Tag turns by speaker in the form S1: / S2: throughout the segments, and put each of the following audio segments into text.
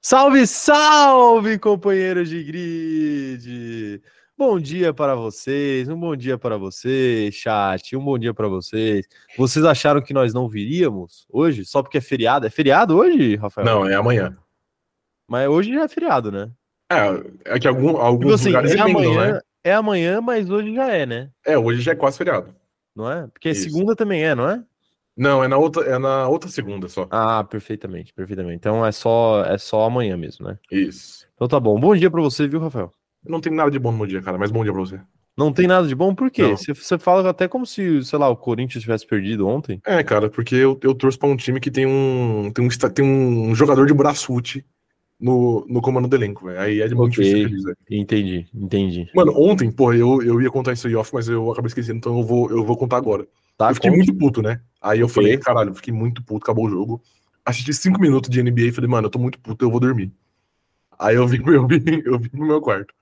S1: Salve, salve, companheiros de grid! Bom dia para vocês, um bom dia para vocês, chat, um bom dia para vocês. Vocês acharam que nós não viríamos hoje, só porque é feriado? É feriado hoje, Rafael?
S2: Não, é amanhã.
S1: Mas hoje já é feriado, né?
S2: É, é que algum, alguns
S1: Tipo assim,
S2: lugares
S1: é
S2: emendam,
S1: amanhã,
S2: né?
S1: é amanhã, mas hoje já é, né?
S2: É, hoje já é quase feriado.
S1: Não é? Porque
S2: Isso.
S1: segunda também é, não é?
S2: Não, é na outra, é na outra segunda só.
S1: Ah, perfeitamente, perfeitamente. Então é só, é só amanhã mesmo, né?
S2: Isso.
S1: Então tá bom. Bom dia para você, viu, Rafael?
S2: Não tem nada de bom no meu dia, cara, mas bom dia pra você.
S1: Não tem nada de bom, por quê?
S2: Não.
S1: Você, você fala até como se, sei lá, o Corinthians tivesse perdido ontem.
S2: É, cara, porque eu, eu torço pra um time que tem um tem um, esta- tem um jogador de braçute no, no comando do elenco, velho. Aí é de muito
S1: Ok.
S2: difícil ser feliz, velho.
S1: Entendi, entendi.
S2: Mano, ontem, porra, eu, eu ia contar isso aí off, mas eu acabei esquecendo, então eu vou, eu vou contar agora.
S1: Tá,
S2: eu fiquei
S1: conte.
S2: muito puto, né? Aí eu falei, caralho, eu fiquei muito puto, acabou o jogo. Assisti cinco minutos de NBA e falei, mano, eu tô muito puto, eu vou dormir. Aí eu vim, pro- eu vim, eu vim pro meu quarto.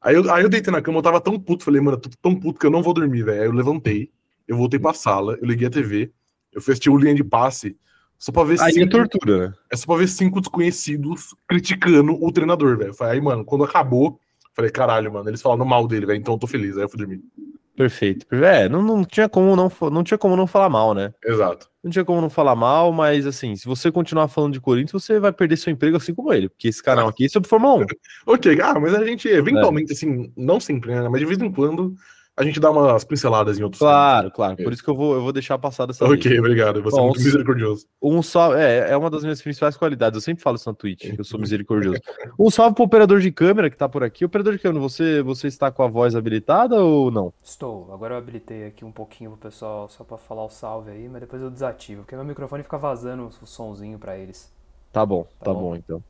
S2: Aí eu, aí eu deitei na cama, eu tava tão puto, falei, mano, eu tô tão puto que eu não vou dormir, velho. Aí eu levantei, eu voltei pra sala, eu liguei a TV, eu fui assistir o linha de passe, só pra ver
S1: Aí é
S2: cinco,
S1: tortura, né?
S2: é só pra ver cinco desconhecidos criticando o treinador, velho. Falei, Aí, mano, quando acabou, falei, caralho, mano, eles falaram mal dele, velho, então eu tô feliz. Aí eu fui dormir.
S1: Perfeito. É, não, não, tinha como não, fa- não tinha como não falar mal, né?
S2: Exato.
S1: Não tinha como não falar mal, mas assim, se você continuar falando de Corinthians, você vai perder seu emprego assim como ele, porque esse canal aqui é sobre Fórmula 1.
S2: Ok, ah, mas a gente
S1: É.
S2: eventualmente, assim, não sempre, né? Mas de vez em quando a gente dá umas pinceladas em outros.
S1: Claro, claro. Por isso que eu vou, eu vou deixar passar dessa
S2: temas.
S1: vez.
S2: Ok, obrigado. Você é
S1: Bom,
S2: muito
S1: se-
S2: misericordioso.
S1: Um salve, é, é uma das minhas principais qualidades. Eu sempre falo isso na Twitch, que eu sou misericordioso. Um salve pro operador de câmera que tá por aqui. Operador de câmera, você, você está com a voz habilitada ou não?
S3: Estou. Agora eu habilitei aqui um pouquinho pro pessoal só pra falar o salve aí, mas depois eu desativo, porque meu microfone fica vazando o sonzinho pra eles.
S1: Tá bom, tá,
S3: Tá
S1: bom.
S3: bom.
S1: então.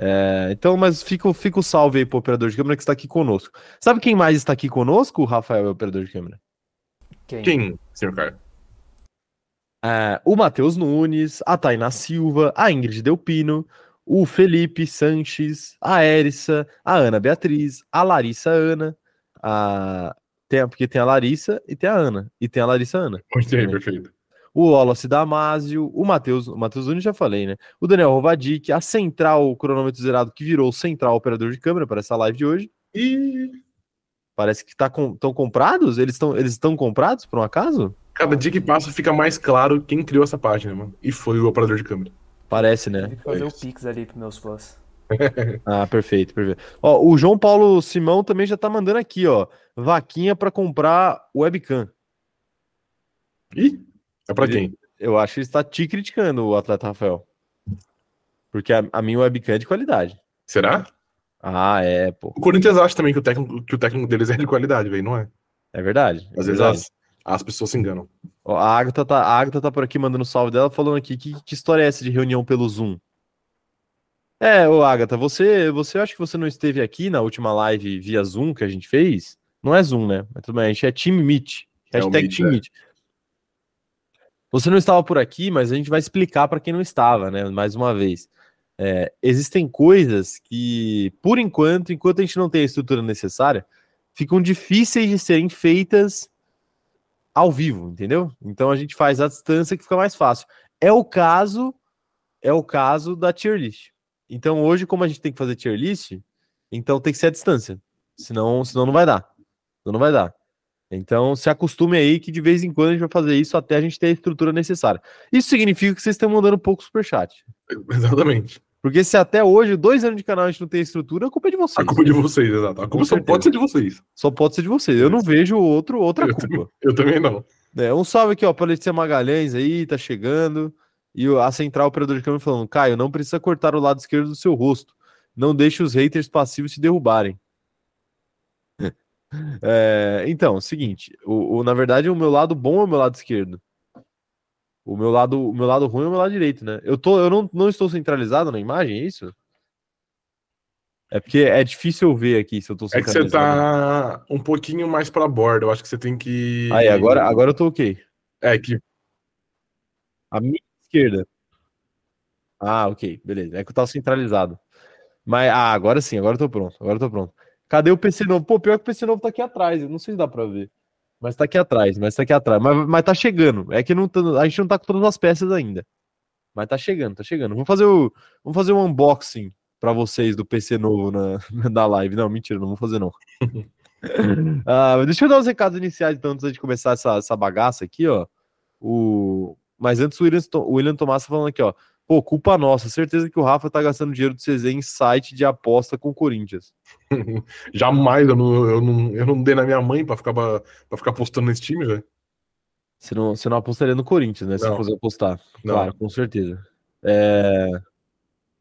S1: É, então, mas fica, o- fica o salve aí pro operador de câmera que está aqui conosco. Sabe quem mais está aqui conosco? O Rafael é o operador de câmera.
S3: Quem?
S2: Quem, senhor Caio?
S1: É, o Matheus Nunes, a Tainá Silva, a Ingrid Delpino, o Felipe Sanches, a Érissa, a Ana Beatriz, a Larissa Ana, a... Tem, a- porque tem a Larissa e tem a Ana, e tem a Larissa Ana.
S2: Ok,
S1: Hum.
S2: perfeito.
S1: O Wallace Damasio, o Matheus, o Matheus Nunes já falei, né? O Daniel Rovadic, a Central Cronômetro Zerado, que virou o Central Operador de Câmera para essa live de hoje.
S2: E
S1: Parece que tá com, tão comprados? Eles estão eles tão comprados, por um acaso?
S2: cada dia que passa fica mais claro quem criou essa página, mano. E foi o operador de câmera.
S1: Parece, né?
S3: Tive que fazer
S2: É
S3: o
S2: isso.
S3: pix ali pros meus fãs.
S1: Ah, perfeito, perfeito. Ó, o João Paulo Simão também já tá mandando aqui, ó. Vaquinha para comprar webcam.
S2: E é pra
S1: Ele-
S2: quem?
S1: Eu acho que ele está te criticando, o atleta Rafael. Porque a, a minha webcam é de qualidade.
S2: Será?
S1: Ah, é, pô.
S2: O Corinthians acha também que o técnico, que o técnico deles é de qualidade, velho, não é?
S1: É verdade. é
S2: Às vezes
S1: verdade.
S2: as, as pessoas se enganam.
S1: Ó, a, Agatha tá, a Agatha tá por aqui mandando um salve dela, falando aqui que, que história é essa de reunião pelo Zoom? É, ô Agatha, você, você acha que você não esteve aqui na última live via Zoom que a gente fez? Não é Zoom, né? Mas tudo bem, a gente é Team Meet.
S2: É o
S1: Hashtag
S2: Meet,
S1: Team
S2: é.
S1: Meet. Você não estava por aqui, mas a gente vai explicar para quem não estava, né? Mais uma vez. É, existem coisas que, por enquanto, enquanto a gente não tem a estrutura necessária, ficam difíceis de serem feitas ao vivo, entendeu? Então a gente faz à distância que fica mais fácil. É o caso, é o caso da tier list. Então hoje, como a gente tem que fazer tier list, então tem que ser à distância. Senão, senão não vai dar. Senão não vai dar. Então se acostume aí que de vez em quando a gente vai fazer isso até a gente ter a estrutura necessária. Isso significa que vocês estão mandando pouco superchat.
S2: Exatamente.
S1: Porque se até hoje, dois anos de canal, a gente não tem estrutura, a culpa é de vocês.
S2: A culpa é de vocês, exato. A culpa só
S1: certeza.
S2: pode ser de vocês.
S1: Só pode ser de vocês. Eu não vejo outro, outra
S2: Eu
S1: culpa.
S2: Eu também não.
S1: É, um salve aqui, ó, para Letícia Magalhães aí, tá chegando. E o- a central operador de câmera falando: Caio, não precisa cortar o lado esquerdo do seu rosto. Não deixe os haters passivos te derrubarem. É, então, seguinte, o, o- na verdade, o meu lado bom é o meu lado esquerdo. O meu lado, o meu lado ruim é o meu lado direito, né? Eu, tô, eu não, não estou centralizado na imagem, é isso? É porque é difícil eu ver aqui se eu tô
S2: É que você
S1: centralizado.
S2: tá um pouquinho mais pra borda. Eu acho que você tem que.
S1: Aí, Ah, é? agora, agora eu tô ok.
S2: É que.
S1: A minha esquerda. Ah, ok, beleza. É que eu tava centralizado. Mas ah, agora sim, agora eu tô pronto. Agora eu tô pronto. Cadê o PC novo? Pô, pior que o PC novo tá aqui atrás. Eu não sei se dá pra ver. Mas tá aqui atrás, mas tá aqui atrás. Mas, mas tá chegando. É que não tá- a gente não tá com todas as peças ainda. Mas tá chegando, tá chegando. Vamos fazer o, vamos fazer um unboxing para vocês do PC novo na, da live. Não, mentira, não vou fazer não. ah, deixa eu dar os recados iniciais, então, antes de começar essa, essa bagaça aqui, ó. O... Mas antes, o William, o William Tomás tá falando aqui, ó. Pô, culpa nossa. Certeza que o Rafa tá gastando dinheiro do CZ em site de aposta com o Corinthians.
S2: Jamais, eu não, eu, não, eu não dei na minha mãe pra ficar, pra, pra ficar apostando nesse time, velho.
S1: Você não, você não apostaria no Corinthians, né? Se
S2: Não.
S1: fosse apostar.
S2: Não.
S1: Claro, com certeza. É,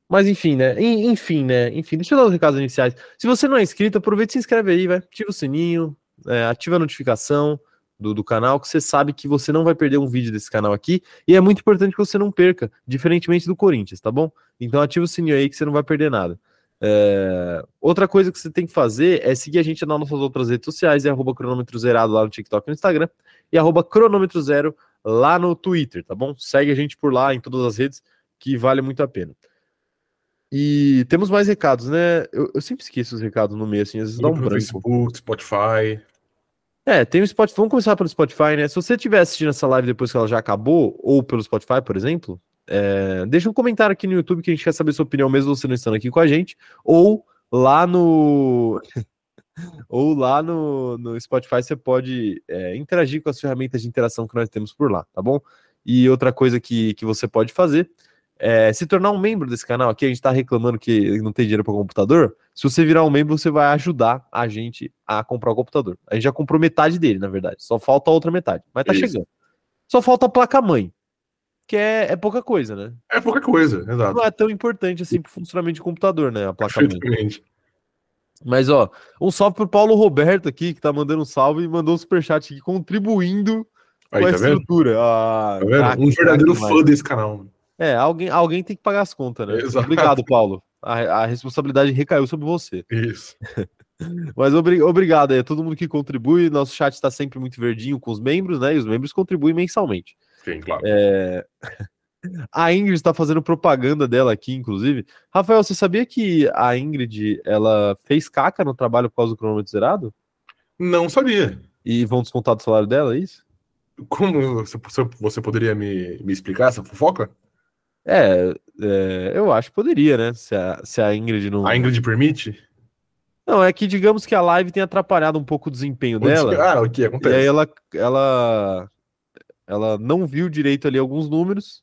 S1: Mas enfim, né? En- Enfim, né? Enfim, deixa eu dar os recados iniciais. Se você não é inscrito, aproveita e se inscreve aí, vai. Ativa o sininho, é, ativa a notificação do, do canal, que você sabe que você não vai perder um vídeo desse canal aqui. E é muito importante que você não perca, diferentemente do Corinthians, tá bom? Então ativa o sininho aí que você não vai perder nada. É, Outra coisa que você tem que fazer é seguir a gente nas nossas outras redes sociais, é arroba cronômetro zerado lá no TikTok e no Instagram e arroba cronômetro zero lá no Twitter, tá bom? Segue a gente por lá em todas as redes, que vale muito a pena. E temos mais recados, né? Eu, eu sempre esqueço os recados no meio, assim, às vezes dá um
S2: Pelo
S1: branco.
S2: Facebook, Spotify.
S1: É, tem o Spotify. Vamos começar pelo Spotify, né? Se você estiver assistindo essa live depois que ela já acabou, ou pelo Spotify, por exemplo, é, deixa um comentário aqui no YouTube que a gente quer saber sua opinião, mesmo você não estando aqui com a gente, ou lá no. ou lá no, no Spotify você pode é, interagir com as ferramentas de interação que nós temos por lá, tá bom? E outra coisa que, que você pode fazer é se tornar um membro desse canal aqui. A gente tá reclamando que não tem dinheiro para computador. Se você virar um membro, você vai ajudar a gente a comprar o computador. A gente já comprou metade dele, na verdade. Só falta a outra metade. Mas tá
S2: Isso.
S1: chegando. Só falta a placa-mãe. Que é, é pouca coisa, né?
S2: É pouca coisa, exato.
S1: Não é tão importante assim pro funcionamento de computador, né? A placa-mãe.
S2: Perfeitamente.
S1: Mas, ó, um salve pro Paulo Roberto aqui, que tá mandando um salve e mandou um superchat aqui contribuindo
S2: Aí,
S1: com a
S2: tá vendo?
S1: estrutura. Ah,
S2: Tá vendo?
S1: craque,
S2: um
S1: craque
S2: verdadeiro
S1: demais.
S2: fã desse canal. mano.
S1: É, alguém, alguém tem que pagar as contas, né?
S2: Exato.
S1: Obrigado, Paulo. A, a responsabilidade recaiu sobre você.
S2: Isso.
S1: Mas obri- obrigado aí a todo mundo que contribui. Nosso chat está sempre muito verdinho com os membros, né? E os membros contribuem mensalmente.
S2: Sim, claro.
S1: É. A Ingrid está fazendo propaganda dela aqui, inclusive. Rafael, você sabia que a Ingrid ela fez caca no trabalho por causa do cronômetro zerado?
S2: Não sabia.
S1: E vão descontar do salário dela, é isso?
S2: Como você, você- você poderia me, me explicar essa fofoca?
S1: É, é, eu acho que poderia, né? Se a, se a Ingrid não.
S2: A Ingrid permite?
S1: Não, é que digamos que a live tem atrapalhado um pouco o desempenho é. dela.
S2: Ah, o que
S1: E aí
S2: acontece?
S1: ela, ela, ela não viu direito ali alguns números,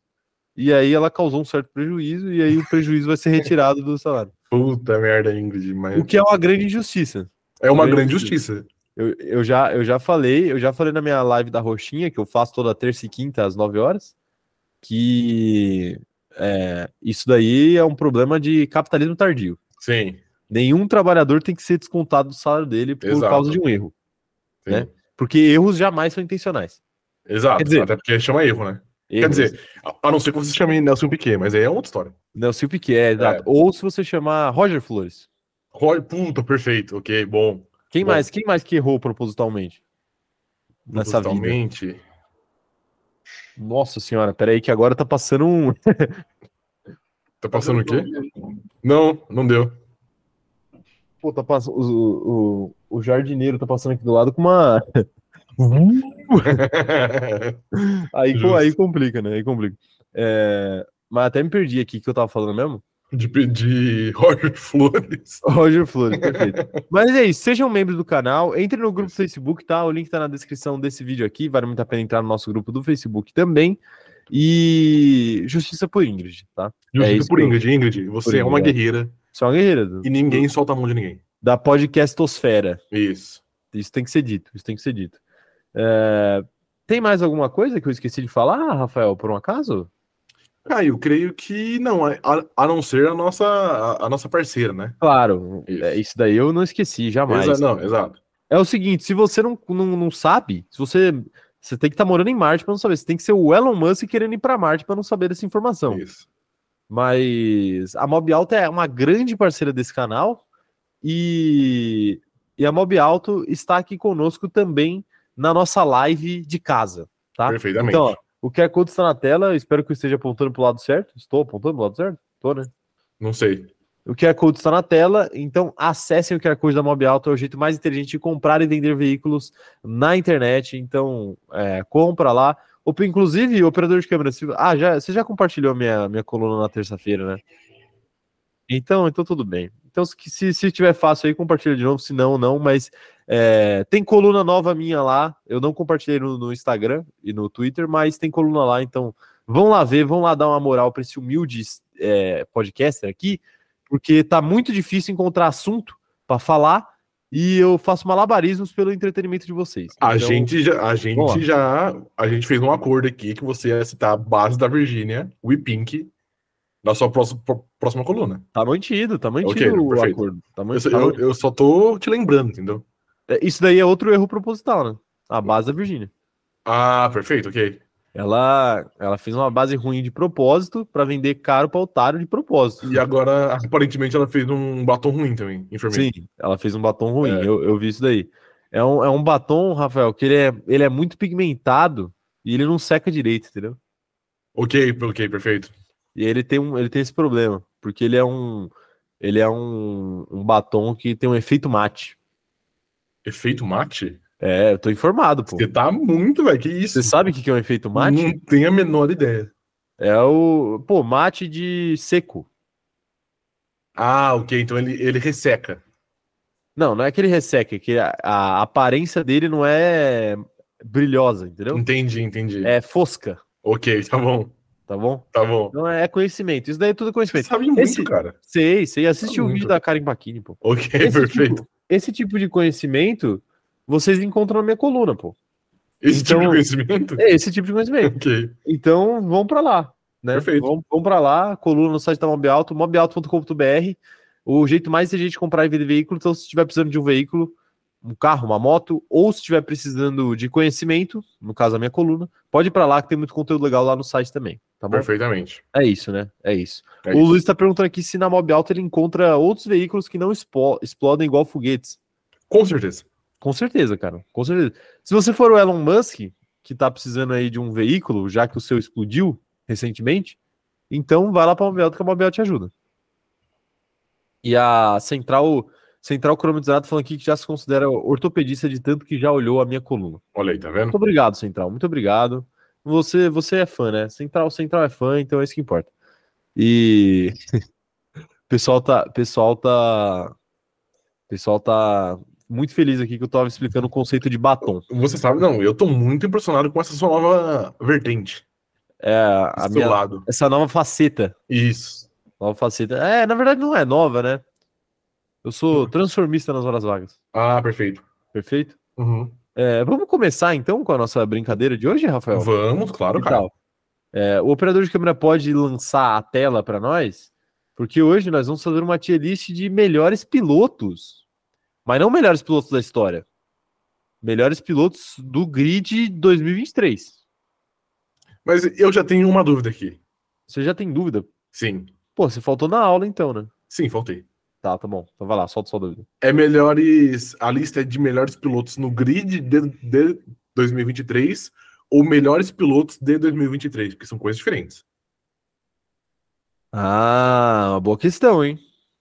S1: e aí ela causou um certo prejuízo, e aí o prejuízo vai ser retirado do salário.
S2: Puta merda, Ingrid, mas
S1: O que é uma grande injustiça.
S2: é uma
S1: Também-
S2: grande justiça.
S1: Eu, eu, já, eu já falei, eu já falei na minha live da Roxinha, que eu faço toda terça e quinta às 9 horas, que é, isso daí é um problema de capitalismo tardio.
S2: Sim.
S1: Nenhum trabalhador tem que ser descontado do salário dele por
S2: Exato.
S1: causa de um erro.
S2: sim.
S1: Né? Porque erros jamais são intencionais.
S2: Exato.
S1: Quer dizer-
S2: Até porque chama erro, né? Quer
S1: Erros-
S2: dizer, a, a não ser que você chame Nelson Piquet, mas aí é outra história.
S1: Nelson Piquet, é, exato. Ou se você chamar Roger Flores.
S2: Roy, puta, perfeito, ok, bom.
S1: Quem
S2: Bom.
S1: mais? Quem mais que errou propositalmente? Nessa vida.
S2: Totalmente.
S1: Nossa senhora, peraí que agora tá passando um.
S2: Tá passando o quê? Não, não deu.
S1: Pô, tá passando. O, o, o jardineiro tá passando aqui do lado com uma. Aí, co-
S2: Justo.
S1: aí complica, né? Aí complica. É, Mas até me perdi aqui que eu tava falando mesmo.
S2: de pedir Roger Flores.
S1: Roger Flores, perfeito. Mas é isso, sejam membros do canal, entre no grupo do Facebook, tá? O link tá na descrição desse vídeo aqui, vale muito a pena entrar no nosso grupo do Facebook também. E justiça por Ingrid, tá?
S2: Justiça
S1: isso
S2: por
S1: que eu-
S2: Ingrid. Ingrid, você é uma
S1: Ingrid, é.
S2: guerreira
S1: Você é uma guerreira do-
S2: e ninguém solta a mão de ninguém.
S1: da podcastosfera.
S2: Isso.
S1: Isso tem que ser dito, isso tem que ser dito. É, Tem mais alguma coisa que eu esqueci de falar, Rafael, por um acaso?
S2: Ah, eu creio que não, a, a não ser a nossa, a, a nossa parceira, né?
S1: Claro,
S2: Isso.
S1: é, isso daí eu não esqueci jamais.
S2: Exa- não, exato.
S1: É o seguinte, se você não, não, não sabe, se você você tem que estar morando em Marte para não saber, você tem que ser o Elon Musk querendo ir para Marte para não saber dessa informação.
S2: Isso.
S1: Mas a Mob Alto é uma grande parceira desse canal e, e a Mob Alto está aqui conosco também na nossa live de casa, tá?
S2: Perfeitamente.
S1: Então, ó, o QR Code está na tela, eu espero que eu esteja apontando para o lado certo. Estou apontando para o lado certo? Estou, né?
S2: não sei.
S1: O QR Code está na tela, então acessem o QR Code da Mob Alto, é o jeito mais inteligente de comprar e vender veículos na internet. Então, é, compra lá. Ou, inclusive, operador de câmera, se- ah, já, você já compartilhou minha, minha coluna na terça-feira, né? Então, então tudo bem. Então, se, se, se tiver fácil aí, compartilha de novo. Se não, não. Mas é, tem coluna nova minha lá. Eu não compartilhei no, no, Instagram e no Twitter, mas tem coluna lá. Então, vão lá ver, vão lá dar uma moral para esse humilde é, podcaster aqui, porque tá muito difícil encontrar assunto para falar e eu faço malabarismos pelo entretenimento de vocês.
S2: A então, gente já, a gente já, a gente fez um acordo aqui que você ia citar a base da Virgínia, o Pink na sua próxima, próxima coluna.
S1: Tá mantido, tá mantido okay, o perfeito. acordo. Tá mantido,
S2: eu, eu, eu, só tô te lembrando, entendeu?
S1: Isso daí é outro erro proposital, né? A base da Virgínia.
S2: Ah, perfeito, ok.
S1: Ela, ela fez uma base ruim de propósito para vender caro para otário de propósito.
S2: E agora, aparentemente, ela fez um batom ruim também,
S1: enfermeiro. Sim, ela fez um batom ruim, é. eu, eu vi isso daí. É um, é um batom, Rafael, que ele é, ele é muito pigmentado e ele não seca direito, entendeu?
S2: Ok, ok, perfeito.
S1: E ele tem, um, ele tem esse problema, porque ele é um ele é um, um batom que tem um efeito mate.
S2: Efeito mate?
S1: É, eu tô informado, pô.
S2: Você tá muito, velho, que isso?
S1: Você sabe o que, que é um efeito mate?
S2: Não tenho a menor ideia.
S1: É o, pô, mate de seco.
S2: Ah, ok, então ele, ele resseca.
S1: Não, não é que ele resseca, é que a, a aparência dele não é brilhosa, entendeu?
S2: Entendi, entendi.
S1: É fosca.
S2: Ok, tá bom.
S1: Tá bom?
S2: Tá bom.
S1: Então é conhecimento. Isso daí é tudo conhecimento. Você
S2: sabe muito, Esse... cara.
S1: Sei, sei. Assiste o vídeo da Karen Paquini, pô.
S2: Ok, esse É perfeito.
S1: Tipo, esse tipo de conhecimento vocês encontram na minha coluna, pô.
S2: Esse então, tipo de conhecimento?
S1: É, esse tipo de conhecimento.
S2: ok.
S1: Então, vão pra lá. Né?
S2: Perfeito.
S1: Vão, vão pra lá, coluna no site da Mob Alto, mobalto.com.br. O jeito mais é a gente comprar e vender veículo. Então, se estiver precisando de um veículo, um carro, uma moto, ou se estiver precisando de conhecimento, no caso a minha coluna, pode ir para lá que tem muito conteúdo legal lá no site também, tá bom?
S2: Perfeitamente.
S1: É isso, né? É isso. É o isso. Luiz está perguntando aqui se na Mob Alta ele encontra outros veículos que não explodem igual foguetes.
S2: Com certeza.
S1: Com certeza, cara. Com certeza. Se você for o Elon Musk, que está precisando aí de um veículo, já que o seu explodiu recentemente, então vai lá para a Mob Alta que a Mob Alta te ajuda. E a Central Central Cromatizado falando aqui que já se considera ortopedista de tanto que já olhou a minha coluna.
S2: Olha aí, tá vendo?
S1: Muito obrigado, Central. Muito obrigado. Você, você é fã, né? Central, Central é fã, então é isso que importa. E pessoal tá, pessoal tá, pessoal tá muito feliz aqui que eu tava explicando o conceito de batom.
S2: Você sabe, não? Eu tô muito impressionado com essa sua nova vertente.
S1: É, a minha, lado. essa nova faceta.
S2: Isso.
S1: Nova faceta. É, na verdade não é nova, né? Eu sou transformista nas horas vagas.
S2: Ah, perfeito.
S1: Perfeito?
S2: Uhum.
S1: É, vamos começar então com a nossa brincadeira de hoje, Rafael?
S2: Vamos, claro,
S1: então.
S2: cara.
S1: É, o operador de câmera pode lançar a tela para nós, porque hoje nós vamos fazer uma tier list de melhores pilotos. Mas não melhores pilotos da história. Melhores pilotos do grid 2023.
S2: Mas eu já tenho uma dúvida aqui.
S1: Você já tem dúvida?
S2: Sim.
S1: Pô, você faltou na aula então, né?
S2: Sim, faltei.
S1: Tá, tá bom. Então vai lá, solta sua dúvida.
S2: É melhores. A lista é de melhores pilotos no grid de, de 2023 ou melhores pilotos de 2023, porque são coisas diferentes.
S1: Ah, uma boa questão, hein?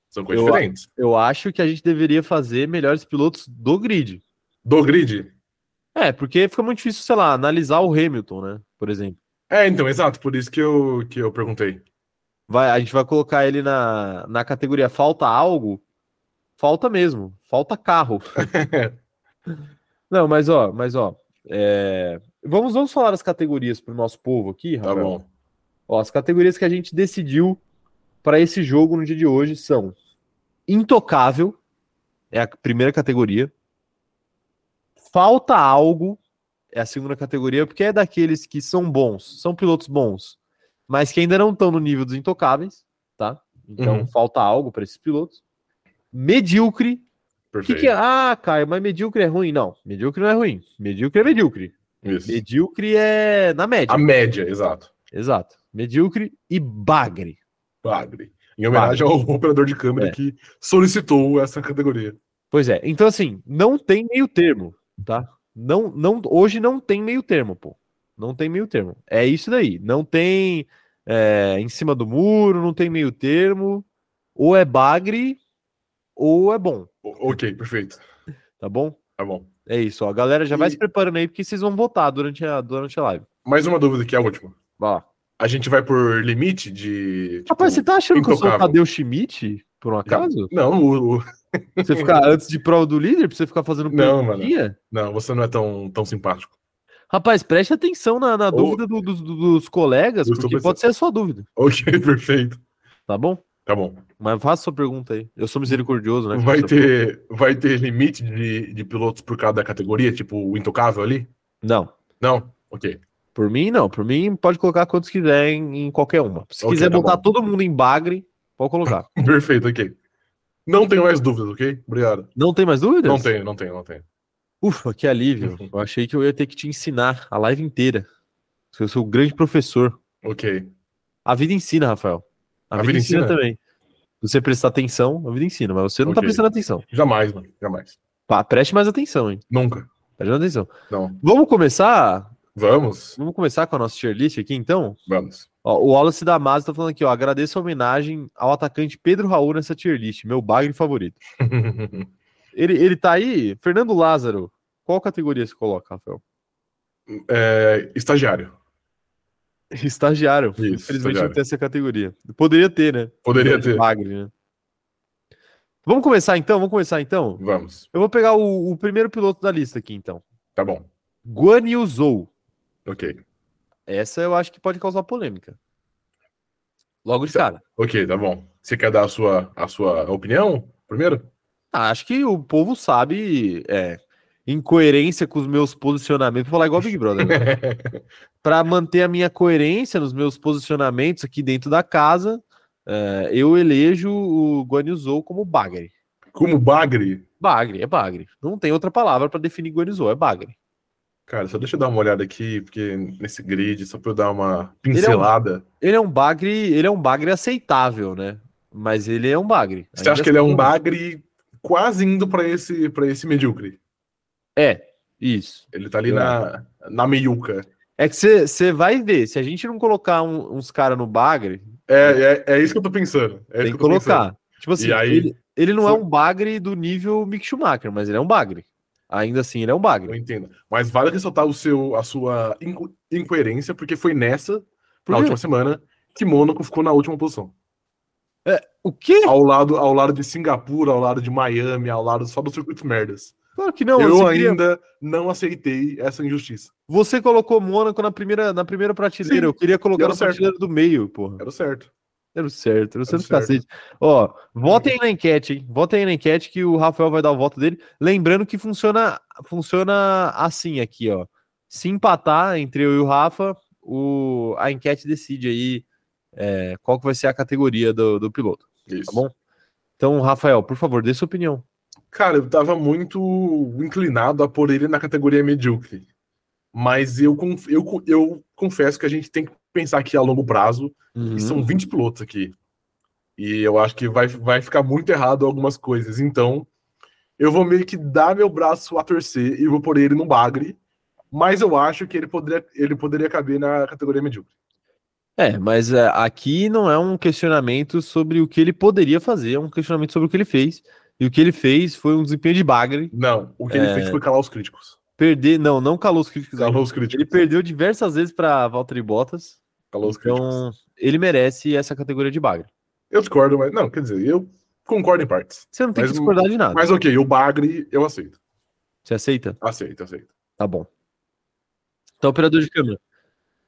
S2: São coisas eu, diferentes.
S1: Eu acho que a gente deveria fazer melhores pilotos do grid.
S2: Do grid?
S1: É, porque fica muito difícil, sei lá, analisar o Hamilton, né? Por exemplo.
S2: É, então, exato, por isso que eu, que eu perguntei.
S1: Vai, a gente vai colocar ele na, na categoria falta algo? Falta mesmo, falta carro. Não, mas ó, mas ó, é... vamos, vamos falar as categorias para o nosso povo aqui, Rafael.
S2: Tá bom.
S1: Ó, as categorias que a gente decidiu para esse jogo no dia de hoje são intocável, é a primeira categoria. Falta algo é a segunda categoria, porque é daqueles que são bons, são pilotos bons, mas que ainda não estão no nível dos intocáveis, tá? Então uhum. falta algo para esses pilotos. Medíocre. Que que é? Ah, Caio, mas medíocre é ruim? Não, medíocre não é ruim. Medíocre é medíocre.
S2: Isso.
S1: Medíocre é na média.
S2: A média, exato.
S1: Exato. Medíocre e bagre.
S2: Bagre. Em homenagem bagre. ao operador de câmera é. que solicitou essa categoria.
S1: Pois é. Então, assim, não tem meio termo, tá? Não, não, hoje não tem meio termo, pô. Não tem meio termo. É isso daí. Não tem é, em cima do muro, não tem meio termo. Ou é bagre, ou é bom.
S2: Ok, perfeito.
S1: Tá bom?
S2: Tá bom.
S1: É isso. Ó. A galera já e... vai se preparando aí, porque vocês vão votar durante a, durante a live.
S2: Mais uma dúvida aqui, a última.
S1: Vai lá.
S2: A gente vai por limite de. tipo,
S1: Rapaz, você tá achando que eu sou o
S2: intocável.
S1: Tadeu Schmidt, por um acaso?
S2: Não, o- o-
S1: Você ficar antes de prova do líder, pra você ficar fazendo
S2: Não,
S1: perguntinha?
S2: não, você não é tão, tão simpático.
S1: Rapaz, preste atenção na, na dúvida do- do- do- dos colegas,
S2: Eu estou
S1: porque pode ser a sua dúvida,
S2: Ok, perfeito.
S1: tá bom?
S2: Tá bom.
S1: Mas faça sua pergunta aí. Eu sou misericordioso, né? com
S2: Vai
S1: você.
S2: ter, vai ter limite de, de pilotos por cada categoria, tipo o intocável ali?
S1: Não.
S2: Não? Ok.
S1: Por mim, não. Por mim, pode colocar quantos quiser em, em qualquer uma. Se
S2: Ok,
S1: quiser
S2: tá
S1: botar
S2: bom.
S1: todo mundo em bagre, pode colocar.
S2: Perfeito, ok. Não tenho mais dúvidas, ok? Obrigado.
S1: Não tem mais dúvidas?
S2: Não tenho, não tenho, não tenho.
S1: Ufa, que alívio. Eu achei que eu ia ter que te ensinar a live inteira. Eu sou o grande professor.
S2: Ok.
S1: A vida ensina, Rafael. A, vida, ensina, também. Se você prestar atenção, a vida ensina, mas você não tá
S2: Ok.
S1: prestando atenção.
S2: Jamais, mano. Jamais.
S1: Pa- preste mais atenção, hein?
S2: Nunca.
S1: Preste mais atenção.
S2: Não.
S1: Vamos começar?
S2: Vamos?
S1: Vamos começar com a nossa tier list aqui, então?
S2: Vamos.
S1: Ó, o Wallace Damasio tá falando aqui, ó. Agradeço a homenagem ao atacante Pedro Raul nessa tier list, meu bagre favorito. Ele, ele tá aí, Fernando Lázaro. Qual categoria você coloca, Rafael?
S2: É, estagiário.
S1: Estagiário.
S2: Isso,
S1: Infelizmente não
S2: estagiário.
S1: tem essa categoria. Poderia ter, né?
S2: Poderia ter.
S1: Bagre, né? Vamos começar então, vamos começar então.
S2: Vamos.
S1: Eu vou pegar o, o primeiro piloto da lista aqui, então.
S2: Tá bom.
S1: Guan Yu Zhou.
S2: Ok.
S1: Essa eu acho que pode causar polêmica. Logo de
S2: Tá.
S1: cara.
S2: Ok, tá bom. Você quer dar a sua, a sua opinião primeiro?
S1: Ah, acho que o povo sabe, é, incoerência com os meus posicionamentos, vou falar igual Big Brother, né? Pra manter a minha coerência nos meus posicionamentos aqui dentro da casa, é, eu elejo o Guan Yu Zhou como bagre.
S2: Como bagre.
S1: Bagre, é bagre. Não tem outra palavra pra definir Guan Yu Zhou, é bagre.
S2: Cara, só deixa eu dar uma olhada aqui, porque nesse grid, só pra eu dar uma pincelada.
S1: Ele é um bagre, ele é um bagre aceitável, né? Mas ele é um bagre. assim,
S2: Você acha que ele é
S1: né?
S2: um bagre quase indo pra esse, pra esse medíocre?
S1: É, isso.
S2: Ele tá ali na, na meiuca.
S1: É que você vai ver, se a gente não colocar um- uns caras no bagre,
S2: É, é, é isso que eu tô pensando. É isso
S1: tem
S2: eu
S1: que
S2: tô pensando.
S1: colocar. Tipo assim,
S2: E aí-
S1: ele, ele não é
S2: foi-
S1: um bagre do nível Mick Schumacher, mas ele é um bagre. Ainda assim, ele é um
S2: Eu
S1: bagre.
S2: entendo. Mas vale ressaltar o seu, a sua inco- incoerência, porque foi nessa,
S1: Por
S2: na
S1: quê?
S2: última semana, que Mônaco ficou na última posição.
S1: O quê?
S2: Ao lado, ao lado de Singapura, ao lado de Miami, ao lado só do circuito merdas.
S1: Claro que não.
S2: eu
S1: você, queria-
S2: ainda não aceitei essa injustiça.
S1: você colocou Mônaco na primeira, na primeira prateleira.
S2: Sim,
S1: eu queria colocar
S2: era
S1: na
S2: certo.
S1: prateleira do meio, porra.
S2: Era o certo.
S1: Era o certo, era o
S2: Era o
S1: certo do cacete. Ó, votem na enquete, hein? Votem aí na enquete que o Rafael vai dar o voto dele. Lembrando que funciona, funciona assim aqui, ó. Se empatar entre eu e o Rafa, o, a enquete decide aí é, qual que vai ser a categoria do, do piloto,
S2: Isso.
S1: tá bom? Então, Rafael, por favor, dê sua opinião.
S2: Cara, eu tava muito inclinado a pôr ele na categoria medíocre. Mas eu, conf- eu, co- eu confesso que a gente tem que pensar aqui a longo prazo E
S1: Isso é um-
S2: são 20 pilotos aqui. E eu acho que vai, vai ficar muito errado algumas coisas. Então, eu vou meio que dar meu braço a torcer e vou pôr ele no bagre. Mas eu acho que ele poderia, ele poderia caber na categoria medíocre.
S1: É, mas é, aqui não é um questionamento sobre o que ele poderia fazer, é um questionamento sobre o que ele fez. E o que ele fez foi um desempenho de bagre.
S2: Não, o que ele fez foi calar os críticos.
S1: Perder, não, não calou os críticos ainda.
S2: Calou É. os críticos.
S1: Ele perdeu diversas vezes para Valtteri Bottas,
S2: Calou os críticos.
S1: então ele merece essa categoria de bagre.
S2: Eu discordo, mas. Não, quer dizer, eu concordo em partes.
S1: Você não tem
S2: Mas
S1: que
S2: o-
S1: discordar de nada.
S2: Mas ok, o bagre eu aceito.
S1: Você aceita?
S2: Aceito, aceito.
S1: Tá bom. Então, operador de câmera.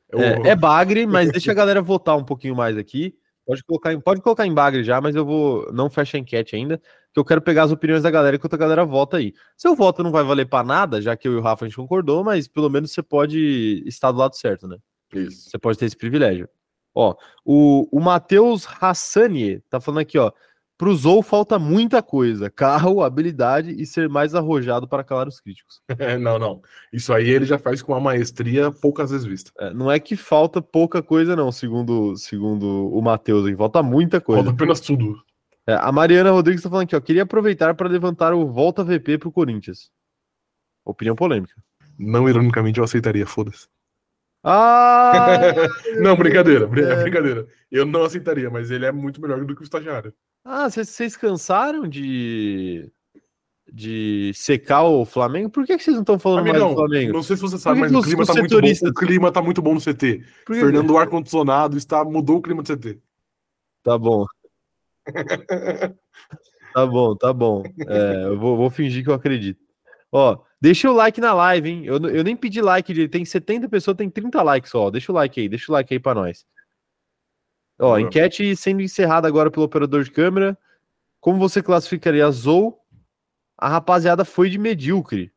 S2: Eu-
S1: É, é bagre, mas deixa a galera votar um pouquinho mais aqui. Pode colocar, em, pode colocar em bagre já, mas eu vou. Não fecha a enquete ainda, que eu quero pegar as opiniões da galera enquanto a galera vota aí. Seu voto não vai valer para nada, já que eu e o Rafa a gente concordou, mas pelo menos você pode estar do lado certo, né?
S2: Isso.
S1: Você pode ter esse privilégio. Ó, o, o Matheus Hassani tá falando aqui, ó. Pro Zou falta muita coisa: carro, habilidade e ser mais arrojado para calar os críticos.
S2: não, não. Isso aí ele já faz com uma maestria poucas vezes vista.
S1: É, não é que falta pouca coisa, não, segundo, segundo o Matheus, hein? Falta muita
S2: Falta
S1: coisa.
S2: apenas tudo.
S1: É, a Mariana Rodrigues tá falando aqui, ó. Queria aproveitar para levantar o Volta VP pro Corinthians. Opinião polêmica.
S2: Não, ironicamente, eu aceitaria, foda-se.
S1: Ah!
S2: Não, brincadeira, brin-
S1: É.
S2: brincadeira. Eu não aceitaria, mas ele é muito melhor do que o estagiário.
S1: Ah, vocês- vocês cansaram de. de secar o Flamengo, por que, que vocês não estão falando mais do
S2: Amigão,
S1: Flamengo?
S2: não sei se você sabe,
S1: Por que
S2: mas
S1: que
S2: o
S1: os-
S2: clima,
S1: os
S2: tá muito bom,
S1: setoristas-
S2: o clima tá muito bom no CT.
S1: Por que-
S2: Fernando, ar-condicionado, está, mudou o clima do CT.
S1: Tá bom, tá bom, tá bom. É, eu vou, vou fingir que eu acredito. Ó, deixa o like na live, hein? Eu, n- eu nem pedi like, de- tem 70 pessoas, tem 30 likes só. Deixa o like aí, deixa o like aí pra nós. Ó,
S2: Boa.
S1: enquete sendo encerrada agora pelo operador de câmera. Como você classificaria a Zou? A rapaziada foi de medíocre.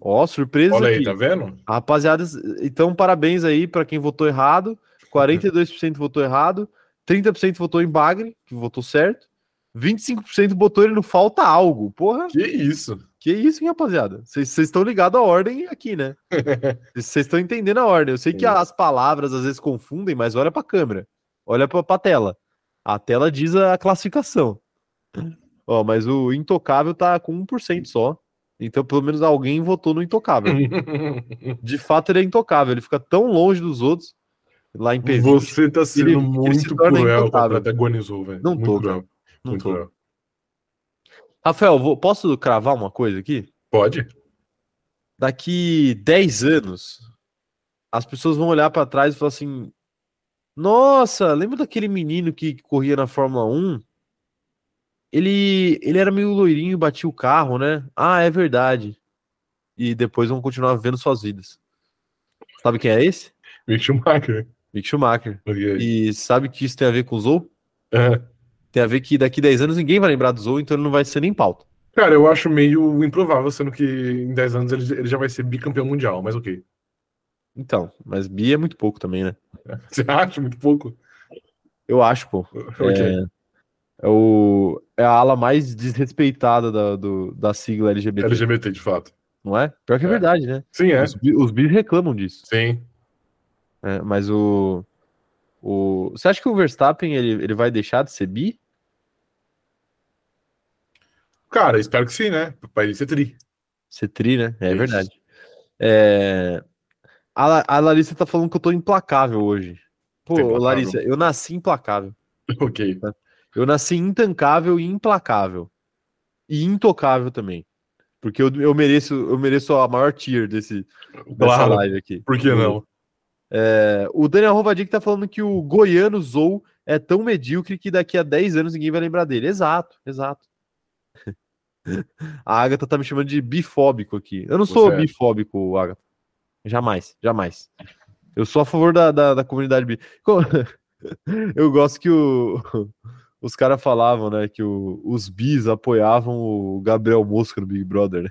S1: Ó, surpresa
S2: Olha aí,
S1: aqui.
S2: tá vendo?
S1: A Rapaziada, então parabéns aí pra quem votou errado. 42% votou errado, 30% votou em Bagre, que votou certo. 25% botou ele no falta algo. Porra,
S2: Que isso?
S1: que isso, hein, rapaziada? Vocês vocês estão ligados à ordem aqui, né? Vocês vocês estão entendendo a ordem. Eu sei que
S2: Sim.
S1: as palavras às vezes confundem, mas olha pra câmera. Olha pra, pra tela. A tela diz a classificação. Ó, mas o intocável tá com 1% só. Então, pelo menos alguém votou no intocável. De fato, ele é intocável. Ele fica tão longe dos outros lá em PV.
S2: Você tá sendo
S1: Ele- ele se
S2: muito
S1: torna
S2: cruel, tá
S1: incontável.
S2: protagonizou, velho.
S1: Não
S2: muito
S1: tô,
S2: cruel.
S1: Não
S2: muito
S1: tô.
S2: cruel.
S1: Rafael, vou- posso cravar uma coisa aqui?
S2: Pode?
S1: Daqui 10 anos, as pessoas vão olhar pra trás e falar assim: Nossa, lembra daquele menino que corria na Fórmula 1? Ele, ele era meio loirinho, batia o carro, né? Ah, é verdade. E depois vão continuar vivendo suas vidas. Sabe quem é esse?
S2: Mick Schumacher.
S1: Mick Schumacher.
S2: E...
S1: E sabe que isso tem a ver com o Zou?
S2: É.
S1: Tem a ver que daqui 10 anos ninguém vai lembrar do Zou, então ele não vai ser nem pauta.
S2: Cara, eu acho meio improvável, sendo que em 10 anos ele, ele já vai ser bicampeão mundial, mas ok.
S1: Então, mas bi é muito pouco também, né?
S2: Você acha muito pouco?
S1: Eu acho, pô.
S2: Ok.
S1: É, o, é a ala mais desrespeitada da, do- da sigla LGBT,
S2: LGBT, de fato.
S1: não é? Pior que é,
S2: É.
S1: verdade, né?
S2: Sim, é.
S1: Os, bi- os bis reclamam disso.
S2: Sim.
S1: né? Mas o, o. Você acha que o Verstappen ele, ele vai deixar de ser bi?
S2: Cara, espero que sim, né? Pra ele ser tri.
S1: Ser tri, né? É
S2: Isso.
S1: verdade. É, A, La- a Larissa tá falando que eu tô implacável hoje. Pô,
S2: Tá implacável.
S1: Larissa, eu nasci implacável.
S2: Ok.
S1: Eu nasci intancável e implacável. E intocável também. Porque eu, eu mereço eu mereço a maior tier desse, dessa
S2: Claro.
S1: live Hum. aqui.
S2: Por que não?
S1: É, o Daniel Rovadic tá falando que o goiano Zou é tão medíocre que daqui a 10 anos ninguém vai lembrar dele. Exato, exato. a Agatha tá me chamando de bifóbico aqui. Eu não sou
S2: Você é.
S1: bifóbico, Agatha. Jamais, jamais. Eu sou a favor da, da, da comunidade bi. Co- Eu gosto que o- os caras falavam, né, que o- os bis apoiavam o Gabriel Mosca no Big Brother. né?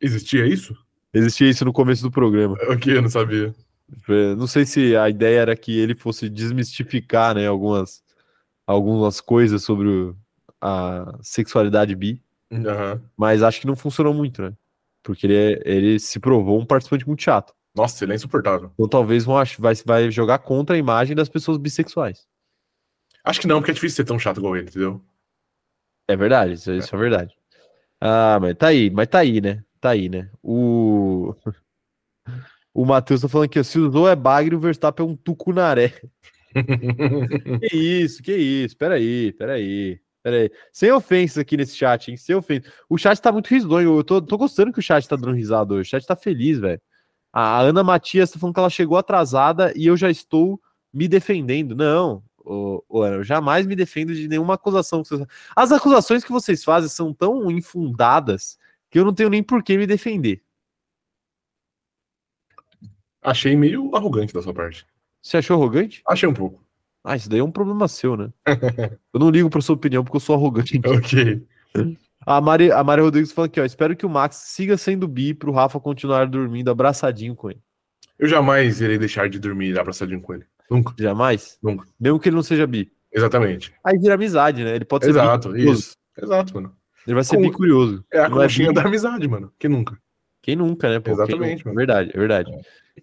S2: Existia isso?
S1: Existia isso no começo do programa.
S2: Ok, eu não sabia.
S1: É, Não sei se a ideia era que ele fosse desmistificar, né, algumas, algumas coisas sobre o- a sexualidade bi,
S2: Aham.
S1: mas acho que não funcionou muito, né? Porque ele, é- ele se provou um participante muito chato.
S2: Nossa, ele é insuportável.
S1: Então talvez vão ach- vai, vai jogar contra a imagem das pessoas bissexuais.
S2: Acho que não, porque é difícil ser tão chato igual ele, entendeu?
S1: É verdade, isso, isso é verdade. Ah, mas tá aí, mas tá aí, né? Tá aí, né? O, o Matheus tá falando que se o Zou é bagre, o Verstappen é um tucunaré. Que isso, que isso, peraí, peraí, peraí. Sem ofensas aqui nesse chat, hein? Sem ofensas. O chat tá muito risonho. Eu tô, tô gostando que o chat tá dando risada hoje. O chat tá feliz, velho. A a Ana Matias tá falando que ela chegou atrasada e eu já estou me defendendo. Não, ô, ô, Ana, eu jamais me defendo de nenhuma acusação. que vocês- As acusações que vocês fazem são tão infundadas que eu não tenho nem por que me defender.
S2: Achei meio arrogante da sua parte.
S1: Você achou arrogante?
S2: Achei um pouco.
S1: Ah, isso daí é um problema seu, né? Eu não ligo pra sua opinião porque eu sou arrogante.
S2: Ok.
S1: A Mari, a Mari Rodrigues falando aqui, ó. Espero que o Max siga sendo bi pro Rafa continuar dormindo abraçadinho com ele.
S2: Eu jamais irei deixar de dormir abraçadinho com ele. Nunca.
S1: Jamais?
S2: Nunca.
S1: Mesmo que ele não seja bi.
S2: Exatamente.
S1: Aí vira amizade, né? Ele pode ser
S2: Exato,
S1: bicurioso.
S2: isso. Exato, mano.
S1: Ele vai ser
S2: Com-
S1: bi curioso.
S2: É a
S1: Não é
S2: conchinha
S1: bi?
S2: da amizade, mano. Que nunca.
S1: Quem nunca, né? Pô? Quem
S2: Exatamente,
S1: nunca? É
S2: mano.
S1: verdade, é verdade.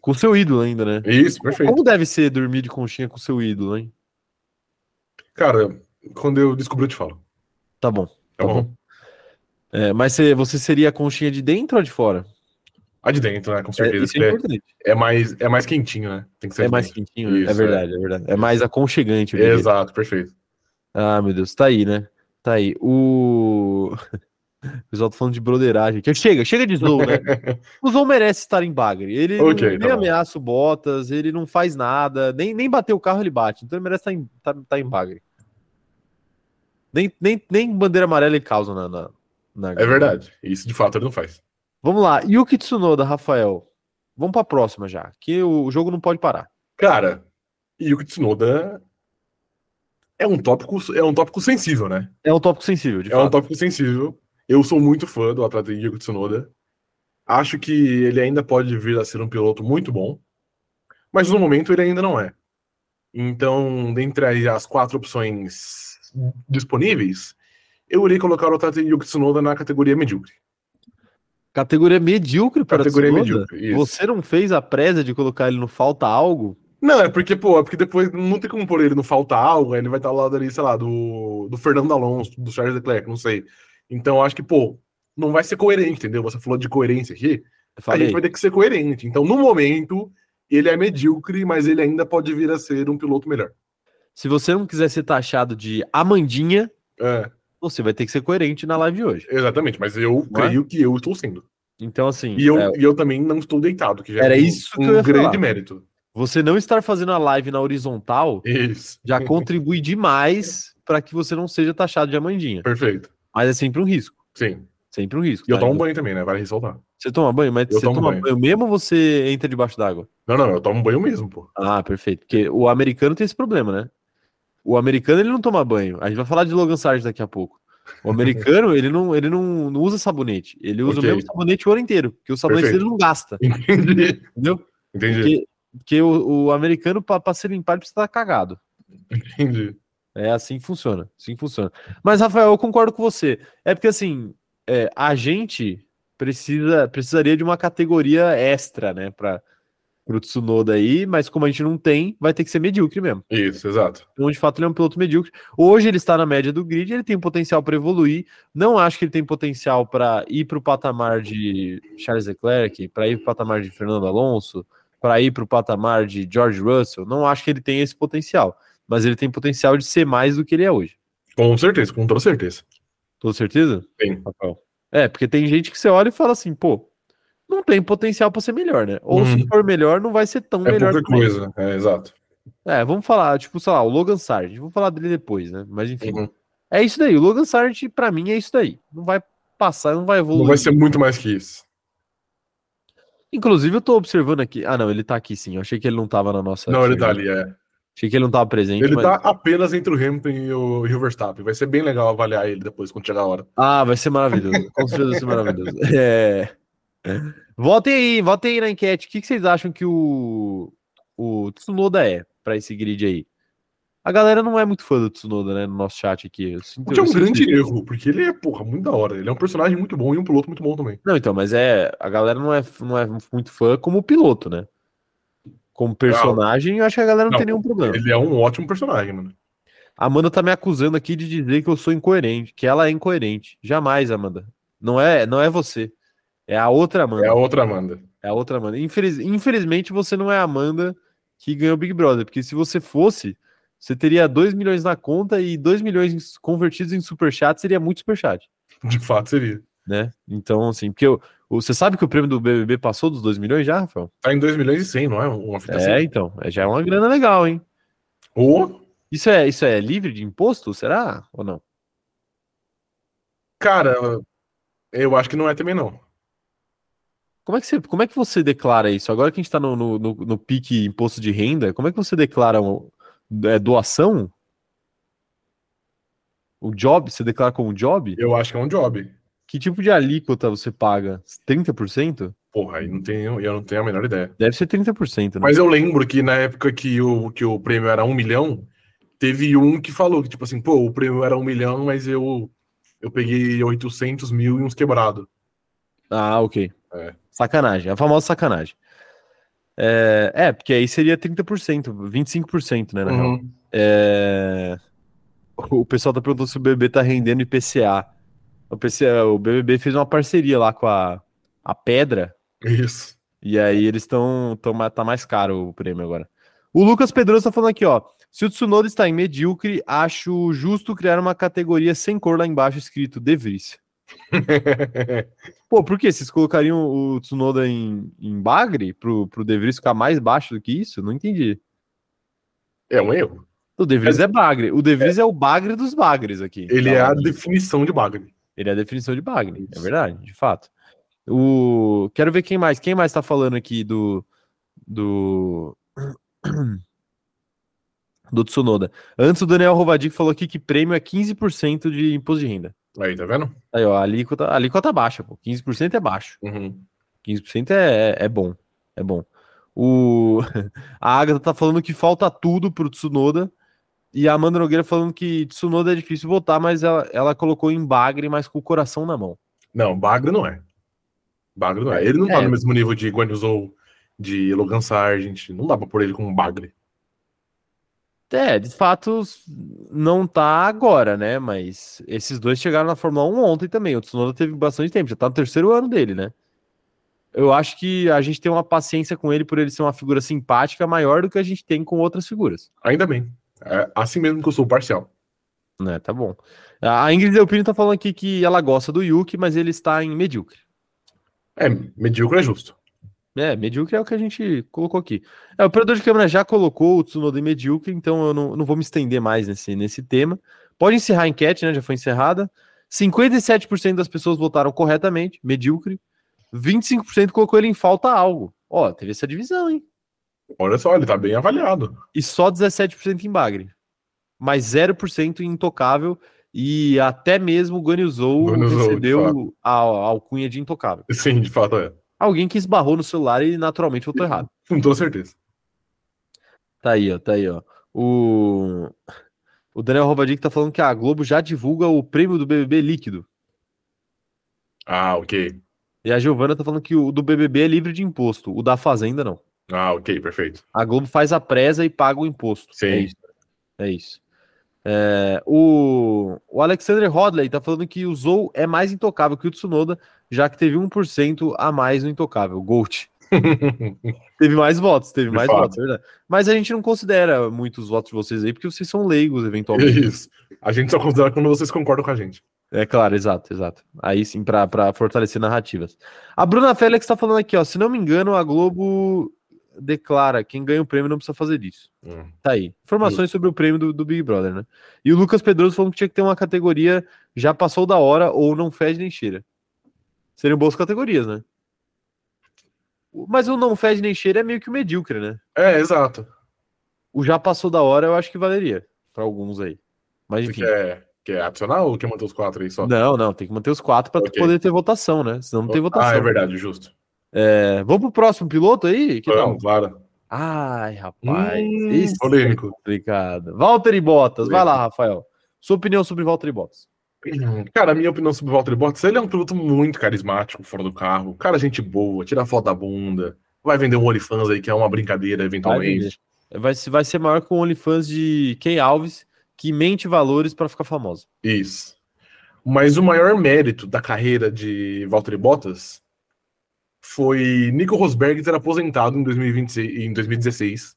S1: Com seu ídolo ainda, né?
S2: Isso, perfeito.
S1: Como deve ser dormir de conchinha com seu ídolo, hein?
S2: Cara, quando eu descobrir, eu te falo.
S1: Tá bom.
S2: Tá
S1: Tá
S2: bom?
S1: É, mas você, você seria a conchinha de dentro ou de fora?
S2: A de dentro, né? Com
S1: É,
S2: certeza.
S1: isso é
S2: porque
S1: importante.
S2: É, mais, é mais quentinho, né? Tem que ser
S1: É
S2: de
S1: mais
S2: dentro.
S1: quentinho, né? é
S2: Isso, é.
S1: verdade, é verdade. É mais aconchegante. eu diria.
S2: Exato, perfeito.
S1: Ah, meu Deus, tá aí, né? Tá aí. O. O pessoal tá falando de broderagem. aqui. Chega, chega de Zou, né? O Zou merece estar em Bagre. Ele não-
S2: Ok,
S1: nem
S2: tá bom.
S1: ameaça o Bottas, ele não faz nada, nem, nem bateu o carro ele bate. Então ele merece estar em, tá, tá em Bagre. Nem, nem, nem bandeira amarela ele causa na. na, na-
S2: É verdade. Isso de fato ele não faz.
S1: Vamos lá. Yuki Tsunoda, Rafael. Vamos pra próxima já, que o jogo não pode parar.
S2: Cara, Yuki Tsunoda é um tópico, é um tópico sensível, né?
S1: É um tópico sensível, de
S2: é um
S1: fato.
S2: tópico sensível. Eu sou muito fã do atleta Yuki Tsunoda. Acho que ele ainda pode vir a ser um piloto muito bom, mas no momento ele ainda não é. Então, dentre aí as quatro opções disponíveis, eu irei colocar o atleta Yuki Tsunoda na categoria medíocre.
S1: Categoria medíocre para
S2: Categoria
S1: Tsunoda?
S2: medíocre, isso.
S1: Você não fez a presa de colocar ele no falta algo?
S2: Não, é porque, pô, é porque depois não tem como pôr ele no falta algo, aí ele vai estar ao lado ali, sei lá, do, do Fernando Alonso, do Charles Leclerc, não sei. Então, eu acho que, pô, não vai ser coerente, entendeu? Você falou de coerência aqui,
S1: Eu
S2: a
S1: falei.
S2: gente vai ter que ser coerente. Então, no momento, ele é medíocre, mas ele ainda pode vir a ser um piloto melhor.
S1: Se você não quiser ser taxado de Amandinha,
S2: É,
S1: você vai ter que ser coerente na live de hoje.
S2: exatamente, mas eu
S1: Não é?
S2: creio que eu estou sendo.
S1: Então, assim,
S2: E eu,
S1: é,
S2: e eu também não estou deitado, que já
S1: Era
S2: é um,
S1: isso que
S2: um
S1: eu ia
S2: grande
S1: falar.
S2: mérito.
S1: você não estar fazendo a live na horizontal
S2: Isso,
S1: já contribui demais para que você não seja taxado de Amandinha.
S2: perfeito.
S1: Mas é sempre um risco.
S2: Sim.
S1: Sempre um risco.
S2: E eu
S1: tá?
S2: tomo
S1: Então,
S2: banho também, né? Vale ressaltar.
S1: Você toma banho, mas
S2: Eu
S1: você
S2: tomo
S1: toma
S2: banho.
S1: banho. mesmo ou você entra debaixo d'água?
S2: Não, não, eu tomo banho mesmo, pô.
S1: Ah, perfeito. Porque o americano tem esse problema, né? O americano ele não toma banho. A gente vai falar de Logan Sargent daqui a pouco. O americano ele não, ele não, não usa sabonete. Ele usa
S2: Ok.
S1: o mesmo sabonete o ano inteiro, porque o sabonete
S2: Perfeito.
S1: dele não gasta,
S2: Entendi.
S1: entendeu?
S2: Entendi,
S1: Porque, porque o, o americano, pra, pra se limpar, ele precisa estar cagado.
S2: entendi.
S1: É assim que funciona. Assim que funciona. Mas, Rafael, eu concordo com você. É porque, assim, é, a gente precisa, precisaria de uma categoria extra, né, para o Tsunoda aí, mas como a gente não tem, vai ter que ser medíocre mesmo.
S2: Isso, exato.
S1: Então, de fato, ele é um piloto medíocre. Hoje ele está na média do grid, ele tem potencial para evoluir. Não acho que ele tem potencial para ir para o patamar de Charles Leclerc, para ir para o patamar de Fernando Alonso, para ir para o patamar de George Russell. Não acho que ele tem esse potencial, mas ele tem potencial de ser mais do que ele é hoje.
S2: Com certeza, com toda certeza.
S1: Tô certeza?
S2: Tem.
S1: Rafael. É, porque tem gente que você olha e fala assim, pô, não tem potencial para ser melhor, né? Ou se
S2: Uhum.
S1: for melhor, não vai ser tão
S2: É
S1: melhor.
S2: pouca
S1: também.
S2: coisa. É, exato.
S1: É, vamos falar, tipo, sei lá, o Logan Sargent. Vamos falar dele depois, né? Mas enfim. É isso daí. O Logan Sargent, pra mim, é isso daí. Não vai passar, não vai evoluir.
S2: Não vai ser muito mais que isso.
S1: Inclusive, eu tô observando aqui. Ah, não, ele tá aqui sim. Eu achei que ele não tava na nossa.
S2: Não, ele tá
S1: chegada.
S2: ali, é.
S1: Achei que ele não tava presente.
S2: Ele
S1: mas-
S2: tá apenas entre o Hamilton e o, e o Verstappen. Vai ser bem legal avaliar ele depois, quando chegar a hora.
S1: Ah, vai ser maravilhoso. Com certeza vai ser maravilhoso. É. Votem aí, votem aí na enquete. O que, que vocês acham que o, o Tsunoda é pra esse grid aí? A galera não é muito fã do Tsunoda, né? No nosso chat aqui. Eu sinto-
S2: O que é
S1: eu
S2: um
S1: sinto
S2: grande
S1: isso.
S2: erro, porque ele é, porra, muito da hora. Ele é um personagem muito bom e um piloto muito bom também.
S1: Não, então, mas é. A galera não é, não é muito fã como piloto, né? Como personagem, eu acho que a galera não,
S2: Não,
S1: tem nenhum problema.
S2: Ele é um ótimo personagem, mano.
S1: A Amanda tá me acusando aqui de dizer que eu sou incoerente, que ela é incoerente. Jamais, Amanda. Não é, não é você. É a outra Amanda.
S2: É a outra Amanda.
S1: É a outra Amanda. Infeliz- infelizmente, você não é a Amanda que ganhou o Big Brother, porque se você fosse, você teria 2 milhões na conta e 2 milhões em- convertidos em superchat seria muito superchat,
S2: De fato, seria.
S1: né? Então, assim, porque eu- o- você sabe que o prêmio do BBB passou dos 2 milhões já, Rafael?
S2: Tá em 2 milhões e 100, não é? Uma fita
S1: É,
S2: assim.
S1: então. é- Já é uma grana legal, hein?
S2: Ou,
S1: Isso é, isso é livre de imposto, será? Ou não?
S2: cara, eu acho que não é também, não.
S1: Como é que você, como é que você declara isso? Agora que a gente está no, no, no, no pique imposto de renda, como é que você declara um- é, doação? O job, você declara como job?
S2: Eu acho que é um job.
S1: Que tipo de alíquota você paga? 30%?
S2: Porra, aí não tenho, eu não tenho a menor ideia.
S1: Deve ser 30%, né?
S2: Mas eu lembro que na época que o, que o prêmio era um milhão, teve um que falou que, tipo assim, pô, o prêmio era um milhão, mas eu, eu peguei 800 mil e uns quebrados.
S1: Ah, ok.
S2: É.
S1: Sacanagem, a famosa sacanagem. É, é, porque aí seria 30%, 25%, né, na
S2: Uhum.
S1: real. É, O pessoal tá perguntando se o BBB tá rendendo IPCA. O, PCA, é, o BBB fez uma parceria lá com a, a Pedra,
S2: Isso.
S1: e aí eles estão. Tá mais caro o prêmio agora. O Lucas Pedroso tá falando aqui, ó. Se o Tsunoda está em medíocre, acho justo criar uma categoria sem cor lá embaixo escrito De Vries. Pô, por quê? Vocês colocariam o Tsunoda em, em Bagre pro, pro De Vries ficar mais baixo do que isso? Não entendi.
S2: É um erro.
S1: O De Vries é, Bagre. O De Vries é. o Bagre dos Bagres aqui.
S2: Ele
S1: Tá?
S2: é a definição de bagre.
S1: Ele é a definição de Bagre. É
S2: Isso.
S1: verdade, de fato. O... Quero ver quem mais. Quem mais tá falando aqui do. Do. Do Tsunoda. Antes o Daniel Rovadic falou aqui que prêmio é 15% de imposto de renda.
S2: Aí, tá vendo?
S1: Aí, ó, a alíquota, a alíquota baixa, pô. 15% é baixo.
S2: Uhum.
S1: 15% é, é, é bom. É bom. O... A Agatha tá falando que falta tudo pro Tsunoda. E a Amanda Nogueira falando que Tsunoda é difícil votar, mas ela, ela colocou em bagre, mas com o coração na mão.
S2: Não, bagre não é. Bagre não é. Ele não tá
S1: É.
S2: no mesmo nível de Guanizou, de Logan Sargent. Não dá pra pôr ele como bagre.
S1: É, de fato, não tá agora, né? Mas esses dois chegaram na Fórmula 1 ontem também. O Tsunoda teve bastante tempo, já tá no terceiro ano dele, né? Eu acho que a gente tem uma paciência com ele por ele ser uma figura simpática maior do que a gente tem com outras figuras.
S2: Ainda bem. É assim mesmo que eu sou parcial.
S1: Né, tá bom. A Ingrid Delpino tá falando aqui que ela gosta do Yuki, mas ele está em medíocre.
S2: É, medíocre é justo.
S1: É, medíocre é o que a gente colocou aqui. É, o operador de câmera já colocou o Tsunoda em medíocre, então eu não, não vou me estender mais nesse, nesse tema. Pode encerrar a enquete, né? Já foi encerrada. 57% das pessoas votaram corretamente, medíocre. 25% colocou ele em falta algo. Ó, teve essa divisão, hein?
S2: Olha só, ele tá bem avaliado.
S1: E só 17% em bagre. Mas 0% em intocável. E até mesmo o Guanizou
S2: Guanizou, de
S1: recebeu a, a alcunha de intocável.
S2: Sim, de fato é.
S1: Alguém que esbarrou no celular e naturalmente votou errado.
S2: Com toda certeza.
S1: Tá aí, ó, tá aí, ó. O, o Daniel Rovadic tá falando que a Globo já divulga o prêmio do BBB líquido.
S2: Ah, ok.
S1: E a Giovana tá falando que o do BBB é livre de imposto, o da Fazenda não.
S2: Ah, ok, perfeito.
S1: A Globo faz a presa e paga o imposto.
S2: Sim.
S1: É isso. É isso. É, o, o Alexander Rodley tá falando que o Zou é mais intocável que o Tsunoda, já que teve 1% a mais no intocável, Gold.
S2: É
S1: Teve mais votos, teve
S2: De
S1: mais
S2: fato.
S1: votos, é verdade. Mas a gente não considera muitos votos de vocês aí, porque vocês são leigos, eventualmente.
S2: Isso. A gente só considera quando vocês concordam com a gente.
S1: É claro, exato, exato. Aí sim, pra, pra fortalecer narrativas. A Bruna Félix tá falando aqui, ó. Se não me engano, a Globo declara quem ganha o prêmio não precisa fazer isso.
S2: Hum.
S1: Tá aí. Informações sobre o prêmio do, do Big Brother, né? E o Lucas Pedroso falando que tinha que ter uma categoria já passou da hora ou não fede nem cheira. Seriam boas categorias, né? O- Mas o não fede nem cheira é meio que o medíocre, né?
S2: É, exato.
S1: O já passou da hora eu acho que valeria pra alguns aí. Mas
S2: Você
S1: enfim.
S2: quer, quer adicionar ou quer manter os quatro aí só?
S1: Não, não, tem que manter os quatro pra tu
S2: Ok.
S1: poder ter votação, né? Senão não tem votação.
S2: Ah, é verdade, justo.
S1: É, vamos pro próximo piloto aí? Que tal?
S2: Vamos, claro.
S1: Ai, rapaz.
S2: Hum,
S1: isso
S2: polêmico.
S1: é complicado. Valtteri Bottas, vai lá, Rafael. Sua opinião sobre Valtteri Bottas.
S2: Cara, a minha opinião sobre o Walter Bottas, ele é um piloto muito carismático fora do carro. Cara, gente boa, tira foto da bunda. Vai vender um OnlyFans aí, que é uma brincadeira, eventualmente.
S1: Vai, se- vai ser maior que o OnlyFans de Key Alves, que mente valores pra ficar famosa.
S2: Isso. Mas o maior mérito da carreira de Walter Bottas foi Nico Rosberg ter aposentado em, 2026, em 2016,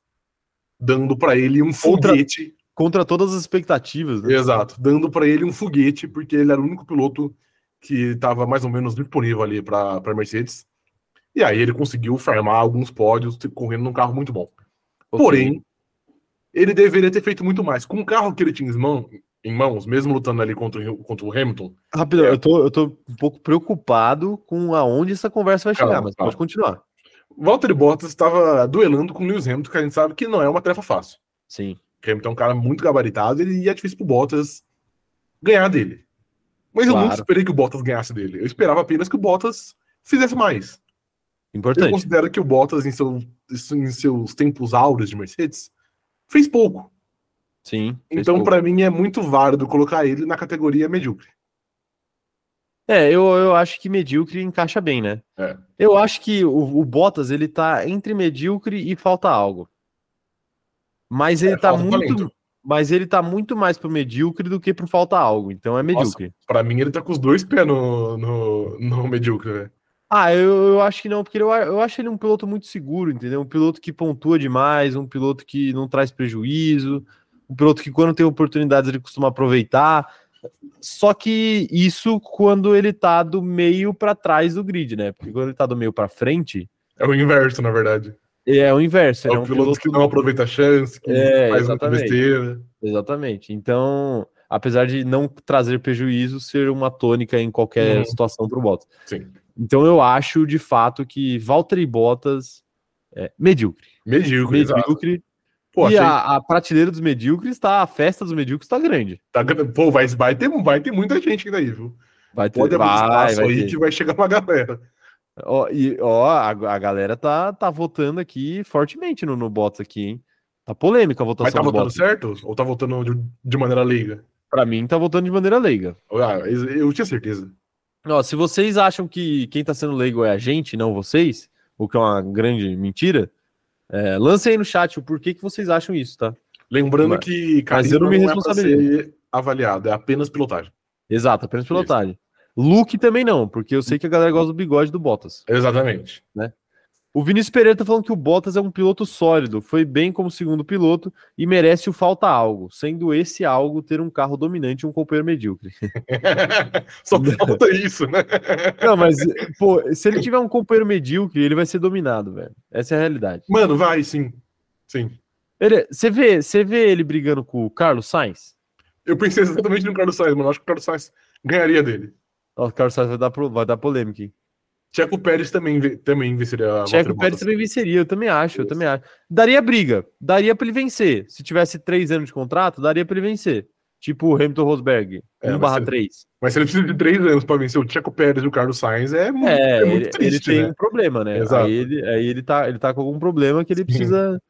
S2: dando pra ele um
S1: Outra-
S2: foguete
S1: Contra todas as expectativas, né?
S2: Exato, dando pra ele um foguete, porque ele era o único piloto que estava mais ou menos disponível ali pra pra Mercedes. E aí ele conseguiu farmar alguns pódios t- correndo num carro muito bom.
S1: Ok.
S2: Porém, ele deveria ter feito muito mais. Com o carro que ele tinha em mão- em mãos, mesmo lutando ali contra, o Hill- contra o Hamilton,
S1: Rapidão,
S2: é.
S1: eu tô, eu tô um pouco preocupado com aonde essa conversa vai chegar,
S2: Calma,
S1: mas
S2: calma.
S1: pode continuar.
S2: Walter Bottas estava duelando com o Lewis Hamilton, que a gente sabe que não é uma tarefa fácil.
S1: Sim.
S2: Hamilton é um cara muito gabaritado ele- e é difícil pro Bottas ganhar dele. Mas eu nunca
S1: Claro.
S2: esperei que o Bottas ganhasse dele. Eu esperava apenas que o Bottas fizesse mais. Eu
S1: Importante.
S2: considero que o Bottas, em, seu, em seus tempos áureos de Mercedes, fez pouco.
S1: Sim. fez
S2: então,
S1: pouco.
S2: pra mim, é muito válido colocar ele na categoria medíocre.
S1: É, eu, eu acho que medíocre encaixa bem, né?
S2: É.
S1: Eu acho que o, o Bottas, ele tá entre medíocre e falta algo. Mas ele
S2: É,
S1: tá
S2: falta
S1: muito,
S2: talento.
S1: mas ele tá muito mais pro medíocre do que pro falta algo, então é medíocre.
S2: Pra mim, ele tá com os dois pés no, no, no medíocre, né?
S1: Ah, eu, eu acho que não, porque eu, a- eu acho ele um piloto muito seguro, entendeu? Um piloto que pontua demais, um piloto que não traz prejuízo, um piloto que quando tem oportunidades ele costuma aproveitar. Só que isso quando ele tá do meio para trás do grid, né? Porque quando ele tá do meio para frente,
S2: É o inverso, na verdade.
S1: é o inverso.
S2: É,
S1: ele
S2: o piloto que não aproveita a chance, que
S1: É,
S2: faz muita
S1: exatamente.
S2: besteira.
S1: Exatamente. Então, apesar de não trazer prejuízo, ser uma tônica em qualquer
S2: Uhum.
S1: situação para o Bottas.
S2: Sim.
S1: Então, eu acho de fato que Valtteri Bottas é medíocre.
S2: Medíocre, exato.
S1: Medíocre.
S2: Pô,
S1: e
S2: achei,
S1: a, a prateleira dos medíocres tá, a festa dos medíocres está grande.
S2: tá grande. pô vai, vai, ter, vai ter muita gente ainda aí, viu?
S1: Vai ter,
S2: Pode abrir
S1: vai,
S2: espaço
S1: vai
S2: aí
S1: ter.
S2: que vai chegar uma galera.
S1: Ó, e, ó a, a galera tá, tá votando aqui fortemente no, no Bottas aqui, hein? Tá polêmica a votação
S2: Mas tá
S1: do
S2: votando
S1: Bottas.
S2: certo? Ou tá votando de, de maneira leiga?
S1: Pra mim, tá votando de maneira leiga.
S2: Ah, eu eu tinha certeza.
S1: Ó, se vocês acham que quem tá sendo leigo é a gente, não vocês, o que é uma grande mentira, é, lancem aí no chat o porquê que vocês acham isso, tá?
S2: Lembrando
S1: Mas-
S2: que
S1: mas eu não me responsabilizo.
S2: É pra ser avaliado, é apenas pilotagem.
S1: Exato, apenas
S2: Isso.
S1: pilotagem. Luke também não, porque eu sei que a galera gosta do bigode do Bottas.
S2: Exatamente.
S1: O Vinícius Pereira tá falando que o Bottas é um piloto sólido, foi bem como segundo piloto e merece o falta algo, sendo esse algo ter um carro dominante e um companheiro medíocre.
S2: Só falta isso, né?
S1: Não, mas, pô, se ele tiver um companheiro medíocre, ele vai ser dominado, velho. Essa é a realidade.
S2: Mano, vai, sim. Sim.
S1: Ele- Você vê, você vê ele brigando com o Carlos Sainz?
S2: Eu pensei exatamente no Carlos Sainz, mano. Acho que o Carlos Sainz ganharia dele.
S1: Ó, O Carlos Sainz vai dar, pro- vai dar polêmica, hein?
S2: Checo Pérez também, ve- também venceria a
S1: Checo
S2: Valtteri
S1: Pérez
S2: Bottas.
S1: também venceria, eu também acho, eu
S2: Isso.
S1: também acho. Daria briga, daria pra ele vencer. Se tivesse três anos de contrato, daria pra ele vencer. Tipo o Hamilton Rosberg,
S2: É,
S1: 1
S2: mas
S1: barra
S2: se-
S1: 3.
S2: Mas se ele precisa de três anos pra vencer o Checo Pérez e o Carlos Sainz, é muito,
S1: É,
S2: é muito
S1: ele,
S2: triste,
S1: ele tem
S2: né?
S1: um problema, né?
S2: Exato.
S1: Aí, ele, aí ele, tá, ele tá com algum problema que ele
S2: Sim.
S1: precisa.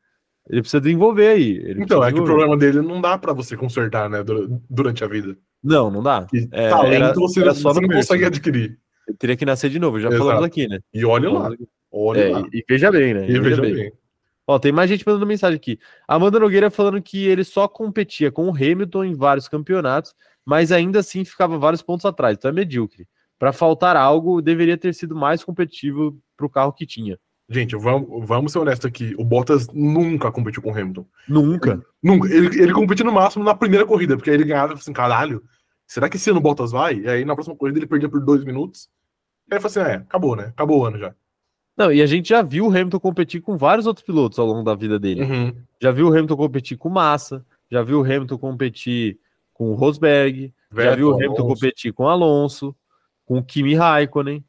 S1: Ele precisa desenvolver aí. ele precisa
S2: Então, é que o
S1: desenvolver.
S2: problema dele não dá pra você consertar, né, dur- durante a vida.
S1: Não, não dá.
S2: E
S1: É,
S2: talento
S1: era-
S2: você,
S1: era só
S2: só
S1: no
S2: não
S1: berço,
S2: consegue
S1: né?
S2: adquirir.
S1: Ele teria que nascer de novo, já
S2: Exato.
S1: falamos aqui, né?
S2: E olha lá, olha
S1: É,
S2: lá.
S1: e, e veja bem, né?
S2: E veja bem.
S1: Ó, tem mais gente mandando mensagem aqui. Amanda Nogueira falando que ele só competia com o Hamilton em vários campeonatos, mas ainda assim ficava vários pontos atrás, então é medíocre. Para faltar algo, deveria ter sido mais competitivo para o carro que tinha.
S2: Gente, vamos, vamos ser honestos aqui. O Bottas nunca competiu com o Hamilton.
S1: Nunca.
S2: Nunca. Ele, ele competiu no máximo na primeira corrida, porque aí ele ganhava e falou assim: caralho, será que esse ano o Bottas vai? E aí na próxima corrida ele perdia por dois minutos. E aí falou assim: é, acabou, né? Acabou o ano já.
S1: Não, e a gente já viu o Hamilton competir com vários outros pilotos ao longo da vida dele.
S2: Uhum.
S1: Já viu o Hamilton competir com Massa, já viu o Hamilton competir com o Rosberg, já
S2: Vettel,
S1: viu o Hamilton
S2: Alonso.
S1: competir com o Alonso, com o Kimi Raikkonen,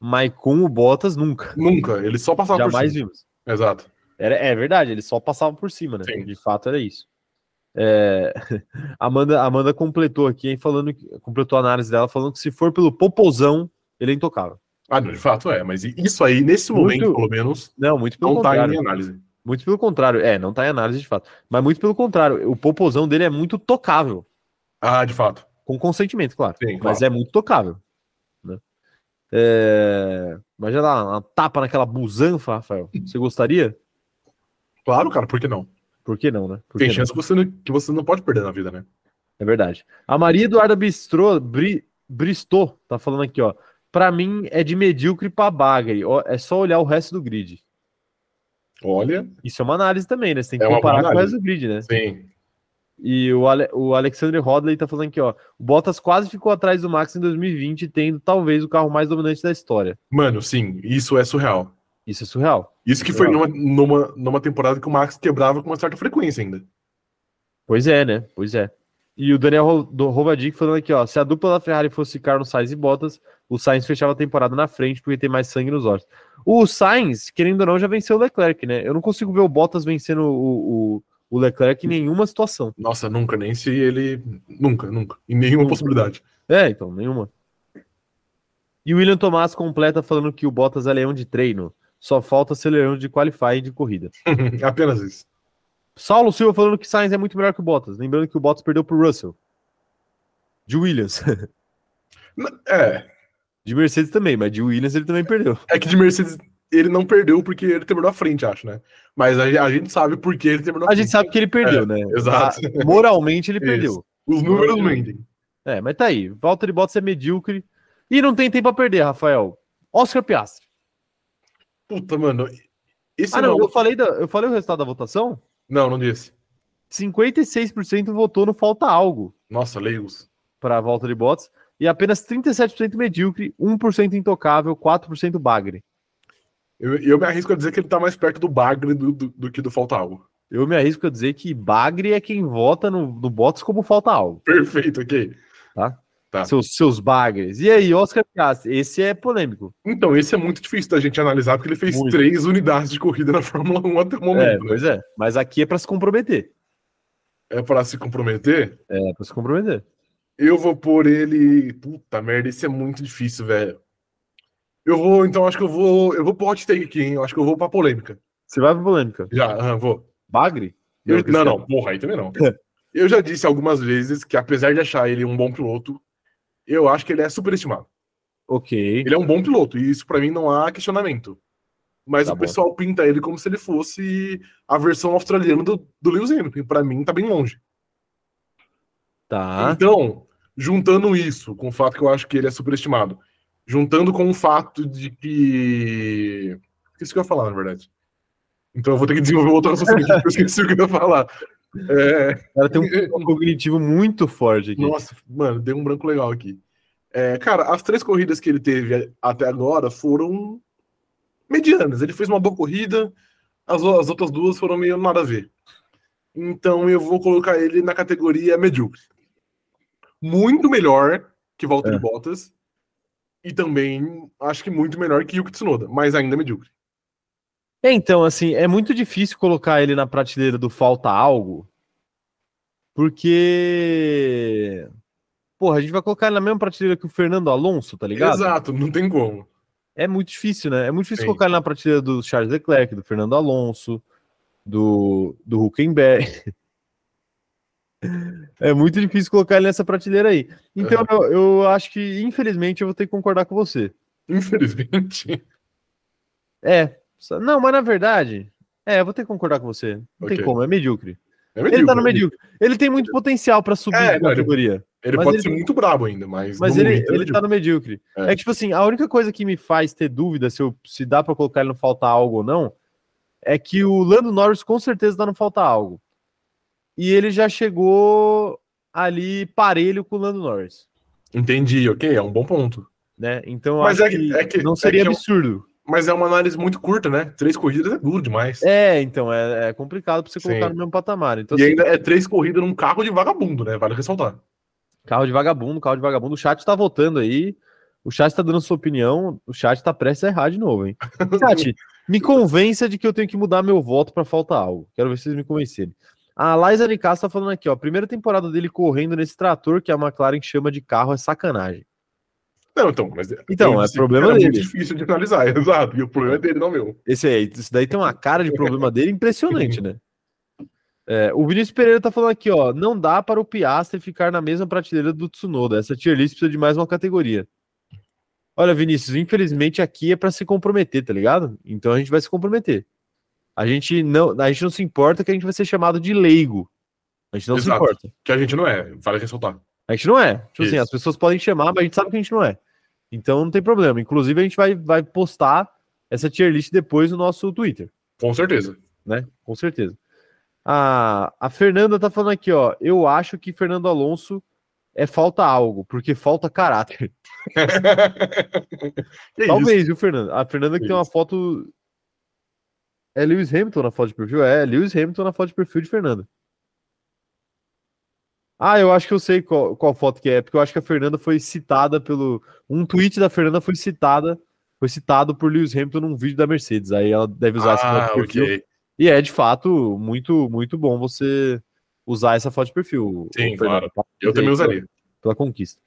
S1: mas com o Bottas nunca.
S2: Nunca. Ele só passava por
S1: Jamais
S2: cima.
S1: vimos.
S2: Exato.
S1: Era, é verdade, ele só passava por cima, né?
S2: Sim.
S1: De fato era isso. É, Amanda, Amanda completou aqui, hein, falando que- completou a análise dela, falando que se for pelo popozão, ele é intocável.
S2: Ah, não, de fato é. Mas isso aí, nesse
S1: Muito-
S2: momento, pelo menos,
S1: Não, muito pelo
S2: não tá em
S1: contrário.
S2: minha análise.
S1: Muito pelo contrário. É, não tá em análise de fato. Mas muito pelo contrário, o popozão dele é muito tocável.
S2: Ah, de fato.
S1: Com consentimento, claro.
S2: Sim, claro.
S1: Mas é muito tocável. Né? É, Imagina lá, uma tapa naquela busanfa, Rafael. Você gostaria?
S2: Claro, cara, por que não?
S1: Por que não, né? Por
S2: Tem
S1: que não?
S2: chance que você, não- que você não pode perder na vida, né?
S1: É verdade. A Maria Eduarda Bistrô, Bri, Bristô tá falando aqui, ó. Pra mim é de medíocre pra bagre. Ó, É só olhar o resto do grid.
S2: Olha.
S1: Isso é uma análise também, né? Você tem que
S2: É uma boa
S1: comparar com o
S2: análise.
S1: resto do grid, né?
S2: Sim.
S1: E o, Ale, o Alexandre Rodley tá falando aqui, ó. O Bottas quase ficou atrás do Max em 2020, tendo talvez o carro mais dominante da história.
S2: Mano, sim, isso é surreal.
S1: Isso é surreal.
S2: Isso que foi numa, numa, numa temporada que o Max quebrava com uma certa frequência ainda.
S1: Pois é, né? Pois é. E o Daniel Ro- do Rovadic falando aqui, ó. Se a dupla da Ferrari fosse Carlos Sainz e Bottas, o Sainz fechava a temporada na frente porque tem mais sangue nos olhos. O Sainz, querendo ou não, já venceu o Leclerc, né? Eu não consigo ver o Bottas vencendo o, o, o Leclerc em nenhuma situação.
S2: Nossa, nunca, nem se ele. Nunca, nunca. Em nenhuma possibilidade.
S1: É, então, nenhuma. E o William Tomás completa falando que o Bottas é leão de treino. Só falta ser leão de qualify e de corrida.
S2: Apenas isso.
S1: Saulo Silva falando que Sainz é muito melhor que o Bottas. Lembrando que o Bottas perdeu pro Russell. De Williams.
S2: N- É,
S1: De Mercedes também, mas de Williams ele também perdeu.
S2: é que de Mercedes ele não perdeu porque ele terminou à frente, acho, né? Mas a, a gente sabe porque ele
S1: A
S2: terminou à frente.
S1: gente sabe que ele perdeu, né?
S2: Exato.
S1: Ah, Moralmente ele
S2: Isso.
S1: perdeu.
S2: Os números mentem.
S1: É, mas tá aí. Valtteri Bottas é medíocre. E não tem tempo a perder, Rafael. Oscar Piastri.
S2: Puta, mano. Esse
S1: Ah, não, eu
S2: maluco-
S1: falei, da- eu falei o resultado da votação?
S2: não, não disse.
S1: 56% votou no falta algo.
S2: Nossa, leigos.
S1: para a volta de bots, e apenas 37% medíocre, 1% intocável, 4% bagre.
S2: Eu, eu me arrisco a dizer que ele tá mais perto do Bagre do, do, do que do Falta Algo.
S1: Eu me arrisco a dizer que bagre é quem vota no, no bots como falta algo,
S2: Perfeito, ok.
S1: Tá.
S2: Tá.
S1: seus, seus bagres. E aí, Oscar Piastri, esse é polêmico.
S2: Então, esse é muito difícil da gente analisar, porque ele fez
S1: Muito.
S2: três unidades de corrida na Fórmula 1 até o
S1: É,
S2: momento. né?
S1: pois é. Mas aqui é para se comprometer.
S2: É, pra se comprometer.
S1: É para se comprometer.
S2: Eu vou pôr ele. Puta merda, esse é muito difícil, velho. Eu vou, então, acho que eu vou. Eu vou pro hot take aqui, hein? Eu acho que eu vou pra polêmica.
S1: Você vai para polêmica.
S2: Já, aham, vou.
S1: Bagre?
S2: Eu-
S1: Não,
S2: não, não, porra, aí também não. Eu já disse algumas vezes que, apesar de achar ele um bom piloto, eu acho que ele é superestimado.
S1: Ok.
S2: Ele é um bom piloto, e isso pra mim não há questionamento. Mas
S1: Tá
S2: o
S1: bom.
S2: pessoal pinta ele como se ele fosse a versão australiana do, do Lewis Hamilton. Pra mim, tá bem longe.
S1: Tá.
S2: Então, juntando isso com o fato que eu acho que ele é superestimado, juntando com o fato de que. Esqueci o que eu ia falar, na verdade. Então eu vou ter que desenvolver outro raciocínio, porque eu esqueci o que eu ia falar. É,
S1: O cara tem um um cognitivo muito forte aqui.
S2: Nossa, mano, deu um branco legal aqui. É, cara, as três corridas que ele teve até agora foram medianas. Ele fez uma boa corrida, as, o- as outras duas foram meio nada a ver. Então eu vou colocar ele na categoria medíocre. Muito melhor que Valtteri
S1: É.
S2: Bottas e também acho que muito melhor que Yuki Tsunoda, mas ainda medíocre.
S1: É, Então, assim, é muito difícil colocar ele na prateleira do falta algo, porque. Porra, a gente vai colocar ele na mesma prateleira que o Fernando Alonso, tá ligado?
S2: Exato, não tem como.
S1: É muito difícil, né? É muito difícil
S2: Sim.
S1: colocar ele na prateleira do Charles Leclerc, do Fernando Alonso, do, do Huckenberg. É muito difícil colocar ele nessa prateleira aí. Então, eu, eu acho que, infelizmente, eu vou ter que concordar com você.
S2: Infelizmente.
S1: É. só- Não, mas na verdade. É, eu vou ter que concordar com você. Não
S2: Ok.
S1: tem como, é medíocre.
S2: É
S1: Ele tá no
S2: medíocre.
S1: medíocre. Ele tem muito potencial pra subir
S2: É,
S1: de
S2: não, ele-
S1: categoria.
S2: Ele
S1: Mas
S2: pode
S1: ele-
S2: ser muito brabo ainda, mas.
S1: Mas
S2: no
S1: ele,
S2: momento é
S1: ele tá no medíocre.
S2: É.
S1: É. que, tipo assim, a única coisa que me faz ter dúvida se, eu, se dá pra colocar ele no falta algo ou não é que o Lando Norris com certeza dá no falta algo. E ele já chegou ali parelho com o Lando Norris.
S2: Entendi, ok, é um bom ponto.
S1: Né? Então eu
S2: Mas
S1: acho
S2: é que-
S1: que,
S2: é que-
S1: não
S2: é
S1: seria
S2: que eu-
S1: absurdo.
S2: Mas é uma análise muito curta, né? Três corridas é duro demais.
S1: É, então, é, é complicado pra você
S2: Sim.
S1: colocar no mesmo patamar. Então,
S2: e
S1: assim,
S2: ainda é três corridas num carro de vagabundo, né? Vale ressaltar.
S1: Carro de vagabundo, carro de vagabundo. O chat tá votando aí. O chat tá dando sua opinião. O chat tá prestes a errar de novo, hein? Chat, me convença de que eu tenho que mudar meu voto pra falta algo. Quero ver vocês me convencerem. A Laisa de Castro tá falando aqui, ó. Primeira temporada dele correndo nesse trator que a McLaren chama de carro é sacanagem.
S2: Não, então, mas.
S1: Então,
S2: eu
S1: é
S2: disse que
S1: problema
S2: era
S1: dele.
S2: muito difícil de analisar, exato. E o problema é dele, não meu.
S1: Esse aí, isso daí tem uma cara de problema dele impressionante, né? É, o Vinícius Pereira tá falando aqui, ó. Não dá para o Piastre ficar na mesma prateleira do Tsunoda. Essa tier list precisa de mais uma categoria. Olha, Vinícius, infelizmente aqui é para se comprometer, tá ligado? Então a gente vai se comprometer. A gente não, a gente não se importa que a gente vai ser chamado de leigo. A gente não se
S2: Exato.
S1: importa.
S2: Que a gente não é, vale ressaltar.
S1: A gente não é. Tipo assim,
S2: Isso.
S1: as pessoas podem chamar, mas a gente sabe que a gente não é. Então não tem problema. Inclusive a gente vai, vai postar essa tier list depois no nosso Twitter
S2: Com certeza.
S1: né? Com certeza. A, a Fernanda tá falando aqui, ó. Eu acho que Fernando Alonso é falta algo, porque falta caráter.
S2: Que É isso?
S1: Talvez, viu, Fernanda? A Fernanda que
S2: Que
S1: tem uma foto. É Lewis Hamilton na foto de perfil? É, Lewis Hamilton na foto de perfil de Fernanda. Ah, eu acho que eu sei qual, qual foto que é, porque eu acho que a Fernanda foi citada pelo. Um tweet da Fernanda foi citada. Foi citado por Lewis Hamilton num vídeo da Mercedes. Aí ela deve usar essa foto
S2: Ah,
S1: de perfil.
S2: ok.
S1: E é de fato muito, muito bom você usar essa foto de perfil.
S2: Sim,
S1: Fernando.
S2: claro.
S1: Parabéns
S2: Eu também
S1: aí
S2: usaria.
S1: Pela, pela conquista.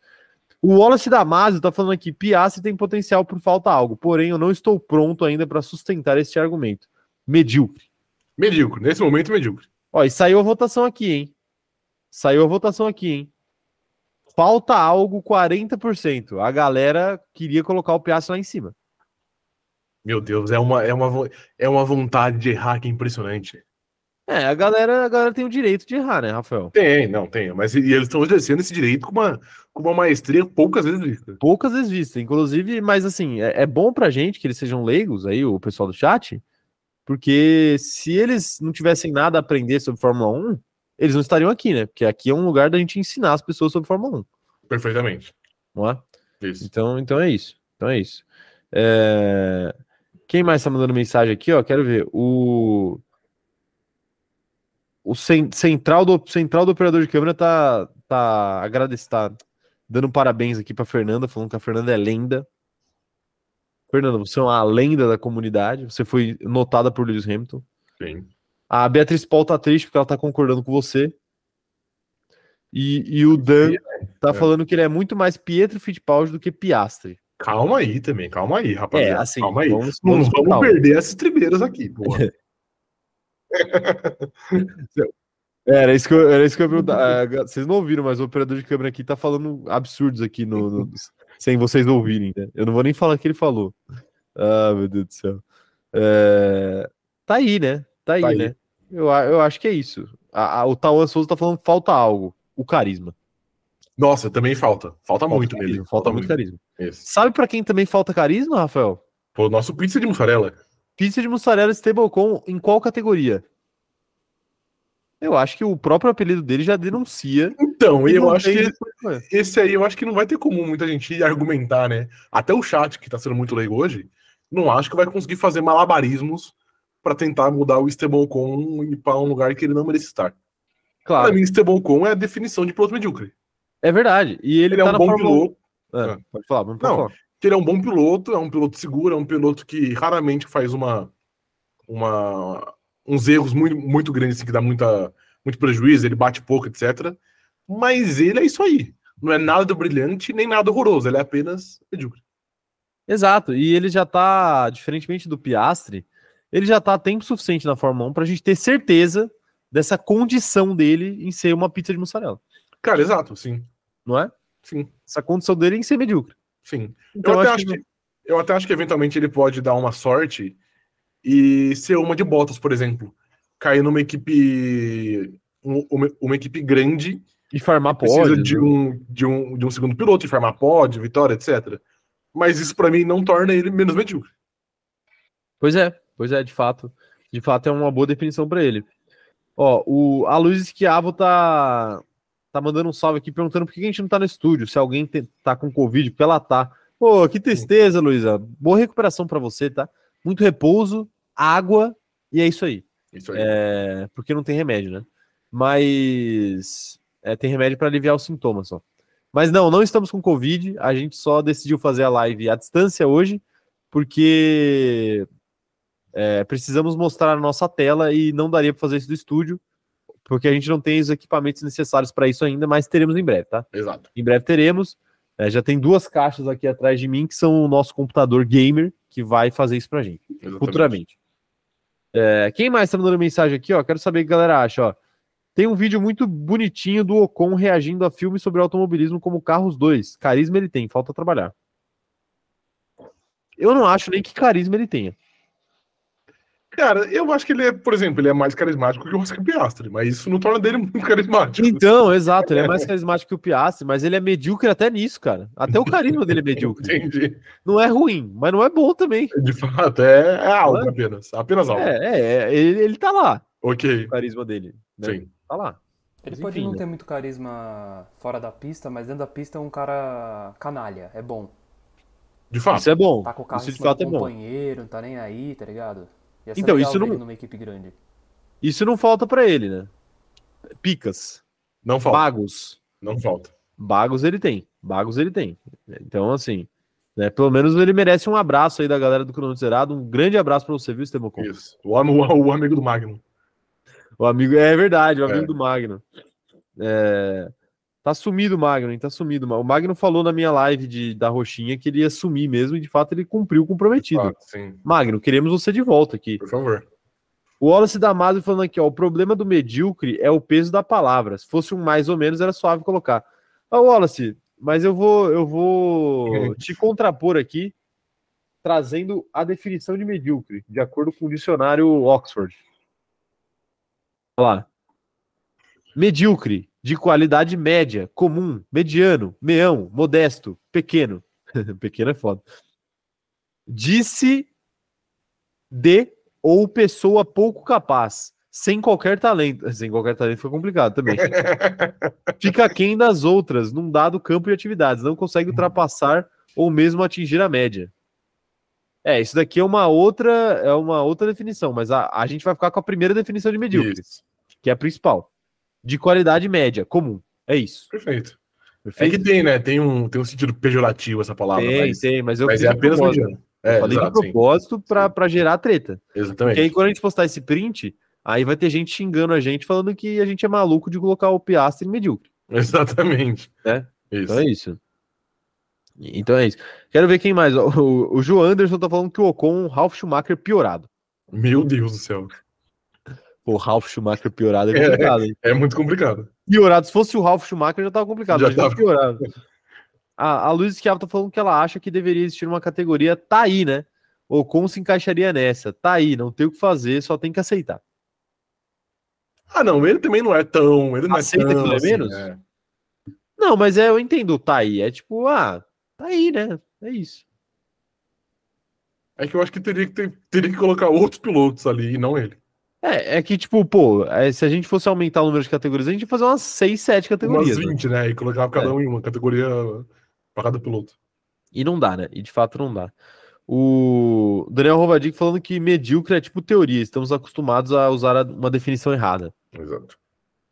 S1: O Wallace Damasio tá falando aqui: Piazza tem potencial por falta algo, porém eu não estou pronto ainda para sustentar este argumento. Medíocre.
S2: Medíocre, nesse momento, medíocre.
S1: Ó, e saiu a votação aqui, hein? Saiu a votação aqui, hein? Falta algo 40%. A galera queria colocar o Piazza lá em cima.
S2: Meu Deus, é uma, é, uma, vo- é uma vontade de errar que é impressionante.
S1: É, a galera, a galera tem o direito de errar, né, Rafael?
S2: Tem, não, tem. Mas e eles estão exercendo esse direito com uma, com uma maestria poucas vezes vista.
S1: poucas vezes vista, inclusive, mas assim, é, é bom pra gente que eles sejam leigos aí, o pessoal do chat, porque se eles não tivessem nada a um aprender sobre Fórmula 1, eles não estariam aqui, né? Porque aqui é um lugar da gente ensinar as pessoas sobre Fórmula 1.
S2: Perfeitamente.
S1: não é?
S2: Isso.
S1: Então, então é isso. Então é isso. É, Quem mais tá mandando mensagem aqui, ó? Quero ver. O. O cen- central, do, central do operador de câmera tá, tá agradecendo, tá dando parabéns aqui pra Fernanda, falando que a Fernanda é lenda. Fernanda, você é uma lenda da comunidade. Você foi notada por Lewis Hamilton.
S2: Sim.
S1: A Beatriz Paul tá triste porque ela tá concordando com você. E, e o Dan tá
S2: É.
S1: falando que ele é muito mais Pietro Fittipaldi do que Piastri.
S2: Calma aí também, calma aí,
S1: É,
S2: rapaziada.
S1: assim,
S2: calma aí.
S1: vamos,
S2: Não
S1: vamos,
S2: vamos,
S1: com calma.
S2: perder essas tribeiras aqui, porra.
S1: É, Era isso que eu, era isso que eu ia perguntar.
S2: Uhum.
S1: Ah, ga- Vocês não ouviram, mas o operador de câmera aqui tá falando absurdos aqui no, no- sem vocês ouvirem, né? Eu não vou nem falar o que ele falou. Ah, meu Deus do céu. É, Tá aí, né? Tá aí,
S2: Tá aí.
S1: né? Eu, a- eu acho que é isso. A- a- o Tauan Souza tá falando que falta algo. O carisma.
S2: Nossa, também falta. Falta,
S1: Falta
S2: muito
S1: carisma,
S2: nele.
S1: Falta muito carisma.
S2: Isso.
S1: Sabe pra quem também falta carisma, Rafael?
S2: Pô, nosso pizza de mussarela.
S1: Pizza de mussarela Stablecoin em qual categoria? Eu acho que o próprio apelido dele já denuncia.
S2: Então,
S1: que
S2: eu
S1: não
S2: acho
S1: tem
S2: que
S1: depois-
S2: esse aí eu acho que não vai ter como muita gente argumentar, né? Até o chat, que tá sendo muito leigo hoje, não acho que vai conseguir fazer malabarismos pra tentar mudar o Estebocon e ir pra um lugar que ele não merece estar. Pra
S1: Claro,
S2: mim, Estebocon é a definição de piloto medíocre.
S1: é verdade. E ele,
S2: Ele é
S1: tá
S2: um
S1: na
S2: bom
S1: Fórmula 1.
S2: piloto,
S1: Ah, pode falar, pode
S2: Não,
S1: falar.
S2: que ele é um bom piloto, é um piloto seguro, é um piloto que raramente faz uma, uma uns erros muito, muito grandes, assim, que dá muita, muito prejuízo, ele bate pouco, etc. Mas ele é isso aí. Não é nada do brilhante, nem nada horroroso, ele é apenas medíocre.
S1: Exato. E ele já tá, diferentemente do Piastre, ele já tá há tempo suficiente na Fórmula 1 pra gente ter certeza dessa condição dele em ser uma pizza de mussarela,
S2: Cara, exato, sim.
S1: não é?
S2: Sim.
S1: Essa condição dele em ser medíocre.
S2: Sim.
S1: Então
S2: eu,
S1: eu
S2: até
S1: acho que-
S2: eu até acho que eventualmente ele pode dar uma sorte e ser uma de Bottas, por exemplo. Cair numa equipe. um- Uma, uma equipe grande
S1: E farmar
S2: precisa
S1: pode.
S2: de um, de, um, de um segundo piloto, de formar pod, vitória, etc. Mas isso pra mim não torna ele menos medíocre.
S1: Pois é, pois é, de fato. De fato é uma boa definição para ele. Ó, o, a Luiz Esquiavo tá, tá mandando um salve aqui perguntando por que a gente não tá no estúdio, se alguém te- tá com Covid, porque ela tá. Pô, que tristeza, Luísa. Boa recuperação para você, tá? Muito repouso, água, e é isso aí.
S2: Isso aí.
S1: É, porque não tem remédio, né? Mas é, tem remédio para aliviar os sintomas só. Mas não, não estamos com Covid. A gente só decidiu fazer a live à distância hoje, porque é, precisamos mostrar a nossa tela e não daria para fazer isso do estúdio, porque a gente não tem os equipamentos necessários para isso ainda, mas teremos em breve, tá?
S2: Exato.
S1: Em breve teremos. É, já tem duas caixas aqui atrás de mim que são o nosso computador gamer que vai fazer isso pra gente
S2: Exatamente.
S1: futuramente. É, quem mais tá mandando mensagem aqui, ó? Quero saber o que a galera acha, ó. Tem um vídeo muito bonitinho do Ocon reagindo a filmes sobre automobilismo como Carros 2. Carisma ele tem, falta trabalhar. Eu não acho nem que carisma ele tenha.
S2: Cara, eu acho que ele é, por exemplo, ele é mais carismático que o Oscar Piastri, mas isso não torna dele muito carismático.
S1: Então, exato, ele é mais carismático que o Piastri, mas ele é medíocre até nisso, cara. Até o carisma dele é medíocre.
S2: Entendi.
S1: Não é ruim, mas não é bom também.
S2: De fato, é, é algo
S1: Não é?
S2: apenas. Apenas algo.
S1: É, é, é, ele, ele tá lá,
S2: Ok.
S1: o carisma dele. né?
S2: Sim.
S1: Tá lá.
S3: Ele
S1: Mas
S3: pode
S1: enfim,
S3: não
S1: né?
S3: ter muito carisma fora da pista, mas dentro da pista é um cara canalha, é bom.
S2: De fato.
S1: Isso é bom.
S3: Tá com o carro
S1: Isso
S3: em
S1: de
S3: cima
S1: fato
S3: do
S1: é bom.
S3: companheiro, não tá nem aí, tá ligado? Ia ser
S1: Então,
S3: legal
S1: isso
S3: ver
S1: não-
S3: ele numa equipe grande.
S1: Isso não falta pra ele, né? Picas.
S2: Não falta.
S1: Bagos.
S2: Não falta.
S1: Bagos ele tem. Bagos ele tem. Então, assim, né? Pelo menos ele merece um abraço aí da galera do Cronômetro Zerado. Um grande abraço pra você, viu, Estebocon?
S2: Isso. O, am- o amigo do Magnum.
S1: O amigo. É verdade, o amigo
S2: É.
S1: do Magno. É, Tá sumido o Magno, hein? Tá sumido. O Magno falou na minha live de, da Roxinha que ele ia sumir mesmo, e de fato ele cumpriu o comprometido.
S2: Ah, sim.
S1: Magno, queremos você de volta aqui.
S2: Por favor.
S1: O Wallace Damasio falando aqui, ó, o problema do medíocre é o peso da palavra. Se fosse um mais ou menos, era suave colocar. Ó, Wallace, mas eu vou, eu vou te contrapor aqui, trazendo a definição de medíocre, de acordo com o dicionário Oxford. Olha lá. Medíocre, de qualidade média, comum, mediano, meão, modesto, pequeno. pequeno é foda. Disse de ou pessoa pouco capaz, sem qualquer talento. Sem qualquer talento fica complicado também. fica aquém das outras, num dado campo de atividades, não
S2: Uhum.
S1: consegue ultrapassar ou mesmo atingir a média. É, isso daqui é uma outra, é uma outra definição, mas a, a gente vai ficar com a primeira definição de medíocre,
S2: Isso.
S1: que é a principal. De qualidade média, comum. É isso.
S2: Perfeito. É
S1: Perfeito?
S2: que tem, né? Tem um, tem um sentido pejorativo essa palavra.
S1: tem,
S2: mas
S1: tem, mas eu
S2: mas
S1: fiz
S2: é
S1: de
S2: apenas
S1: propósito.
S2: mediano. É,
S1: eu falei
S2: exato,
S1: de
S2: sim.
S1: propósito pra para gerar treta.
S2: Exatamente.
S1: Porque aí quando a gente postar esse print, aí vai ter gente xingando a gente, falando que a gente é maluco de colocar o Piastri em medíocre.
S2: Exatamente.
S1: É?
S2: Isso.
S1: Então é isso. Então é isso. Quero ver quem mais. ó. O, o João Anderson tá falando que o Ocon é um Ralf Schumacher piorado.
S2: Meu Deus do céu.
S1: O Ralf Schumacher piorado é complicado, hein?
S2: É muito complicado.
S1: Piorado. Se fosse o Ralf Schumacher, já tava complicado.
S2: Já
S1: mas é
S2: tava.
S1: piorado. A, a Luiz Schiavo tá falando que ela acha que deveria existir uma categoria tá aí, né? Ocon se encaixaria nessa. Tá aí, não tem o que fazer, só tem que aceitar.
S2: Ah, não, ele também não é tão. Ele não
S1: Aceita
S2: é tão,
S1: que ele é menos? Não, mas é, eu entendo, tá aí. É tipo, ah, tá aí, né? É isso.
S2: É que eu acho que teria que, ter- teria que colocar outros pilotos ali e não ele.
S1: É, é que, tipo, pô, é, se a gente fosse aumentar o número de categorias, a gente ia fazer umas 6, 7
S2: Umas
S1: categorias. né?
S2: 20, né? E colocava cada um em uma categoria para cada piloto.
S1: E não dá, né? E de fato não dá. O Daniel Rovadic falando que medíocre é tipo teoria, estamos acostumados a usar a- uma definição errada.
S2: Exato.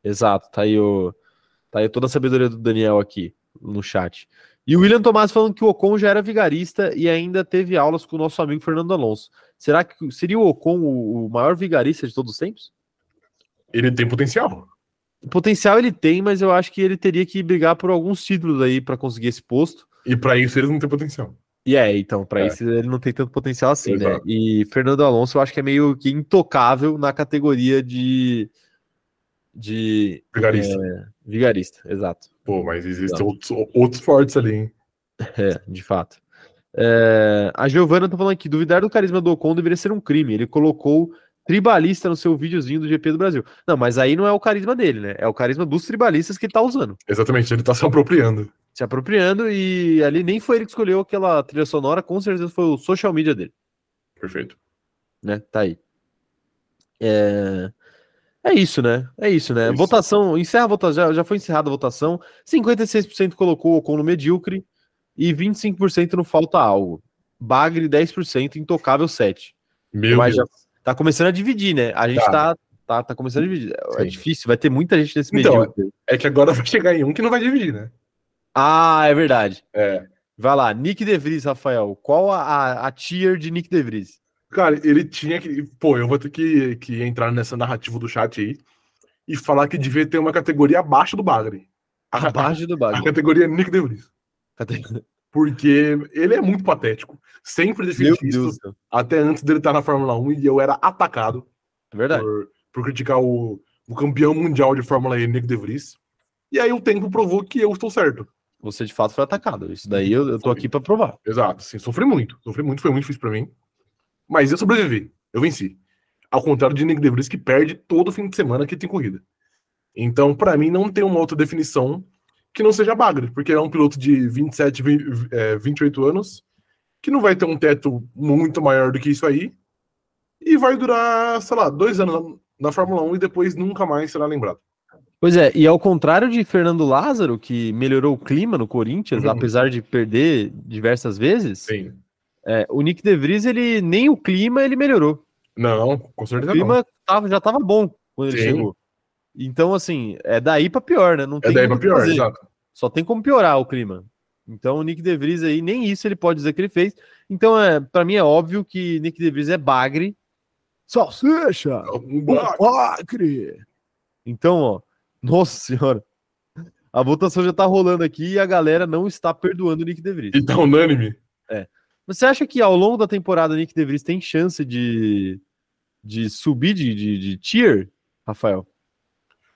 S1: Exato, tá aí, o, tá aí toda a sabedoria do Daniel aqui no chat. E o William Tomás falando que o Ocon já era vigarista e ainda teve aulas com o nosso amigo Fernando Alonso. Será que seria o Ocon o, o maior vigarista de todos os tempos?
S2: Ele tem potencial.
S1: Potencial ele tem, mas eu acho que ele teria que brigar por alguns títulos aí para conseguir esse posto.
S2: E para isso eles não têm potencial.
S1: E é, então, para
S2: É.
S1: isso ele não tem tanto potencial assim, né?
S2: Exato.
S1: E Fernando Alonso eu acho que é meio que intocável na categoria de, de
S2: Vigarista.
S1: vigarista, exato.
S2: Pô, mas
S1: É.
S2: existem
S1: Exato.
S2: outros, outros fortes ali, hein?
S1: É, de fato. É, a Giovana tá falando aqui, duvidar do carisma do Ocon deveria ser um crime. Ele colocou tribalista no seu videozinho do GP do Brasil. Não, mas aí não é o carisma dele, né? É o carisma dos tribalistas que ele tá usando.
S2: Exatamente, ele tá se apropriando.
S1: se apropriando e ali nem foi ele que escolheu aquela trilha sonora, com certeza foi o social media dele,
S2: Perfeito.
S1: né? Tá aí. É, é isso, né? É isso, né?
S2: Isso.
S1: Votação, encerra a votação, já, já foi encerrada a votação. 56% colocou o Ocon no medíocre e 25% no falta algo. Bagre 10%, intocável 7.
S2: Meu
S1: Mas já
S2: Deus.
S1: tá começando a dividir, né? A gente
S2: Tá.
S1: tá tá, tá começando a dividir. É
S2: Sim.
S1: difícil, vai ter muita gente nesse
S2: Então,
S1: medíocre.
S2: É que agora vai chegar em um que não vai dividir, né?
S1: Ah, é verdade.
S2: É.
S1: Vai lá, Nick DeVries, Rafael. Qual a, a, a tier de Nick DeVries?
S2: Cara, ele tinha que. Pô, eu vou ter que, que entrar nessa narrativa do chat aí e falar que devia ter uma categoria abaixo do Bagre. A-
S1: Abaixo do
S2: A
S1: bagulho.
S2: categoria Nick DeVries. Porque ele é muito patético. Sempre
S1: Meu
S2: defendi isso,
S1: Deus do céu.
S2: até antes dele estar na Fórmula 1 e eu era atacado
S1: É verdade.
S2: por, por criticar o, o campeão mundial de Fórmula E, Nick DeVries. E aí o tempo provou que eu estou certo.
S1: Você de fato foi atacado. Isso daí eu, eu tô aqui pra provar.
S2: Exato, sim. Sofri muito. Sofri muito, foi muito difícil pra mim. Mas eu sobrevivi. Eu venci. Ao contrário de Nick DeVries, que perde todo fim de semana que tem corrida. Então, pra mim, não tem uma outra definição que não seja bagre, porque é um piloto de 27, vi- vi- eh, 28 anos, que não vai ter um teto muito maior do que isso aí, e vai durar, sei lá, dois anos na na Fórmula 1 e depois nunca mais será lembrado.
S1: Pois é, e ao contrário de Fernando Lázaro, que melhorou o clima no Corinthians,
S2: Uhum.
S1: apesar de perder diversas vezes,
S2: Sim.
S1: é, o Nick DeVries, ele nem o clima ele melhorou.
S2: Não, com
S1: O
S2: certeza não.
S1: clima tava- já tava bom quando ele
S2: Tá Sim.
S1: chegou. Então, assim, é daí pra pior, né? Não
S2: É
S1: tem
S2: daí pra
S1: muito o que
S2: pior,
S1: fazer.
S2: exato.
S1: Só tem como piorar o clima. Então, o Nick DeVries aí, nem isso ele pode dizer que ele fez. Então, é, para mim é óbvio que Nick DeVries é bagre. Salsicha!
S2: Um bagre.
S1: Bagre! Então, ó, nossa senhora. A votação já tá rolando aqui e a galera não está perdoando o Nick DeVries.
S2: E tá unânime.
S1: Você acha que ao longo da temporada o Nick DeVries tem chance de, de subir de, de, de tier, Rafael?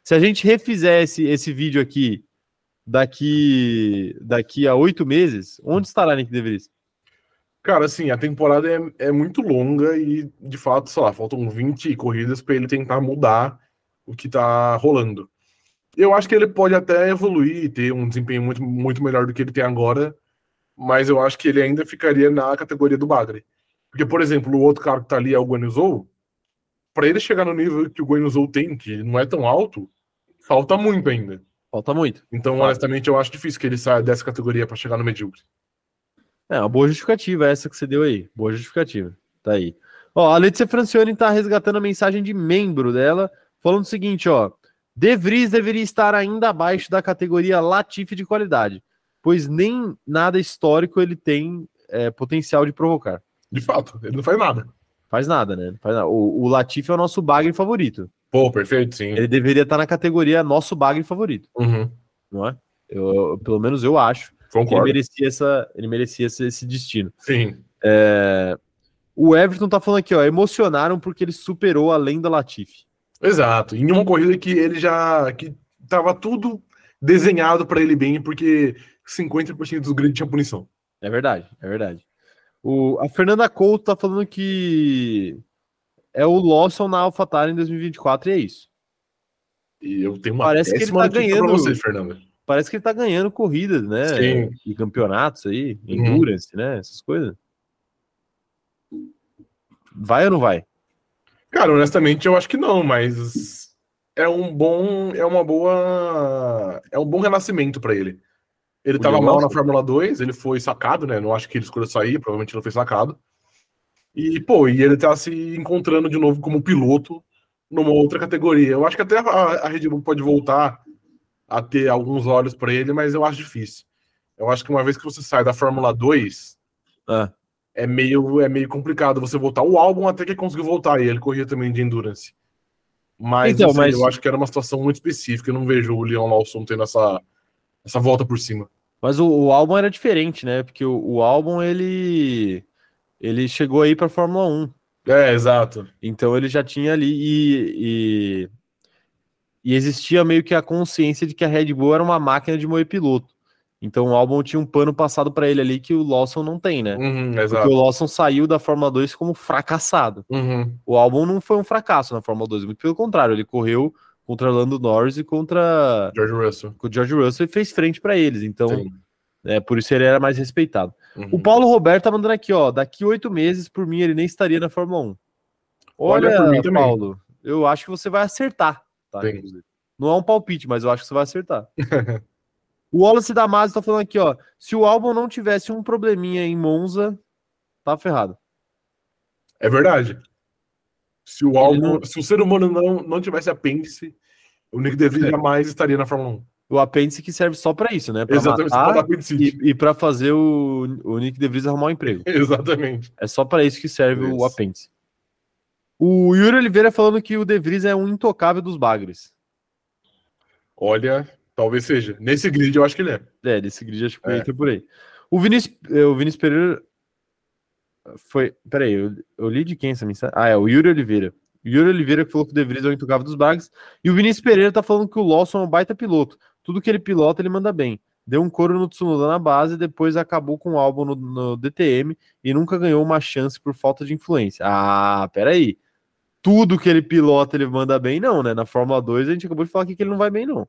S1: Se a gente refizer esse, esse vídeo aqui daqui daqui a oito meses, onde estará Nick DeVries?
S2: Cara, assim, a temporada é, é muito longa e, de fato, sei lá, faltam 20 corridas para ele tentar mudar o que tá rolando. Eu acho que ele pode até evoluir e ter um desempenho muito, muito melhor do que ele tem agora, mas eu acho que ele ainda ficaria na categoria do Bagre. Porque, por exemplo, o outro cara que tá ali é o Guanizou, pra ele chegar no nível que o Guanuzou tem, que não é tão alto, falta muito ainda.
S1: Falta muito.
S2: Então,
S1: Falta.
S2: honestamente, eu acho difícil que ele saia dessa categoria pra chegar no medíocre.
S1: É, uma boa justificativa essa que você deu aí. Boa justificativa. Tá aí. Ó, a Letícia Francione tá resgatando a mensagem de membro dela, falando o seguinte, ó. De Vries deveria estar ainda abaixo da categoria Latifi de qualidade, pois nem nada histórico ele tem é, potencial de provocar.
S2: De fato, ele não faz nada.
S1: Faz nada, né? Faz nada. O, o Latifi é o nosso bagre favorito.
S2: Pô, perfeito, sim.
S1: Ele deveria estar na categoria nosso bagre favorito,
S2: Uhum,
S1: não é? Eu, eu- pelo menos eu acho. que Ele
S2: concordo.
S1: merecia, essa, ele merecia esse- esse destino.
S2: Sim.
S1: É, O Everton tá falando aqui, ó. Emocionaram porque ele superou a lenda Latifi.
S2: Exato. Em uma corrida que ele já. que tava tudo desenhado pra ele bem, porque 50% dos grids tinha punição.
S1: É verdade, é verdade. O... A Fernanda Couto tá falando que é o Lawson na AlphaTauri em 2024 e é isso.
S2: E eu tenho uma
S1: Parece que ele
S2: péssima
S1: tá
S2: notícia
S1: ganhando-
S2: pra você, Fernanda.
S1: Parece que ele tá ganhando corridas, né?
S2: Sim.
S1: E campeonatos aí,
S2: Uhum.
S1: endurance, né? Essas coisas. Vai ou não vai?
S2: Cara, honestamente, eu acho que não, mas é um bom, é uma boa, é um bom renascimento pra ele. Ele
S1: O
S2: tava
S1: Lewis?
S2: mal na Fórmula 2, ele foi sacado, né? Não acho que ele escolheu sair, provavelmente não foi sacado. E, pô, e ele tá se encontrando de novo como piloto numa outra categoria. Eu acho que até a, a Red Bull pode voltar a ter alguns olhos pra ele, mas eu acho difícil. Eu acho que uma vez que você sai da Fórmula 2,
S1: Ah,
S2: é meio, é meio complicado você voltar. O álbum até que conseguiu voltar e ele corria também de endurance. Mas,
S1: Então,
S2: assim,
S1: mas-
S2: eu acho que era uma situação muito específica. Eu não vejo o Leon Lawson tendo essa, essa volta por cima.
S1: Mas o, o álbum era diferente, né? Porque o, o álbum ele ele chegou aí pra Fórmula 1.
S2: É, exato.
S1: Então ele já tinha ali e, e- e existia meio que a consciência de que a Red Bull era uma máquina de moer piloto. Então o álbum tinha um pano passado para ele ali que o Lawson não tem, né?
S2: Uhum,
S1: Porque
S2: exato.
S1: o Lawson saiu da Fórmula 2 como fracassado.
S2: Uhum,
S1: O álbum não foi um fracasso na Fórmula 2, muito pelo contrário, ele correu contra Lando Norris e contra
S2: George Russell.
S1: com o George Russell e fez frente para eles. Então,
S2: Sim.
S1: é, por isso ele era mais respeitado.
S2: Uhum.
S1: O Paulo Roberto tá mandando aqui, ó. Daqui oito meses, por mim, ele nem estaria na Fórmula 1.
S2: Olha,
S1: Olha,
S2: por mim também.
S1: Paulo, eu acho que você vai acertar. tá?
S2: Sim.
S1: Inclusive. Não é um palpite, mas eu acho que você vai acertar. o Wallace Damasio tá falando aqui, ó. Se o álbum não tivesse um probleminha em Monza, tá ferrado.
S2: É verdade. Se o álbum,
S1: não-
S2: se o ser humano não, não tivesse apêndice, o Nick DeVries
S1: É.
S2: jamais estaria na Fórmula 1.
S1: O apêndice que serve só pra isso, né? Pra
S2: Exatamente.
S1: matar
S2: só dá apendicite.
S1: e, e pra fazer o, o Nick DeVries arrumar um emprego.
S2: Exatamente.
S1: É só para isso que serve o
S2: Isso.
S1: apêndice. O Yuri Oliveira falando que o De Vries é um intocável dos bagres.
S2: Olha, talvez seja. Nesse grid eu acho que ele é.
S1: É, desse grid acho que
S2: É.
S1: entra por aí. O Vinícius, eh, o Vinícius Pereira foi. Peraí, eu, eu li de quem essa mensagem? Ah, é o Yuri Oliveira. O Yuri Oliveira que falou que o De Vries é o intocável dos bagres. E o Vinícius Pereira tá falando que o Lawson é um baita piloto. Tudo que ele pilota, ele manda bem. Deu um couro no Tsunoda na base, depois acabou com o álbum no, no DTM e nunca ganhou uma chance por falta de influência. Ah, peraí. Tudo que ele pilota, ele manda bem, não, né? Na Fórmula 2, a gente acabou de falar aqui que ele não vai bem, não.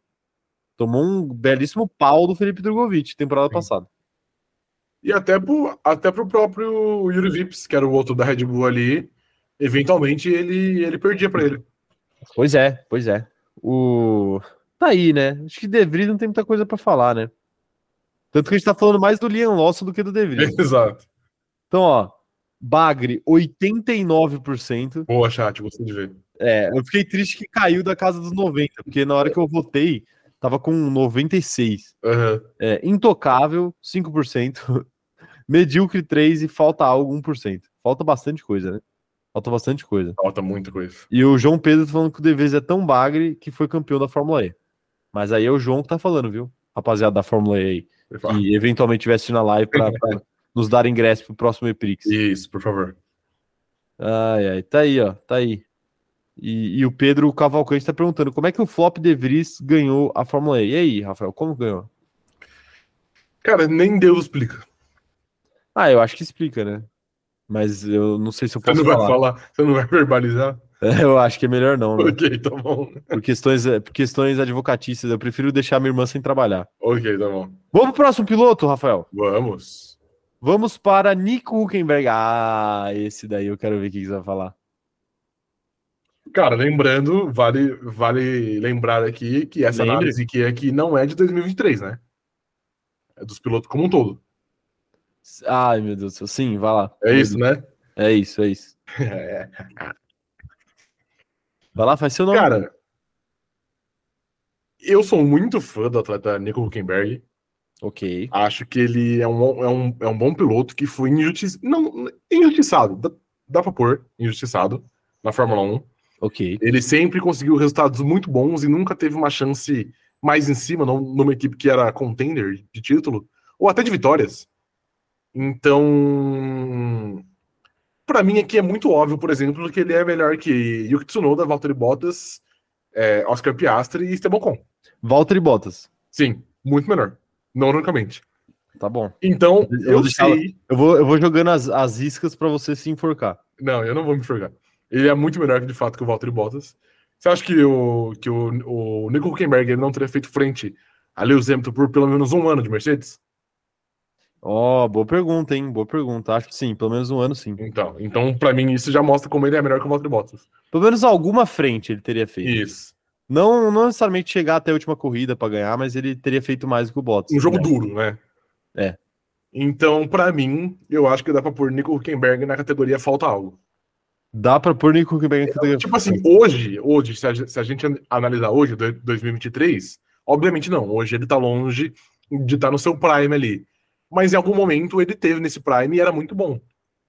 S1: Tomou um belíssimo pau do Felipe Drogovic temporada
S2: Sim.
S1: passada.
S2: E até pro, até pro próprio Yuri Vips, que era o outro da Red Bull ali, eventualmente ele, ele perdia pra ele.
S1: Pois é, pois é. O... Tá aí, né? Acho que De Vries não tem muita coisa pra falar, né? Tanto que a gente tá falando mais do Liam Lawson do que do De Vries.
S2: Exato.
S1: Então, ó, Bagre, 89%.
S2: Boa, chat, gostei de ver.
S1: É, eu fiquei triste que caiu da casa dos 90%, porque na hora que eu votei, tava com 96%.
S2: Aham.
S1: É, intocável, 5%. Medíocre, 3% e falta algo, 1%. Falta bastante coisa, né? Falta bastante coisa.
S2: Falta muita coisa.
S1: E o João Pedro tá falando que o De Vries é tão bagre que foi campeão da Fórmula E. Mas aí é o João que tá falando, viu? Rapaziada da Fórmula E aí,
S2: Ele fala,
S1: que eventualmente tivesse na live pra, pra nos dar ingresso pro próximo EPRIX.
S2: Isso, por favor.
S1: Ai, ai, tá aí, ó, tá aí. E, e o Pedro Cavalcante tá perguntando como é que o Flop De Vries ganhou a Fórmula E. E aí, Rafael, como ganhou?
S2: Cara, nem Deus explica.
S1: Ah, eu acho que explica, né? Mas eu não sei se eu
S2: Você
S1: posso
S2: não vai
S1: falar.
S2: falar, você não vai verbalizar?
S1: Eu acho que é melhor não, né?
S2: Ok, tá bom.
S1: Por questões, por questões advocatícias, eu prefiro deixar minha irmã sem trabalhar.
S2: Ok, tá bom.
S1: Vamos pro próximo piloto, Rafael?
S2: Vamos.
S1: Vamos para Nico Huckenberg. Ah, esse daí eu quero ver o que que você vai falar.
S2: Cara, lembrando, vale, vale lembrar aqui que essa
S1: Lembre.
S2: análise que é que não é de 2023, né? É dos pilotos como um todo.
S1: Ai, meu Deus do céu. Sim, vai lá.
S2: É isso, né?
S1: É isso, é isso.
S2: É.
S1: Vai lá, faz seu nome.
S2: Cara, eu sou muito fã do atleta Nico Huckenberg.
S1: Ok.
S2: Acho que ele é um, é um, é um bom piloto que foi injustiçado. Não, injustiçado. Dá, dá pra pôr injustiçado na Fórmula 1.
S1: Ok.
S2: Ele sempre conseguiu resultados muito bons e nunca teve uma chance mais em cima num- numa equipe que era contender de título ou até de vitórias. Então, pra mim aqui é muito óbvio, por exemplo, que ele é melhor que Yuki Tsunoda, Valtteri Bottas, eh, Oscar Piastri e Esteban Ocon.
S1: Valtteri Bottas. Sim.
S2: Muito melhor, não ironicamente.
S1: Tá bom.
S2: Então,
S1: Eu vou
S2: eu
S1: deixar-
S2: sei...
S1: Eu vou, eu vou jogando as, as iscas pra você se enforcar.
S2: Não, eu não vou me enxergar. Ele é muito melhor, de fato, que o Valtteri Bottas. Você acha que o, que o, o Nico Huckenberg ele não teria feito frente a Lewis Hamilton por pelo menos um ano de Mercedes?
S1: Ó, boa pergunta, hein? Boa pergunta. Acho que sim, pelo menos um ano sim.
S2: Então, então para mim, isso já mostra como ele é melhor que o Valtteri Bottas.
S1: Pelo menos alguma frente ele teria feito.
S2: Isso.
S1: Não, não necessariamente chegar até a última corrida pra ganhar, mas ele teria feito mais do que o Bottas.
S2: Um jogo
S1: né?
S2: duro, né?
S1: É.
S2: Então, pra mim, eu acho que dá pra pôr Nico Huckenberg na categoria falta algo.
S1: Dá pra pôr Nico Huckenberg na
S2: Tipo assim, hoje, hoje, se a, gen- se a gente an- analisar hoje, do- 2023, obviamente não. Hoje ele tá longe de estar no seu prime ali. Mas em algum momento ele teve nesse prime e era muito bom.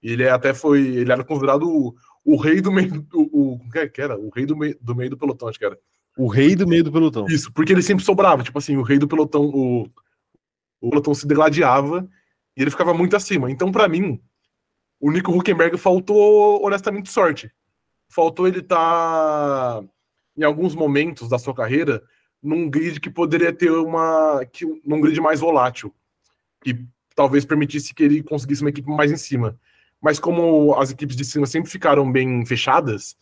S2: Ele é até foi. Ele era considerado o, o rei do meio. O, o, como é que era? O rei do meio, do meio do pelotão, acho que era.
S1: o rei do meio do pelotão.
S2: Isso, porque ele sempre sobrava. Tipo assim, o rei do pelotão. O, o pelotão se degladiava e ele ficava muito acima. Então, pra mim, o Nico Huckenberg faltou, honestamente, sorte. Faltou ele estar, em alguns momentos da sua carreira, num grid que poderia ter uma. Que, num grid mais volátil. Que talvez permitisse que ele conseguisse uma equipe mais em cima. Mas como as equipes de cima sempre ficaram bem fechadas,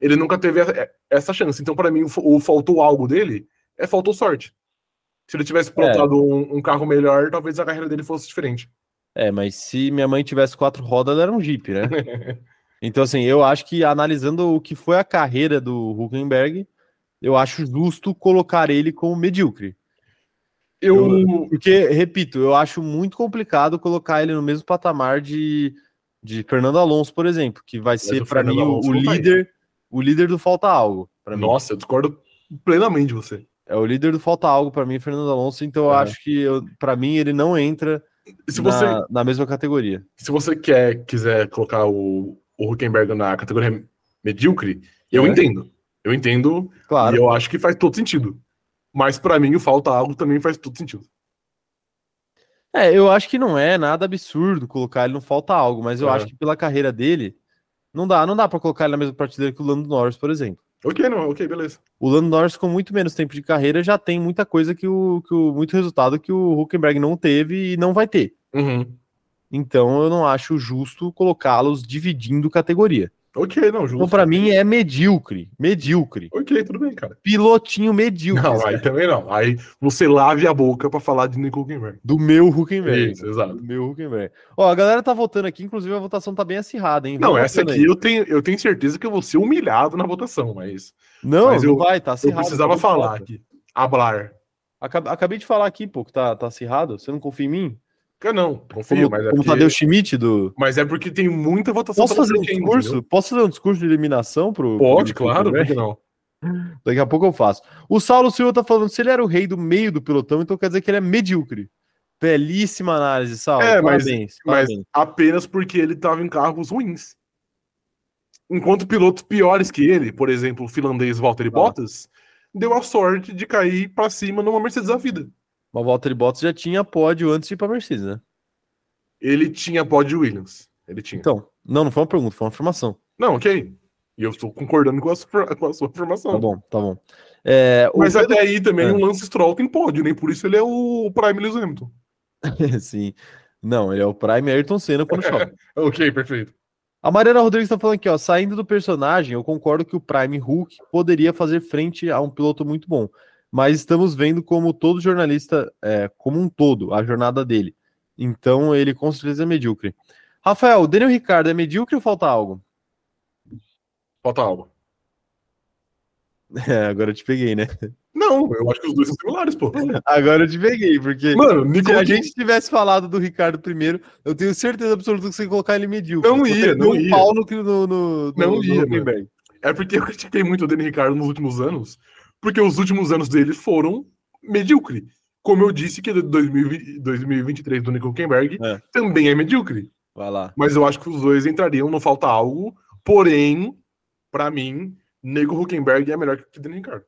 S2: ele nunca teve e- essa chance. Então, pra mim, o f- o faltou algo dele é faltou sorte. Se ele tivesse plantado um, um carro melhor, talvez a carreira dele fosse diferente.
S1: É, mas se minha mãe tivesse quatro rodas, ela era um Jeep, né? então, assim, eu acho que analisando o que foi a carreira do Huckenberg, eu acho justo colocar ele como medíocre.
S2: Eu,
S1: Porque, repito, eu acho muito complicado colocar ele no mesmo patamar de, de Fernando Alonso, por exemplo, que vai ser
S2: o
S1: para
S2: Fernando
S1: mim o,
S2: Alonso
S1: o
S2: não tá aí.
S1: líder, o líder do falta algo. Para mim,
S2: Nossa, eu discordo plenamente de você.
S1: é o líder do falta algo para mim, Fernando Alonso. Então, eu
S2: Aham.
S1: acho que para mim ele não entra
S2: É. Se
S1: na,
S2: você,
S1: na mesma categoria.
S2: se você quer, quiser colocar o, o Huckenberg na categoria medíocre, eu
S1: É.
S2: entendo. Eu entendo
S1: Claro.
S2: e eu acho que faz todo sentido. Mas pra mim, o falta algo também faz todo sentido.
S1: É, eu acho que não é nada absurdo colocar ele no falta algo, mas eu
S2: É.
S1: acho que pela carreira dele, não dá, não dá para colocar ele na mesma prateleira que o Lando Norris, por exemplo.
S2: Ok, não, ok, beleza.
S1: O Lando Norris, com muito menos tempo de carreira, já tem muita coisa que o, que o muito resultado que o Huckenberg não teve e não vai ter.
S2: Uhum.
S1: Então eu não acho justo colocá-los dividindo categoria.
S2: Ok, não, justo.
S1: Então, para mim, é medíocre. Medíocre.
S2: Ok, tudo bem, cara.
S1: Pilotinho medíocre.
S2: Não,
S1: sabe?
S2: aí também não. Aí você lave a boca pra falar de Nico Huckenberg.
S1: Do meu Huckenberg.
S2: Isso, exato.
S1: Do meu Huckenberg. Ó, a galera tá votando aqui, inclusive a votação tá bem acirrada, hein? Vai
S2: Não, essa
S1: votando aí.
S2: aqui eu tenho, eu tenho certeza que eu vou ser humilhado na votação, mas
S1: Não,
S2: Mas
S1: não
S2: eu-
S1: vai, tá
S2: eu
S1: acirrado.
S2: precisava
S1: acabei de
S2: falar aqui. Hablar.
S1: Acab- Acabei de falar aqui, pô, que tá, tá acirrado. Você não confia em mim?
S2: Eu não, confio,
S1: Como,
S2: mas é,
S1: como tá
S2: porque,
S1: Tadeu Schmidt do.
S2: mas é porque tem muita votação.
S1: Posso
S2: pela
S1: fazer um
S2: frente ainda,
S1: discurso?
S2: entendeu?
S1: Posso fazer um discurso de eliminação pro.
S2: Pode,
S1: pro-
S2: claro, por
S1: pro-
S2: que não?
S1: Daqui a pouco eu faço. O Saulo Silva tá falando, se ele era o rei do meio do pelotão, então quer dizer que ele é medíocre. Belíssima análise, Saulo.
S2: É, mas-
S1: parabéns,
S2: Mas
S1: parabéns.
S2: apenas porque ele estava em carros ruins. Enquanto pilotos piores que ele, por exemplo, o finlandês Valtteri
S1: Tá.
S2: Bottas, deu a sorte de cair pra cima numa Mercedes da vida.
S1: Mas o Walter Bottas já tinha pódio antes de ir pra Mercedes, né?
S2: Ele tinha pódio Williams. Ele tinha.
S1: Então, não, não foi uma pergunta, foi uma afirmação.
S2: Não, ok. E eu estou concordando com a sua, com a sua afirmação.
S1: Tá bom, tá bom. É, o
S2: Mas até aí também
S1: É.
S2: o Lance Stroll tem pódio, nem por isso ele é o Prime Lewis Hamilton.
S1: Sim. Não, ele é o Prime Ayrton Senna quando chove.
S2: Ok, perfeito.
S1: A Mariana Rodrigues tá falando aqui, ó. Saindo do personagem, eu concordo que o Prime Hulk poderia fazer frente a um piloto muito bom. Mas estamos vendo como todo jornalista, é, como um todo, a jornada dele. Então ele com certeza é medíocre. Rafael, o Daniel Ricardo é medíocre ou falta algo?
S2: Falta algo.
S1: É, agora eu te peguei, né?
S2: Não, eu acho que os dois são similares, pô.
S1: Agora eu te peguei, porque
S2: Mano,
S1: se
S2: Nicolas
S1: a gente tivesse falado do Ricardo primeiro, eu tenho certeza absoluta que você ia colocar ele medíocre.
S2: Não
S1: Você
S2: ia,
S1: pegou
S2: não
S1: um
S2: ia.
S1: pau no, no, no,
S2: Não
S1: no- no
S2: ia,
S1: Huckenberg.
S2: É porque eu critiquei muito o Danny Ricardo nos últimos anos, porque os últimos anos dele foram medíocre. Como eu disse que 2020 2023 do Nico Huckenberg
S1: É.
S2: também é medíocre.
S1: Vai lá.
S2: Mas eu acho que os dois entrariam no falta algo. Porém, pra mim, Nego Huckenberg é melhor que o Danny Ricardo.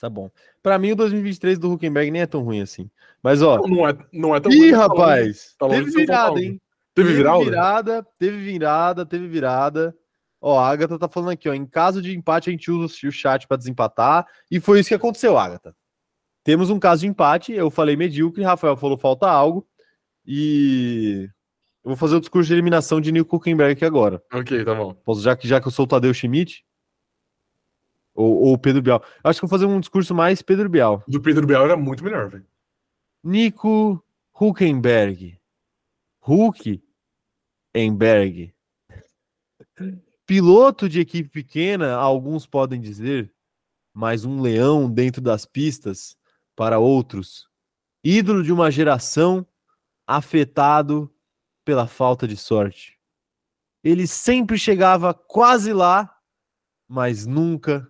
S1: Tá bom. Pra mim, o 2023 do Huckenberg nem é tão ruim assim. Mas, ó.
S2: Não, não é, não é tão
S1: Ih,
S2: ruim, tá longe-
S1: rapaz!
S2: tá longe
S1: teve
S2: de ser um
S1: virada,
S2: Paulo.
S1: hein?
S2: Teve viral?
S1: virada, teve virada, teve virada. Ó, a Agatha tá falando aqui, ó. Em caso de empate, a gente usa o chat pra desempatar. E foi isso que aconteceu, Agatha. Temos um caso de empate, eu falei medíocre, Rafael falou falta algo. E eu vou fazer o discurso de eliminação de Nico Huckenberg aqui agora.
S2: Ok, tá bom.
S1: Posso, já, que, já que eu sou o Tadeu Schmidt? Ou, ou o Pedro Bial? Eu acho que eu vou fazer um discurso mais Pedro Bial.
S2: O do Pedro Biel era muito melhor, velho.
S1: Nico Huckenberg. Huckenberg. Piloto de equipe pequena, alguns podem dizer, mas um leão dentro das pistas para outros. Ídolo de uma geração afetado pela falta de sorte. Ele sempre chegava quase lá, mas nunca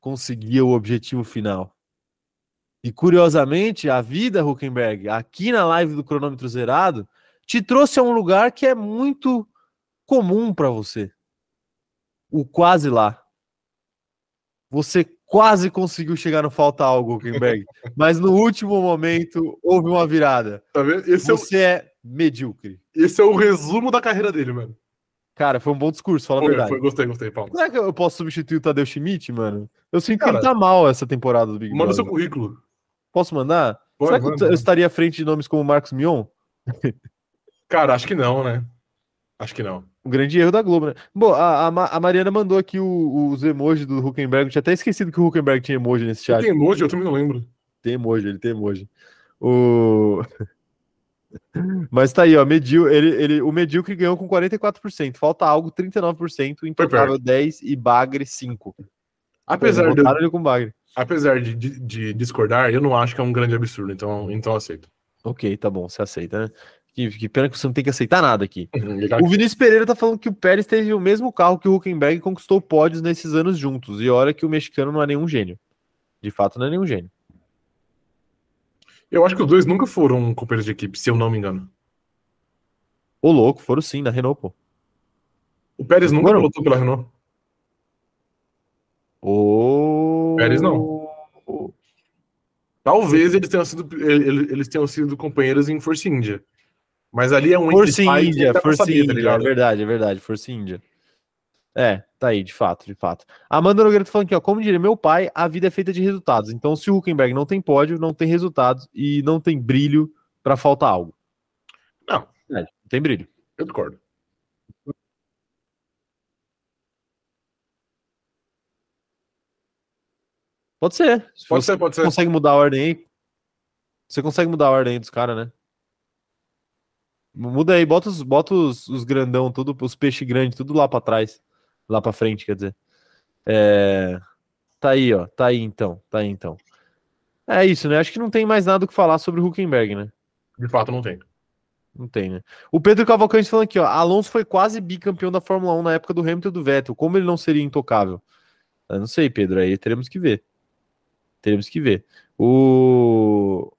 S1: conseguia o objetivo final. E curiosamente, a vida, Huckenberg, aqui na live do cronômetro zerado, te trouxe a um lugar que é muito comum para você. O quase lá. Você quase conseguiu chegar no falta algo, Huckenberg, mas no último momento houve uma virada.
S2: Tá vendo? Esse, é o,
S1: Você é medíocre.
S2: esse é o resumo da carreira dele, mano.
S1: Cara, foi um bom discurso, fala a
S2: Foi,
S1: verdade.
S2: foi, gostei, gostei, Paulo.
S1: Será que eu posso substituir o Tadeu Schmidt, mano? Eu sinto que
S2: Cara,
S1: ele tá mal essa temporada do Big
S2: Manda
S1: Brother.
S2: seu currículo.
S1: Posso mandar?
S2: Pode,
S1: Será que eu
S2: manda,
S1: t- eu
S2: manda.
S1: estaria à frente de nomes como Marcos Mion?
S2: Cara, acho que não, né? Acho que não.
S1: Um grande erro da Globo, né? Bom, a, a, Ma- a Mariana mandou aqui o- os emojis do Huckenberg. Eu tinha até esquecido que o Huckenberg tinha emoji nesse
S2: Ele
S1: chat.
S2: tem emoji, eu também não lembro.
S1: Tem emoji, ele tem emoji. O... Mas tá aí, ó. Medil, ele, ele, o Medíocre ganhou com 44%. Falta algo 39%, Intocável 10% e Bagre 5%.
S2: Apesar
S1: Eles
S2: de, eu-
S1: botaram ele com Bagre.
S2: apesar de, de- de discordar, eu não acho que é um grande absurdo, então, então eu aceito.
S1: Ok, tá bom, você aceita, né? Que, que pena que você não tem que aceitar nada aqui.
S2: Legal.
S1: O Vinícius Pereira tá falando que o Pérez teve o mesmo carro que o Huckenberg e conquistou pódios nesses anos juntos. E olha que o mexicano não é nenhum gênio. De fato, não é nenhum gênio.
S2: Eu acho que os dois nunca foram companheiros de equipe, se eu não me engano.
S1: Ô, louco, foram sim na Renault, pô.
S2: O Pérez nunca
S1: Foram?
S2: pilotou pela Renault.
S1: Ô.
S2: Pérez não. Talvez eles tenham sido, ele- ele- eles tenham sido companheiros em Force India. Mas ali é um
S1: Force
S2: entre pais,
S1: India,
S2: dá pra
S1: Force
S2: saber, tá
S1: India, é
S2: ligado?
S1: verdade, é verdade, Force India. É, tá aí, de fato, de fato. Amanda Nogueira tá falando aqui, ó, como diria meu pai, a vida é feita de resultados. Então, se o Huckenberg não tem pódio, não tem resultados e não tem brilho pra faltar algo.
S2: Não.
S1: Verdade, não tem brilho.
S2: Eu discordo.
S1: Pode ser. Se
S2: Pode
S1: você
S2: ser, pode ser.
S1: consegue mudar a ordem aí. Você consegue mudar a ordem aí dos caras, né? Muda aí, bota os, bota os, os grandão, tudo, os peixes grandes, tudo lá pra trás. Lá pra frente, quer dizer. É, Tá aí, ó. Tá aí então. Tá aí então. É isso, né? Acho que não tem mais nada o que falar sobre o Huckenberg, né?
S2: De fato, não tem.
S1: Não tem, né? O Pedro Cavalcante falando aqui, ó. Alonso foi quase bicampeão da Fórmula 1 na época do Hamilton e do Vettel. Como ele não seria intocável? Eu não sei, Pedro. Aí teremos que ver. Teremos que ver. O.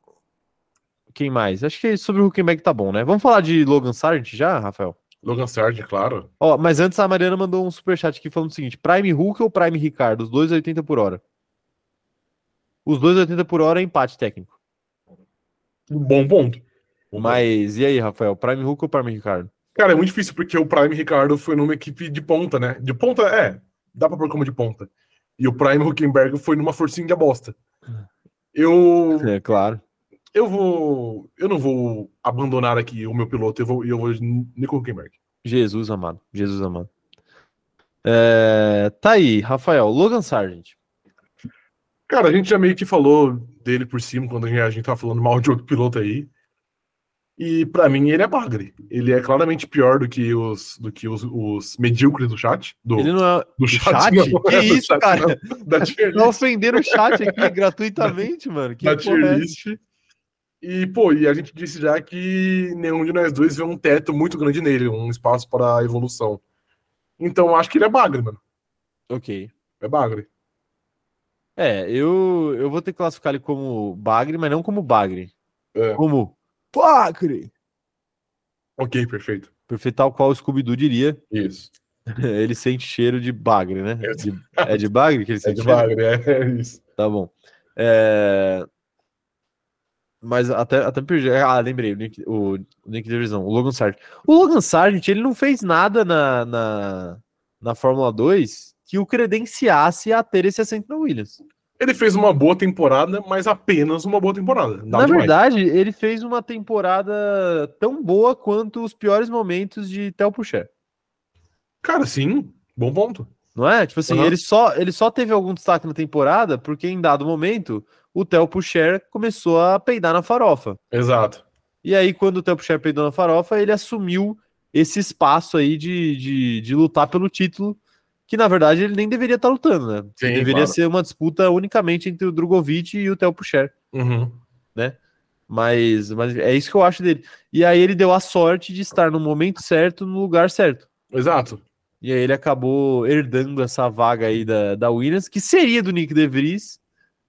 S1: Quem mais? Acho que sobre o Huckenberg tá bom, né? Vamos falar de Logan Sargent já, Rafael?
S2: Logan Sargent, claro.
S1: Ó, mas antes a Mariana mandou um superchat aqui falando o seguinte: Prime Hulk ou Prime Ricardo? Os dois 80 por hora. Os dois 80 por hora é empate técnico.
S2: Um Bom ponto.
S1: Mas e aí, Rafael? Prime Hulk ou Prime Ricardo?
S2: Cara, é muito difícil porque o Prime Ricardo foi numa equipe de ponta, né? De ponta, é. Dá pra pôr como de ponta. E o Prime Huckenberg foi numa forcinha de bosta. Eu,
S1: É claro.
S2: eu vou. Eu não vou abandonar aqui o meu piloto, eu vou, eu vou de Nico Huckenberg.
S1: Jesus amado, Jesus amado. É, tá aí, Rafael, Logan Sargent.
S2: Cara, a gente já meio que falou dele por cima quando a gente, a gente tava falando mal de outro piloto aí. E pra mim ele é bagre. Ele é claramente pior do que os, do que os, os medíocres do chat. Do,
S1: Ele não é.
S2: do
S1: O
S2: chat?
S1: chat?
S2: Não,
S1: Que
S2: é do
S1: isso,
S2: chat,
S1: cara?
S2: não. Da tier
S1: Não ofenderam o chat aqui gratuitamente, mano. Que
S2: na
S1: porra é
S2: tier
S1: essa?
S2: list. Tá E, pô, e a gente disse já que nenhum de nós dois vê um teto muito grande nele, um espaço para evolução. Então, eu acho que ele é bagre, mano.
S1: Ok.
S2: É bagre.
S1: É, eu, eu vou ter que classificar ele como bagre, mas não como bagre.
S2: É.
S1: Como bagre!
S2: Ok, perfeito.
S1: Perfeito, tal qual o Scooby-Doo diria,
S2: Isso.
S1: ele sente cheiro de bagre, né?
S2: É.
S1: De- é de bagre que ele
S2: É
S1: sente
S2: de
S1: cheiro?
S2: bagre, é, é isso.
S1: Tá bom. É, Mas até, até me perdi. Ah, lembrei. O Nick, o, o Nick Davis não. O Logan Sargent. O Logan Sargent, ele não fez nada na, na, na Fórmula 2 que o credenciasse a ter esse assento na Williams.
S2: Ele fez uma boa temporada, mas apenas uma boa temporada. Nada
S1: na
S2: demais.
S1: verdade, ele fez uma temporada tão boa quanto os piores momentos de Theo Pucher.
S2: Cara, sim, bom ponto.
S1: Não é? Tipo assim,
S2: Aham.
S1: ele, só, ele só teve algum destaque na temporada porque em dado momento o Theo Pucher começou a peidar na farofa.
S2: Exato.
S1: E aí, quando o Tempo Chef peidou na farofa, ele assumiu esse espaço aí de, de, de lutar pelo título, que na verdade ele nem deveria estar lutando, né?
S2: Sim,
S1: deveria
S2: claro.
S1: ser uma disputa unicamente entre o Drogovic e o Theo Pucher.
S2: Uhum.
S1: Mas, mas é isso que eu acho dele. E aí ele deu a sorte de estar no momento certo, no lugar certo.
S2: Exato.
S1: E aí ele acabou herdando essa vaga aí da, da Williams, que seria do Nick DeVries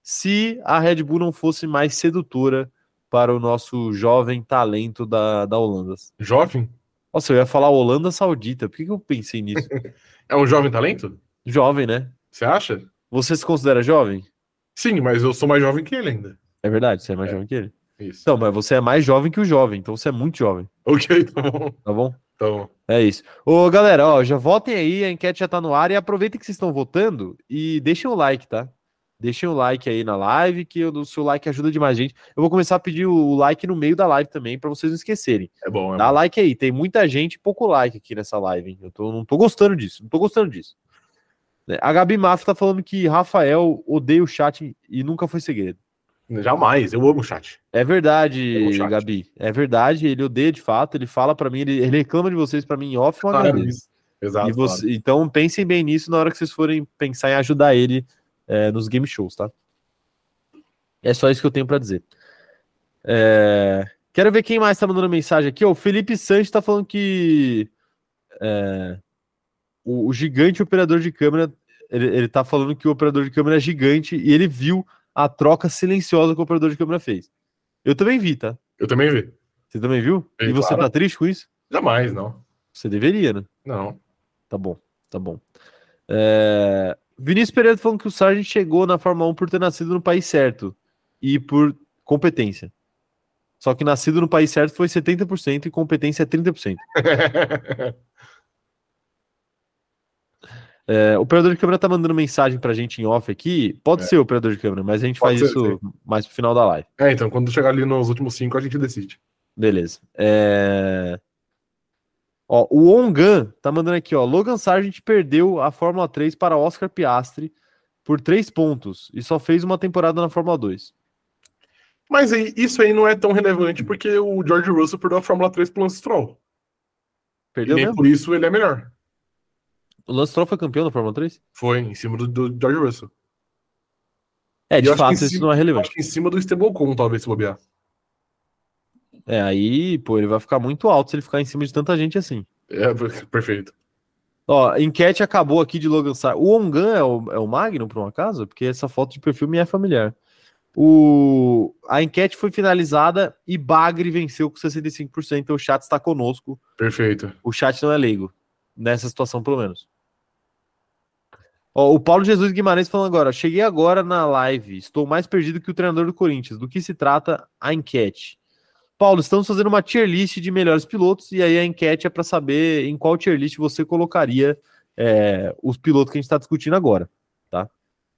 S1: se a Red Bull não fosse mais sedutora para o nosso jovem talento da, da Holanda.
S2: Jovem?
S1: Nossa, eu ia falar Holanda Saudita. Por que, que eu pensei nisso?
S2: É um jovem talento?
S1: jovem, né?
S2: Você acha?
S1: Você se considera jovem?
S2: Sim, mas eu sou mais jovem que ele ainda.
S1: É verdade, você é mais
S2: É.
S1: jovem que ele.
S2: Isso.
S1: Então, mas você é mais jovem que o jovem, então você é muito jovem,
S2: Ok, tá bom.
S1: tá bom?
S2: Então,
S1: É isso. Ô, galera, ó, já votem aí, a enquete já tá no ar e aproveitem que vocês estão votando e deixem o like, tá? Deixem o like aí na live, que o seu like ajuda demais, gente. Eu vou começar a pedir o like no meio da live também, pra vocês não esquecerem.
S2: é bom. É
S1: Dá like aí, tem muita gente, e pouco like aqui nessa live, hein? Eu tô, não tô gostando disso, não tô gostando disso. Né, A Gabi Mafra tá falando que Rafael odeia o chat e nunca foi segredo.
S2: Jamais, eu amo o chat.
S1: É
S2: Amo o
S1: verdade,
S2: chat.
S1: Gabi. É verdade, ele odeia de fato, ele fala pra mim, ele, ele reclama de vocês pra mim em off, é eu
S2: Claro,
S1: agradeço.
S2: isso. Exato.
S1: E você- Então pensem bem nisso na hora que vocês forem pensar em ajudar ele é, nos game shows, tá? É só isso que eu tenho pra dizer. É, Quero ver quem mais tá mandando mensagem aqui. ó. O Felipe Sanches tá falando que é, o, o gigante operador de câmera. Ele, ele tá falando que o operador de câmera é gigante e ele viu a troca silenciosa que o operador de câmera fez. Eu também vi, tá?
S2: claro. Eu também vi.
S1: Você também viu?
S2: Sim,
S1: e você
S2: claro.
S1: tá triste com isso?
S2: Jamais, não.
S1: Você deveria, né?
S2: Não.
S1: Tá bom, tá bom. É... Vinícius Pereira falando que o Sargent chegou na Fórmula 1 por ter nascido no país certo e por competência. Só que nascido no país certo foi 70% e competência é 30%. É, o operador de câmera tá mandando mensagem pra gente em off aqui. Pode
S2: É.
S1: ser o operador de câmera, mas a gente
S2: Pode
S1: faz
S2: ser,
S1: isso mais pro final da live.
S2: é, então, quando chegar ali nos últimos cinco, a gente decide.
S1: Beleza. É... Ó, o Ongan tá mandando aqui, ó. Logan Sargent perdeu a Fórmula 3 para Oscar Piastri por três pontos e só fez uma temporada na Fórmula 2.
S2: Mas aí, isso aí não é tão relevante porque o George Russell perdeu a Fórmula 3 pro Lance Stroll. E
S1: Perdeu
S2: nem
S1: mesmo?
S2: por isso ele é melhor.
S1: O Lance Stroll foi campeão da Fórmula 3?
S2: Foi em cima do, do George Russell.
S1: É, de
S2: acho que
S1: fato,
S2: esse-
S1: isso não é relevante.
S2: Acho que em cima do Estebocon, talvez, se bobear.
S1: É, aí, pô, ele vai ficar muito alto se ele ficar em cima de tanta gente assim.
S2: É, per- perfeito.
S1: Ó, a enquete acabou aqui de Logan Sargent. O Ongan é o, é o Magnum, por um acaso? Porque essa foto de perfil me é familiar. O... A enquete foi finalizada e Bagre venceu com 65%. Então o chat está conosco.
S2: Perfeito.
S1: O chat não é leigo. Nessa situação, pelo menos. Ó, o Paulo Jesus Guimarães falando agora. Cheguei agora na live. Estou mais perdido que o treinador do Corinthians. Do que se trata a enquete? Paulo, estamos fazendo uma tier list de melhores pilotos e aí a enquete é para saber em qual tier list você colocaria é, os pilotos que a gente está discutindo agora, tá?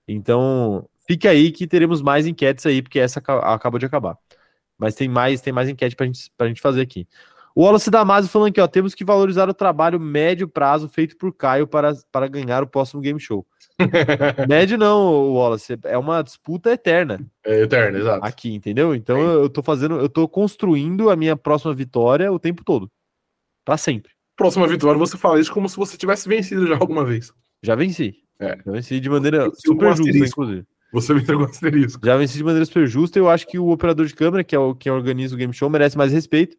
S1: Então fique aí que teremos mais enquetes aí porque essa aca- acabou de acabar. Mas tem mais, tem mais enquete para gente, pra gente fazer aqui. O O Wallace Damasio falando aqui, ó, temos que valorizar o trabalho médio prazo feito por Caio para, para ganhar o próximo game show. médio não, Wallace, é uma disputa eterna
S2: É eterno, exato.
S1: aqui, entendeu? Então
S2: Sim.
S1: eu tô fazendo, eu tô construindo a minha próxima vitória o tempo todo. Pra sempre.
S2: Próxima vitória, você fala isso como se você tivesse vencido já alguma vez.
S1: Já venci.
S2: É.
S1: Já venci de maneira
S2: Venceu com
S1: super justa,
S2: asterisco.
S1: inclusive.
S2: Você me entregou asterisco.
S1: Já venci de maneira super justa. Eu acho que o operador de câmera, que é o que organiza o game show, merece mais respeito,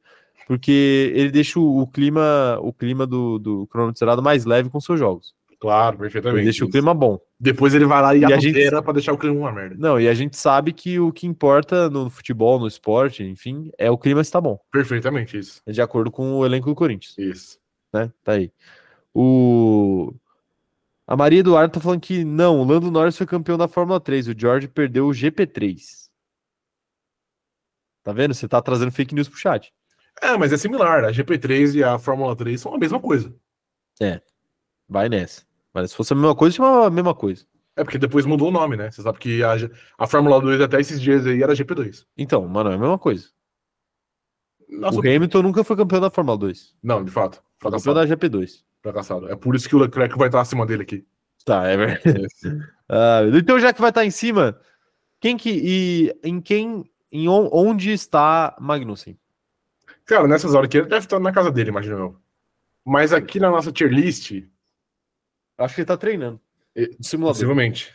S1: porque ele deixa o, o clima, o clima do, do cronômetro zerado mais leve com seus jogos.
S2: Claro,
S1: Ele
S2: perfeitamente.
S1: deixa o clima bom.
S2: Depois ele vai lá e,
S1: E a
S2: adultera
S1: gente-
S2: pra deixar o clima uma merda.
S1: Não, e a gente sabe que o que importa no futebol, no esporte, enfim, é o clima estar bom.
S2: Perfeitamente, isso.
S1: De acordo com o elenco do Corinthians,
S2: Isso.
S1: né? Tá aí. O a Maria Eduardo tá falando que não, o Lando Norris foi campeão da Fórmula 3, o George perdeu o GP3. Tá vendo? Você tá trazendo fake news pro chat.
S2: É, mas é similar. A GP3 e a Fórmula 3 são a mesma coisa.
S1: Vai nessa. Mas se fosse a mesma coisa, chamava a mesma coisa.
S2: É porque depois mudou o nome, né? Você sabe que a, G- a Fórmula 2 até esses dias aí era GP2.
S1: Então, mano, é a mesma coisa.
S2: Nossa,
S1: o Hamilton nunca foi campeão da Fórmula 2.
S2: não, de fato.
S1: Foi campeão
S2: Fracassado,
S1: da GP2.
S2: fracassado. É por isso que o Leclerc vai estar acima dele aqui.
S1: Tá, é verdade. Ah, então, já que vai estar em cima, quem que. E em quem. Em on- onde está Magnussen?
S2: Cara, nessas horas aqui, ele deve estar na casa dele, imagino eu. Mas aqui na nossa tier list,
S1: Acho que ele tá treinando.
S2: E-
S1: No simulador.
S2: possivelmente.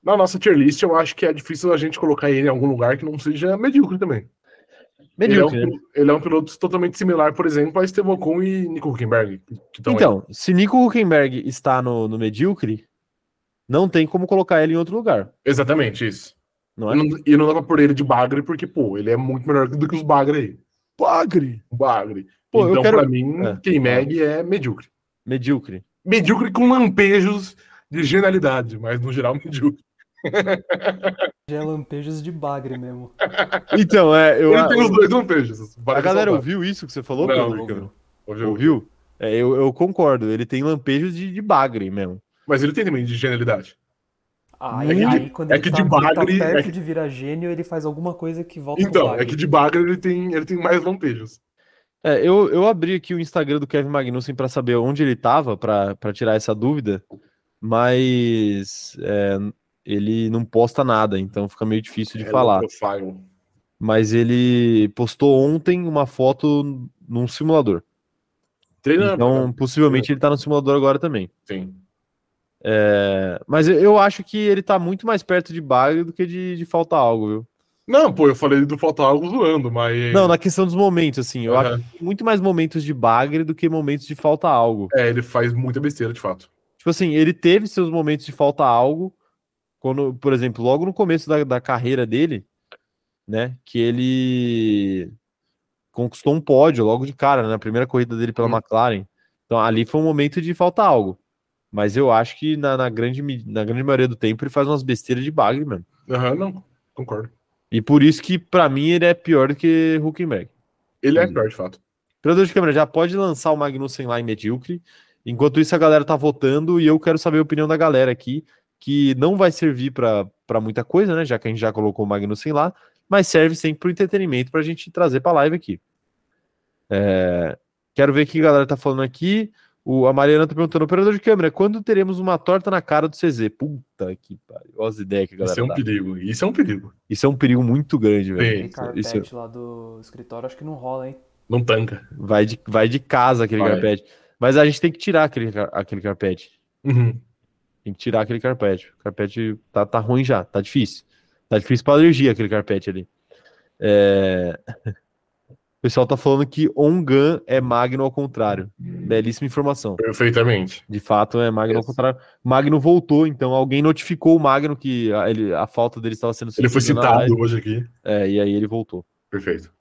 S2: Na nossa tier list, eu acho que é difícil a gente colocar ele em algum lugar que não seja medíocre também.
S1: Medíocre,
S2: ele, é um,
S1: né?
S2: pil- ele é um piloto totalmente similar, por exemplo, a Esteban Ocon e Nico Huckenberg. que- que tão aí.
S1: Então, se Nico Huckenberg está no, no medíocre, não tem como colocar ele em outro lugar.
S2: Exatamente, isso.
S1: Não
S2: E
S1: é?
S2: não, e não dá pra pôr ele de bagre, porque, pô, ele é muito melhor do que os bagre aí.
S1: Bagre!
S2: Bagre.
S1: Pô, eu
S2: então,
S1: quero-
S2: pra mim,
S1: É.
S2: quem meg é medíocre.
S1: Medíocre.
S2: Medíocre com lampejos de genialidade, mas no geral, medíocre.
S3: Já é lampejos de bagre mesmo.
S1: Então, é. Eu,
S2: Ele tem os dois lampejos.
S1: a
S2: vale
S1: galera é
S2: ressaltar.
S1: ouviu isso que você falou,
S2: Não,
S1: Pedro?
S2: não ouviu. Ouviu?
S1: Ouviu? É, eu, eu concordo, ele tem lampejos de, de bagre mesmo.
S2: Mas ele tem também de genialidade.
S3: Aí,
S1: É que de-
S3: aí quando
S2: é
S3: ele
S2: que
S3: tá,
S2: de
S3: quando ele tá
S2: bagre-
S3: perto
S2: é que-
S3: de virar gênio, ele faz alguma coisa que volta pro
S2: Então,
S3: bagre.
S2: é que de bagre ele tem, ele tem mais lampejos.
S1: É, eu, eu abri aqui o Instagram do Kevin Magnussen pra saber onde ele tava, pra pra tirar essa dúvida, mas é, ele não posta nada, então fica meio difícil de
S2: É
S1: falar.
S2: low profile.
S1: Mas ele postou ontem uma foto num simulador.
S2: Treina.
S1: Então, possivelmente ele tá no simulador agora também.
S2: né? Sim.
S1: É, mas eu, eu acho que ele tá muito mais perto de bagre do que de, de falta algo, viu?
S2: Não, pô, eu falei do faltar algo zoando, mas.
S1: Não, na questão dos momentos, assim, eu acho
S2: Aham.
S1: que tem muito mais momentos de bagre do que momentos de falta algo.
S2: É, ele faz muita besteira, de fato.
S1: Tipo assim, ele teve seus momentos de falta algo, quando, por exemplo, logo no começo da, da carreira dele, né, que ele conquistou um pódio logo de cara, né, na primeira corrida dele pela
S2: Hum.
S1: McLaren. Então ali foi um momento de falta algo. Mas eu acho que na, na grande, me- na grande maioria do tempo ele faz umas besteiras de bagre, mano.
S2: Aham, não, concordo.
S1: E por isso que, pra mim, ele é pior do que Huckenberg.
S2: Ele é
S1: Hum.
S2: pior, de fato.
S1: Operador de câmera, já pode lançar o Magnussen lá em medíocre. Enquanto isso, a galera tá votando e eu quero saber a opinião da galera aqui, que não vai servir pra pra muita coisa, né? Já que a gente já colocou o Magnussen lá, mas serve sempre pro entretenimento pra gente trazer pra live aqui. É, Quero ver o que a galera tá falando aqui. O, a Mariana tá perguntando, operador de câmera, quando teremos uma torta na cara do CZ? Puta que pariu. Olha as ideias que a galera
S2: Isso é um
S1: dá.
S2: perigo. Isso é um perigo.
S1: Isso é um perigo muito grande, velho.
S2: Sim.
S3: Aquele carpete
S1: Isso- é-
S3: lá do escritório, acho que não rola, hein?
S2: Não tanca.
S1: Vai de, vai de casa aquele
S2: Vai.
S1: carpete. Mas a gente tem que tirar aquele, car- aquele carpete.
S2: Uhum.
S1: Tem que tirar aquele carpete. O carpete tá, tá ruim já, tá difícil. Tá difícil pra alergia aquele carpete ali. É... O pessoal tá falando que Ongan é Magno ao contrário. Belíssima informação.
S2: Perfeitamente.
S1: De fato, é Magno ao
S2: Yes.
S1: contrário. Magno voltou, então alguém notificou o Magno que a, ele- a falta dele estava sendo
S2: Ele foi
S1: sentida na
S2: citado
S1: live.
S2: hoje aqui.
S1: É, e aí ele voltou.
S2: Perfeito.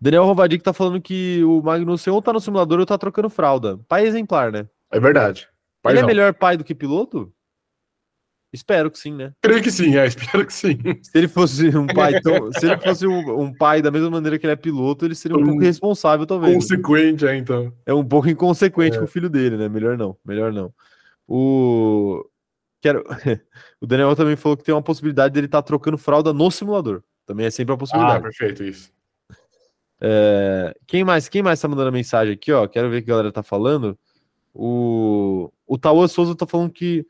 S1: Daniel Rovadic tá falando que o Magnussen ou tá no simulador ou tá trocando fralda. Pai exemplar, né?
S2: É verdade. Mas
S1: ele
S2: não.
S1: é melhor pai do que piloto? Espero que sim, né?
S2: Creio que sim, é, espero que sim.
S1: Se ele fosse um pai tão, se ele fosse um, um pai da mesma maneira que ele é piloto, ele seria um
S2: Hum.
S1: pouco irresponsável, talvez.
S2: Consequente, é, então.
S1: É um pouco inconsequente com o filho dele, né? Melhor não, melhor não. O quero o Daniel também falou que tem tá uma possibilidade dele estar trocando fralda no simulador. Também é sempre uma
S2: Ah,
S1: possibilidade.
S2: perfeito, isso.
S1: É, quem mais quem mais tá mandando mensagem aqui, ó? Quero ver o que a galera tá falando. O, o Tauan Souza tá falando que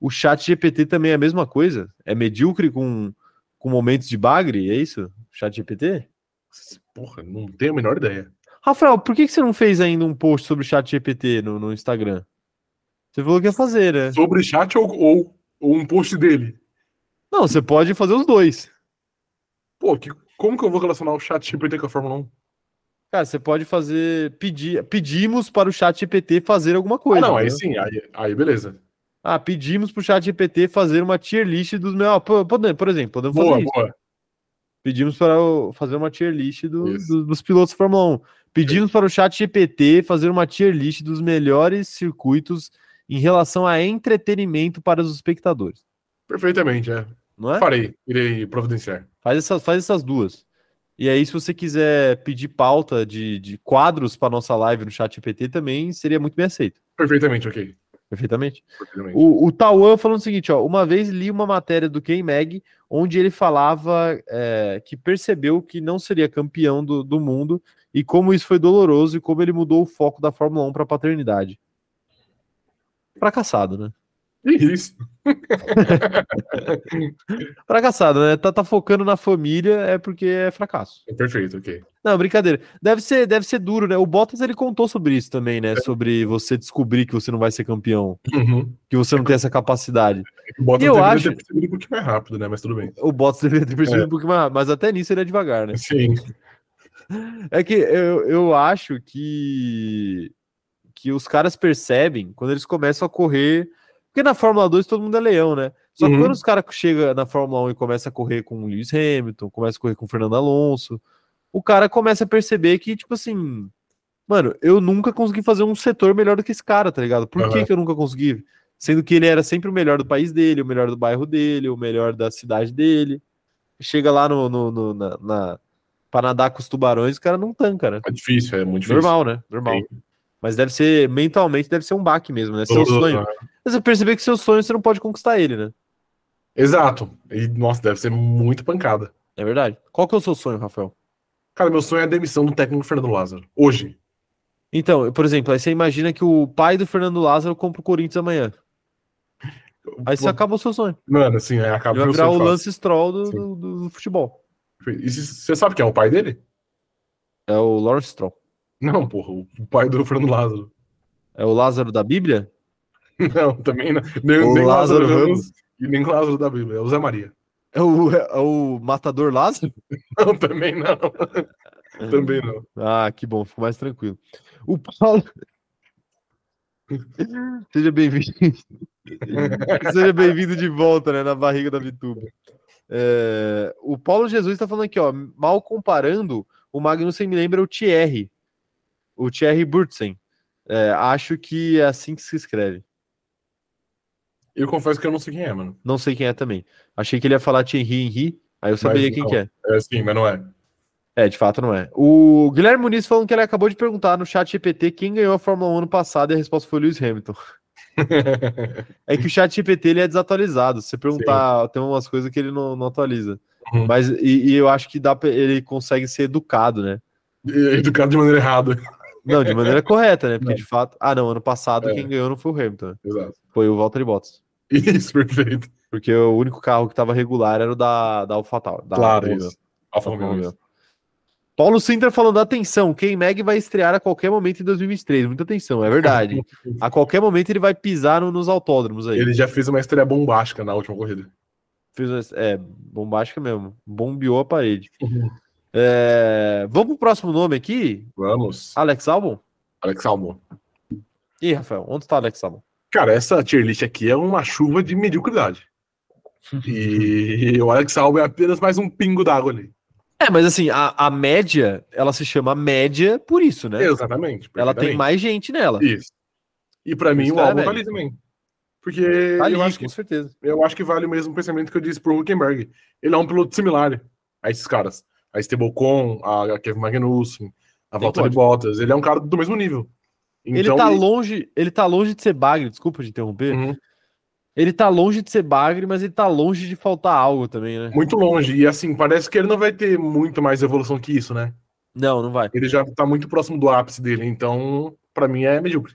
S1: o chat GPT também é a mesma coisa. É medíocre com, com momentos de bagre, é isso? Chat GPT?
S2: Porra, não tenho a menor ideia.
S1: Rafael, por que, que você não fez ainda um post sobre o chat GPT no, no Instagram? Você falou que ia fazer, né?
S2: Sobre chat ou, ou, ou um post dele?
S1: Não, você pode fazer os dois.
S2: Pô, que, como que eu vou relacionar o chat GPT com a Fórmula Ah, 1?
S1: Cara, você pode fazer. Pedir, pedimos para o chat GPT fazer alguma coisa.
S2: Ah, não,
S1: né?
S2: aí sim, aí, aí beleza.
S1: Ah, pedimos pro chat GPT fazer uma tier list dos meus. Por, por exemplo, podemos fazer
S2: Boa,
S1: isso.
S2: boa.
S1: Pedimos para o- fazer uma tier list do-
S2: Isso.
S1: do- dos pilotos Fórmula 1. Pedimos para o chat GPT fazer uma tier list dos melhores circuitos em relação a entretenimento para os espectadores.
S2: Perfeitamente, é.
S1: Não é?
S2: Farei, irei providenciar.
S1: Faz essas, faz essas duas. E aí, se você quiser pedir pauta de, de quadros para nossa live no chat GPT, também seria muito bem aceito.
S2: Perfeitamente, ok.
S1: Perfeitamente.
S2: Perfeitamente.
S1: O, o Tauan falando o seguinte, ó, uma vez li uma matéria do Ken Mag, onde ele falava é, que percebeu que não seria campeão do, do mundo e como isso foi doloroso e como ele mudou o foco da Fórmula 1 para paternidade. Fracassado, né?
S2: E é isso.
S1: Fracassado, né? Tá, tá focando na família é porque é fracasso.
S2: Perfeito, ok.
S1: Não, brincadeira. Deve ser, deve ser duro, né? O Bottas ele contou sobre isso também, né? Sobre você descobrir que você não vai ser campeão,
S2: Uhum.
S1: que você não tem essa capacidade.
S2: O Bottas
S1: Eu
S2: deveria
S1: acho-
S2: ter percebido um pouquinho mais rápido, né? Mas tudo bem.
S1: O Bottas deveria ter percebido um pouquinho mais, rápido, mas até nisso ele é devagar, né?
S2: Sim.
S1: É que eu, eu acho que, que os caras percebem quando eles começam a correr. Porque na Fórmula 2 todo mundo é leão, né? Só que
S2: Uhum.
S1: quando os caras chegam na Fórmula 1 e começam a correr com o Lewis Hamilton, começam a correr com o Fernando Alonso, o cara começa a perceber que, tipo assim, mano, eu nunca consegui fazer um setor melhor do que esse cara, tá ligado? Por que,
S2: Aham.
S1: que eu nunca consegui? Sendo que ele era sempre o melhor do país dele, o melhor do bairro dele, o melhor da cidade dele. Chega lá no, no- no- na, na, pra nadar com os tubarões, o cara não tanca, né?
S2: É difícil, é muito difícil.
S1: Normal, né? Normal. Mas deve ser, mentalmente, deve ser um baque mesmo, né? Seu
S2: Todo-
S1: sonho. Mas Você perceber que seu sonho você não pode conquistar ele, né?
S2: Exato. E, nossa, deve ser muito pancada.
S1: É verdade. Qual que é o seu sonho, Rafael?
S2: Cara, meu sonho é a demissão do técnico Fernando Lázaro. Hoje.
S1: Então, por exemplo, aí você imagina que o pai do Fernando Lázaro compra o Corinthians amanhã. Aí você acaba o seu sonho.
S2: Mano, assim, aí acaba
S1: Ele vai
S2: meu
S1: virar
S2: sonho
S1: o
S2: fácil.
S1: Lance Stroll do,
S2: Sim.
S1: do- do futebol.
S2: E se- você sabe quem é o pai dele?
S1: É o Lawrence Stroll.
S2: Não, porra, o pai do Fernando Lázaro.
S1: É o Lázaro da Bíblia?
S2: Não, também não. Nem,
S1: O
S2: nem
S1: Lázaro Ramos.
S2: E nem Lázaro da Bíblia, é o Zé Maria.
S1: É o, é o Matador Lázaro?
S2: Não, também não.
S1: É.
S2: também não.
S1: Ah, que bom, fico mais tranquilo. O Paulo. Seja bem-vindo. Seja bem-vindo de volta, né? Na barriga da Vituba. É, o Paulo Jesus tá falando aqui, ó. Mal comparando, o Magnussen me lembra o Thierry. O Thierry Burtsen. É, acho que é assim que se escreve.
S2: Eu confesso que eu não sei quem é, mano.
S1: Não sei quem é também. Achei que ele ia falar Thierry Henry, aí eu saberia quem
S2: não.
S1: que é.
S2: É assim, mas não é.
S1: É, de fato não é. O Guilherme Muniz falando que ele acabou de perguntar no chat GPT quem ganhou a Fórmula 1 ano passado e a resposta foi o Lewis Hamilton. É que o chat GPT ele é desatualizado. Se você perguntar, tem umas coisas que ele não, não atualiza.
S2: Uhum.
S1: Mas e, e eu acho que dá pra, ele consegue ser educado, né?
S2: É Educado de maneira errada.
S1: Não, de maneira correta, né? Porque de fato. Ah, não, ano passado
S2: É.
S1: quem ganhou não foi o Hamilton, né?
S2: Exato.
S1: foi o Valtteri Bottas.
S2: Isso, perfeito.
S1: Porque o único carro que estava regular era o da, da AlphaTauri. Da
S2: claro, Tá
S1: Romeo.
S2: isso. Alfa
S1: Alfa
S2: Romeo.
S1: Romeo.
S2: isso.
S1: Paulo Sintra falando, atenção, Ken Mag vai estrear a qualquer momento em 2023. Muita atenção, é verdade. A qualquer momento ele vai pisar no- nos autódromos aí.
S2: Ele já fez uma estreia bombástica na última corrida.
S1: Fez uma- é, bombástica mesmo. Bombeou a parede.
S2: Uhum.
S1: É, vamos pro próximo nome aqui?
S2: Vamos.
S1: Alex Albon?
S2: Alex Albon.
S1: Ih, Rafael, onde está Alex Albon?
S2: Cara, essa tier list aqui é uma chuva de mediocridade. E o Alex Albon é apenas mais um pingo d'água ali.
S1: É, mas assim, a, a média, ela se chama média por isso, né?
S2: Exatamente.
S1: Ela tem
S2: perfeitamente.
S1: mais gente nela.
S2: Isso. E pra mim
S1: Isso
S2: o
S1: tá,
S2: álbum tá
S1: velho.
S2: ali também. Porque
S1: Tá ali,
S2: eu, acho que,
S1: com certeza.
S2: eu acho que vale o mesmo pensamento que eu disse pro Huckenberg. Ele é um piloto similar a esses caras. A Estebocon, a Kevin Magnussen, a
S1: Nem
S2: Valtteri
S1: pode.
S2: Bottas. Ele é um cara do mesmo nível. Então,
S1: ele tá
S2: e-
S1: longe, ele tá longe de ser bagre, desculpa de interromper.
S2: Uhum.
S1: Ele tá longe de ser bagre, mas ele tá longe de faltar algo também, né?
S2: muito longe. E assim, parece que ele não vai ter muito mais evolução que isso, né?
S1: Não, não vai.
S2: Ele já tá muito próximo do ápice dele, então, pra mim, é medíocre.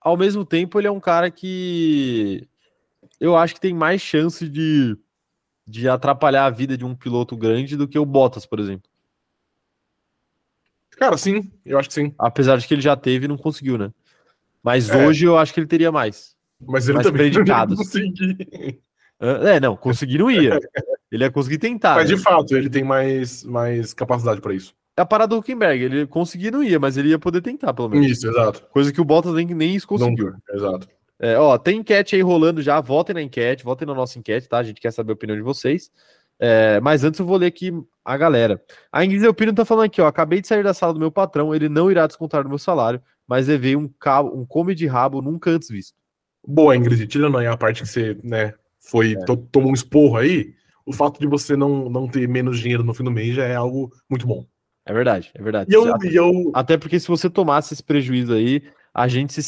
S1: Ao mesmo tempo, ele é um cara que eu acho que tem mais chance de, de atrapalhar a vida de um piloto grande do que o Bottas, por exemplo.
S2: Cara, sim, eu acho que sim.
S1: Apesar de que ele já teve e não conseguiu, né? Mas
S2: É.
S1: hoje eu acho que ele teria mais.
S2: Mas ele
S1: Mas
S2: também
S1: predicados.
S2: consegui.
S1: Ah, É, não, conseguir não ia. Ele ia conseguir tentar.
S2: Mas
S1: né?
S2: de fato, ele tem mais, mais capacidade pra isso.
S1: É a parada do Huckenberg, ele conseguir não ia, mas ele ia poder tentar, pelo menos.
S2: Isso, exato.
S1: Coisa que o Bottas nem, nem isso
S2: Não-
S1: conseguiu.
S2: exato.
S1: É, ó, tem enquete aí rolando já, votem na enquete, votem na nossa enquete, tá? A gente quer saber a opinião de vocês. É, mas antes eu vou ler aqui a galera. A Ingrid Delpino tá falando aqui, ó, acabei de sair da sala do meu patrão, ele não irá descontar do meu salário, mas levei um, cabo, um come de rabo nunca antes visto.
S2: Boa, Ingrid, tirando aí a parte que você, né, foi,
S1: É.
S2: to- tomou um esporro aí, o fato de você não, não ter menos dinheiro no fim do mês já é algo muito bom.
S1: É verdade, é verdade.
S2: E eu,
S1: Até-
S2: e eu
S1: Até porque se você tomasse esse prejuízo aí, a gente se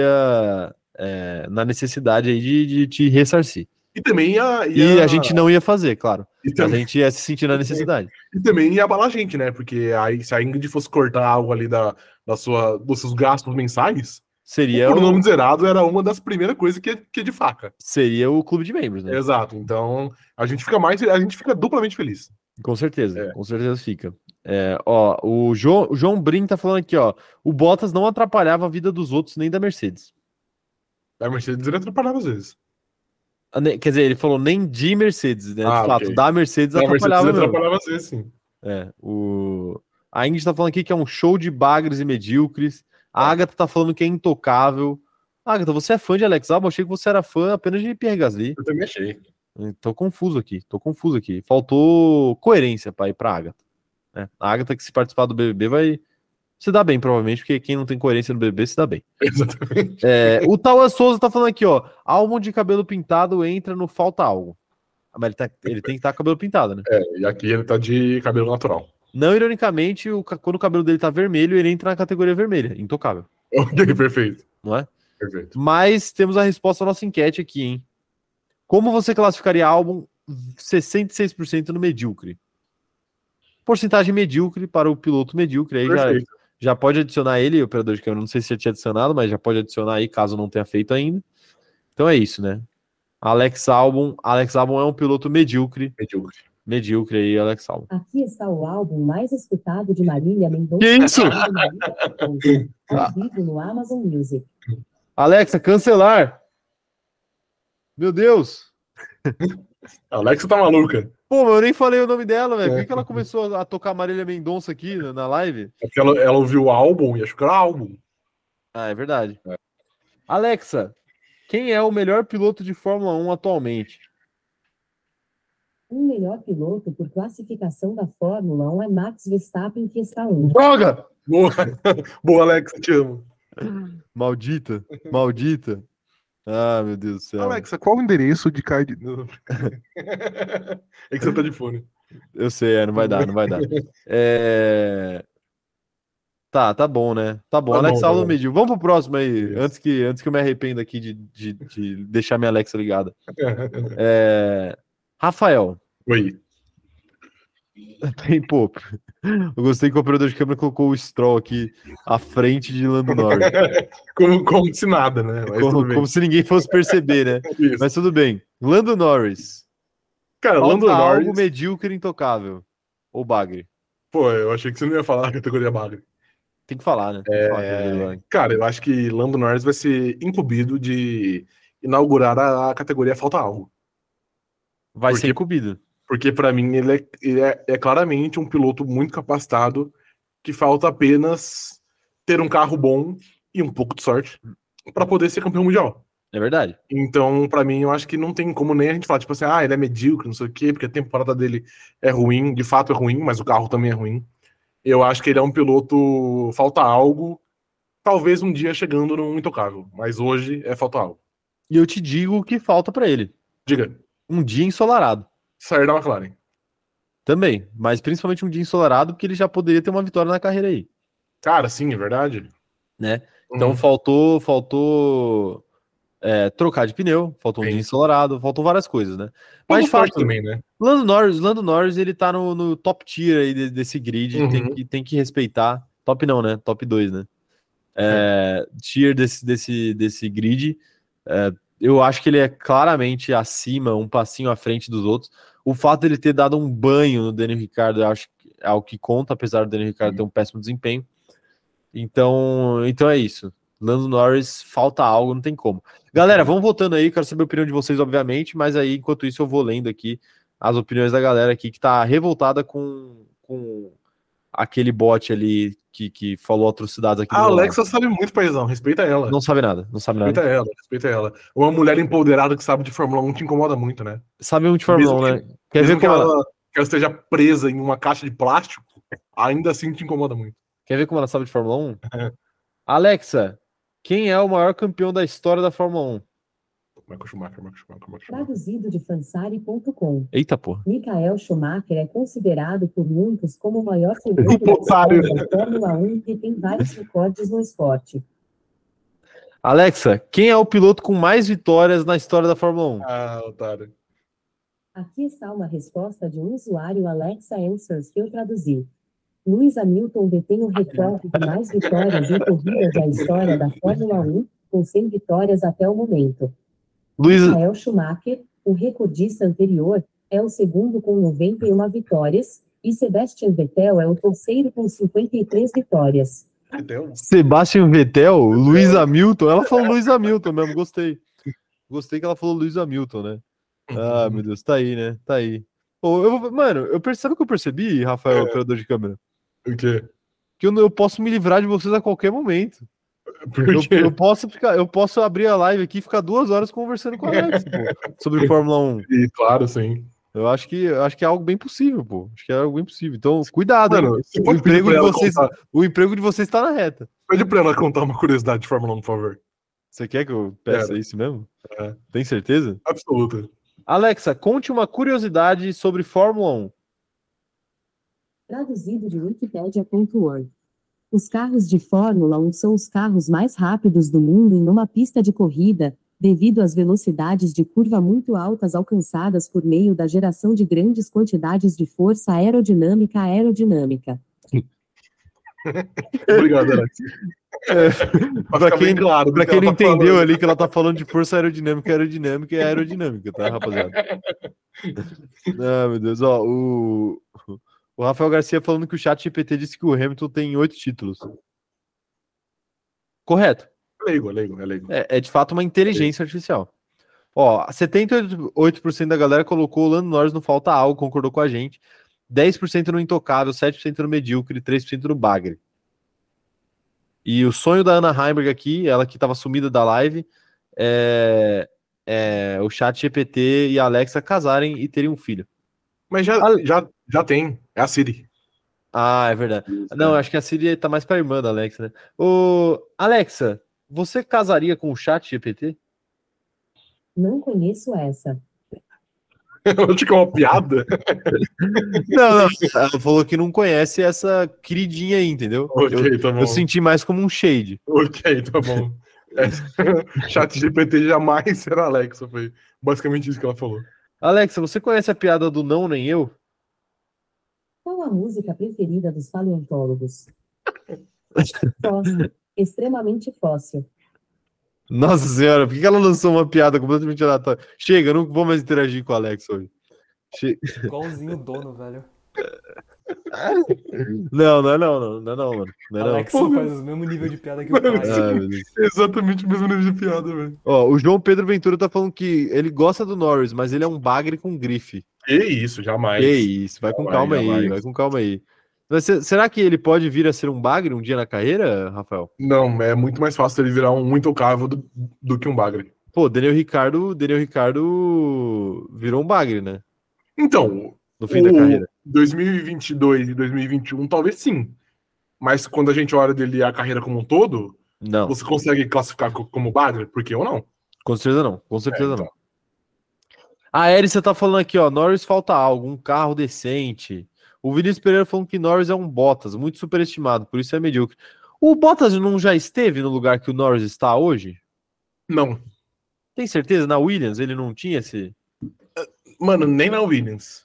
S1: sentiria é, na necessidade aí de, de te ressarcir.
S2: e Então, também ia, ia-
S1: E a gente não ia fazer, claro.
S2: e
S1: Mas a
S2: também,
S1: gente ia se sentir na necessidade.
S2: e também ia abalar a gente, né? Porque aí, se a Ingrid fosse cortar algo ali da, da sua, dos seus gastos mensais,
S1: Seria
S2: o
S1: o,
S2: pronome zerado era uma das primeiras coisas que é, que é de faca.
S1: seria o clube de membros, né?
S2: Exato. Então, a gente fica mais, a gente fica duplamente feliz.
S1: Com certeza,
S2: É.
S1: com certeza fica. É, ó, o, Jo- o João Brim tá falando aqui, ó. O Bottas não atrapalhava a vida dos outros nem da Mercedes.
S2: A Mercedes ele atrapalhava às vezes.
S1: Ah, ne- Quer dizer, ele falou nem de Mercedes, né? De
S2: Ah,
S1: fato,
S2: ok.
S1: da Mercedes
S2: A Mercedes
S1: atrapalhava. mesmo.
S2: atrapalhava às vezes, sim.
S1: É, o... A Ingrid tá falando aqui que é um show de bagres e medíocres. A Agatha tá falando que é intocável. Agatha, você é fã de Alex Albon? Achei que você era fã apenas de Pierre Gasly.
S2: Eu também achei.
S1: Eh, Tô confuso aqui, tô confuso aqui. Faltou coerência pra ir pra Agatha. né? A Agatha que se participar do BBB vai se dar bem, provavelmente, porque quem não tem coerência no BBB se dá bem.
S2: Exatamente.
S1: É, o Tauan Souza tá falando aqui, ó. Álbum de cabelo pintado entra no falta algo. Ah, Mas ele, tá- ele tem que estar com o cabelo pintado, né?
S2: É, e aqui ele tá de cabelo natural.
S1: Não, ironicamente, o ca- quando o cabelo dele tá vermelho, ele entra na categoria vermelha, intocável,
S2: Ok, perfeito.
S1: não é?
S2: Perfeito.
S1: Mas temos a resposta à nossa enquete aqui, hein? Como você classificaria álbum 66% no medíocre? Porcentagem medíocre para o piloto medíocre, aí já,
S2: Perfeito.
S1: já pode adicionar ele, operador de câmera, não sei se já tinha adicionado, mas já pode adicionar aí, caso não tenha feito ainda. Então é isso, né? Alex Albon, Alex Albon é um piloto medíocre,
S2: Medíocre.
S1: medíocre aí, Alex Albon.
S4: Aqui está o álbum mais escutado de Marília Mendonça.
S1: Que isso?
S4: de Marília Mendonça, Ouvido no Amazon Music.
S1: Alexa, cancelar. Meu Deus.
S2: Alexa tá maluca.
S1: Pô, mas eu nem falei o nome dela, velho. Por que, que ela começou a tocar Marília Mendonça aqui na na live?
S2: É porque ela, ela ouviu o álbum e achou que era álbum.
S1: Ah, é verdade. Alexa, quem é o melhor piloto de Fórmula 1 atualmente?
S4: Um melhor piloto por classificação da Fórmula 1 é Max Verstappen, que está um.
S1: Droga!
S2: Boa, Boa Alexa, te amo.
S1: Maldita, maldita. Ah, meu Deus do céu.
S2: Alexa, qual o endereço de card... é que você tá de fone.
S1: Eu sei, é, não vai dar, não vai dar. É... Tá, tá bom, né? Tá bom.
S2: Tá
S1: Alex
S2: bom,
S1: Aldo
S2: tá bom.
S1: mediu. Vamos pro próximo aí,
S2: Isso.
S1: antes que, antes que eu me arrependa aqui de, de, de deixar minha Alexa ligada. É, Rafael,
S2: Oi.
S1: tem pop. Eu gostei que o operador de câmera colocou o Stroll aqui à frente de Lando Norris.
S2: Como, como se nada, né? Mas tudo
S1: como,
S2: bem.
S1: como se ninguém fosse perceber, né?
S2: Isso.
S1: Mas tudo bem. Lando Norris.
S2: Cara,
S1: Falta
S2: É, Lando Norris...
S1: algo medíocre e intocável. Ou bagre.
S2: Pô, eu achei que você não ia falar da categoria bagre.
S1: Tem que falar, né? Tem que falar, tem que
S2: É.
S1: falar.
S2: Cara, eu acho que Lando Norris vai ser incumbido de inaugurar a, a categoria Falta Algo.
S1: Vai
S2: Porque-
S1: ser incumbido.
S2: Porque pra mim ele, é, ele é, é claramente um piloto muito capacitado que falta apenas ter um carro bom e um pouco de sorte pra poder ser campeão mundial.
S1: É verdade.
S2: Então, pra mim, eu acho que não tem como nem a gente falar, tipo assim, ah, ele é medíocre, não sei o quê, porque a temporada dele é ruim, de fato é ruim, mas o carro também é ruim. Eu acho que ele é um piloto, falta algo, talvez um dia chegando num intocável, mas hoje é falta algo.
S1: E eu te digo o que falta pra ele.
S2: Diga,
S1: Um dia ensolarado.
S2: sair da McLaren.
S1: Também. Mas principalmente um dia ensolarado, porque ele já poderia ter uma vitória na carreira aí.
S2: Cara, sim, é verdade.
S1: Né?
S2: Uhum.
S1: Então faltou, faltou é, trocar de pneu, faltou um
S2: Sim.
S1: dia ensolarado, faltam várias coisas, né? Mas
S2: Mas
S1: de fato,
S2: também, né?
S1: Lando Norris, Lando Norris ele tá no, no top tier aí de- desse grid,
S2: Uhum.
S1: tem, que, tem que respeitar. Top não, né? Top 2, né? É, Tier desse, desse, desse grid. é, eu acho que ele é claramente acima, um passinho à frente dos outros. O fato dele ter dado um banho no Daniel Ricardo, eu acho que é o que conta, apesar do Daniel Ricardo ter um péssimo desempenho. Então, então é isso. Lando Norris, falta algo, não tem como. Galera, vamos voltando aí, quero saber a opinião de vocês, obviamente, mas aí, enquanto isso, eu vou lendo aqui as opiniões da galera aqui que tá revoltada com, com aquele bot ali que, que falou atrocidades aqui.
S2: A
S1: no meu
S2: Alexa sabe muito, paizão. Respeita ela.
S1: lado. Não sabe nada, não sabe nada.
S2: Respeita ela, respeita ela. Uma mulher empoderada que sabe de Fórmula 1 te incomoda muito, né?
S1: Sabe muito de Fórmula 1,
S2: Mesmo
S1: né? Quer ver,
S2: Mesmo que
S1: como ela,
S2: ela, que ela esteja presa em uma caixa de plástico, ainda assim te incomoda muito.
S1: quer ver como ela sabe de Fórmula 1?
S2: É.
S1: Alexa, quem é o maior campeão da história da Fórmula 1?
S2: Michael Schumacher, Michael Schumacher, Michael Schumacher.
S4: Traduzido de fansari.com.
S1: Eita porra.
S4: Michael Schumacher é considerado por muitos como o maior piloto da
S2: otário.
S4: história da Fórmula 1 e tem vários recordes no esporte.
S1: Alexa, quem é o piloto com mais vitórias na história da Fórmula 1?
S2: Ah, otário.
S4: Aqui está uma resposta de um usuário Alexa Answers que eu traduzi. Luiz Hamilton detém o recorde de mais vitórias em corridas da história da Fórmula 1, com 100 vitórias até o momento.
S1: Luiz,
S4: Michael Schumacher, o recordista anterior, é o segundo com 91 vitórias, e Sebastian Vettel é o terceiro com 53 vitórias.
S2: Entendeu?
S1: Sebastian Vettel, Luiz Hamilton. Ela falou Luiz Hamilton mesmo, gostei. Gostei que ela falou Luiz Hamilton, né? Ah, meu Deus, tá aí, né? Tá aí. Pô, eu vou- mano, eu percebo que eu percebi, Rafael,
S2: É.
S1: operador de câmera,
S2: O quê?
S1: que eu, não- eu posso me livrar de vocês a qualquer momento. Eu,
S2: Por quê?
S1: eu posso ficar, eu posso abrir a live aqui e ficar duas horas conversando com a Alex, pô, sobre Fórmula 1.
S2: E, claro, sim.
S1: Eu acho que, eu acho que é algo bem possível, pô. Acho que é algo bem possível. Então, cuidado, hein?
S2: Mano, você
S1: o
S2: pode pedir
S1: emprego
S2: pra
S1: de
S2: ela
S1: vocês,
S2: contar-
S1: o emprego de vocês tá na reta.
S2: pede pra ela contar uma curiosidade de Fórmula 1, por favor.
S1: Você quer que eu peça
S2: Quero.
S1: isso mesmo?
S2: É.
S1: Tem certeza?
S2: Absoluta.
S1: Alexa, conte uma curiosidade sobre Fórmula 1.
S4: Traduzido de Wikipedia.org. Os carros de Fórmula 1 são os carros mais rápidos do mundo em uma pista de corrida, devido às velocidades de curva muito altas alcançadas por meio da geração de grandes quantidades de força aerodinâmica aerodinâmica.
S2: Obrigado, Alex.
S1: É.
S2: Pra
S1: Pra
S2: ficar bem
S1: quem-
S2: claro,
S1: Pra
S2: do que
S1: quem
S2: ela
S1: não
S2: tá
S1: entendeu
S2: falando.
S1: ali que ela tá falando de força aerodinâmica, aerodinâmica é aerodinâmica, tá, rapaziada? Ah, meu Deus, ó, o... o Rafael Garcia falando que o chat GPT disse que o Hamilton tem oito títulos. Correto.
S2: É leigo, é leigo, é leigo.
S1: É, é de fato uma inteligência artificial. Ó, 78% da galera colocou o Lando Norris no falta algo, concordou com a gente. 10% no intocável, 7% no medíocre, 3% no bagre. E o sonho da Ana Heimberg aqui, ela que estava sumida da live, é, é o chat GPT e a Alexa casarem e terem um filho.
S2: Mas já,
S1: Ale-
S2: já, já tem. É a Siri.
S1: Ah, é verdade. Não, acho que a Siri tá mais pra irmã da Alexa, né? Ô, Alexa, você casaria com o chat GPT?
S4: Não conheço essa.
S2: Eu acho que é uma piada.
S1: Não, não. Ela falou que não conhece essa queridinha aí, entendeu? Eu,
S2: ok, tá bom.
S1: eu senti mais como um shade.
S2: Ok, tá bom. É, Chat GPT jamais será Alexa, foi basicamente isso que ela falou.
S1: Alexa, você conhece a piada do não nem eu?
S4: Qual a música preferida dos paleontólogos? Fóssil. Extremamente fóssil.
S1: Nossa senhora, por que que ela lançou uma piada completamente aleatória? Chega, eu não vou mais interagir com a Alexa hoje. Che-
S3: Igualzinho o dono, velho.
S1: Não, não é não, não, não é não, mano. Não é não.
S3: Alexa
S2: Pô,
S3: faz o mesmo nível de piada que o pai.
S1: Ah, meu Deus.
S2: Exatamente o mesmo nível de piada, velho.
S1: Ó, o João Pedro Ventura tá falando que ele gosta do Norris, mas ele é um bagre com grife.
S2: Que isso, jamais.
S1: Que isso, vai com
S2: Jamais,
S1: calma aí,
S2: jamais.
S1: vai com calma aí. Mas se- será que ele pode vir a ser um bagre um dia na carreira, Rafael?
S2: Não, é muito mais fácil ele virar um intocável do, do que um bagre.
S1: Pô, Daniel Ricardo, Daniel Ricardo virou um bagre, né?
S2: Então,
S1: No fim da carreira.
S2: 2022 e 2021, talvez sim. Mas quando a gente olha dele a carreira como um todo,
S1: Não,
S2: você consegue classificar co- como bagre? Porque eu não.
S1: com certeza não, com certeza
S2: É, então.
S1: não. A Erissa tá falando aqui, ó, Norris falta algo, um carro decente. O Vinícius Pereira falando que Norris é um Bottas, muito superestimado, por isso é medíocre. O Bottas não já esteve no lugar que o Norris está hoje?
S2: Não.
S1: Tem certeza? Na Williams ele não tinha esse.
S2: Mano, nem na Williams.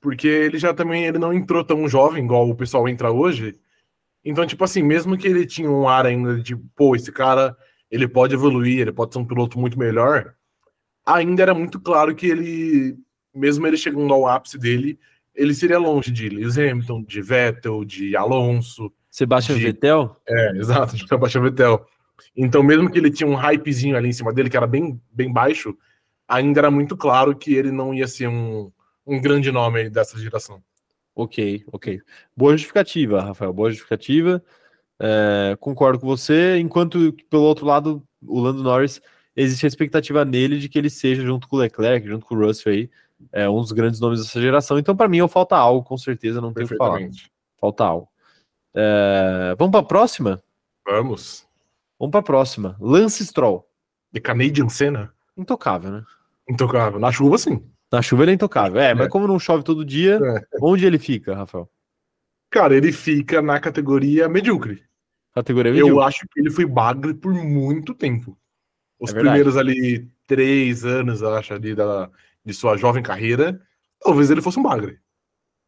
S2: Porque ele já também ele não entrou tão jovem igual o pessoal entra hoje. Então, tipo assim, mesmo que ele tinha um ar ainda de, pô, esse cara, ele pode evoluir, ele pode ser um piloto muito melhor, ainda era muito claro que ele, mesmo ele chegando ao ápice dele, ele seria longe de Lewis Hamilton, de Vettel, de Alonso.
S1: Sebastian
S2: De-
S1: Vettel?
S2: É, exato, de Sebastian Vettel. Então, mesmo que ele tinha um hypezinho ali em cima dele, que era bem, bem baixo, ainda era muito claro que ele não ia ser um, um grande nome dessa geração.
S1: Ok, ok. Boa justificativa, Rafael. Boa justificativa. É, concordo com você. Enquanto, que, pelo outro lado, o Lando Norris, existe a expectativa nele de que ele seja, junto com o Leclerc, junto com o Russell aí, é, um dos grandes nomes dessa geração. Então, para mim, eu falta algo, com certeza, não tenho o que falar.
S2: Perfeitamente.
S1: Falta algo. É, vamos para a próxima?
S2: Vamos.
S1: Vamos para a próxima. Lance Stroll.
S2: E Canadian Senna?
S1: Intocável, né?
S2: Intocável. Na chuva, sim.
S1: Na chuva ele é intocável. É, mas
S2: É.
S1: como não chove todo dia,
S2: É.
S1: onde ele fica, Rafael?
S2: Cara, ele fica na categoria medíocre.
S1: Categoria
S2: Eu
S1: medíocre.
S2: acho que ele foi bagre por muito tempo. Os
S1: É verdade.
S2: primeiros ali, três anos, eu acho, ali da, de sua jovem carreira, talvez ele fosse um bagre.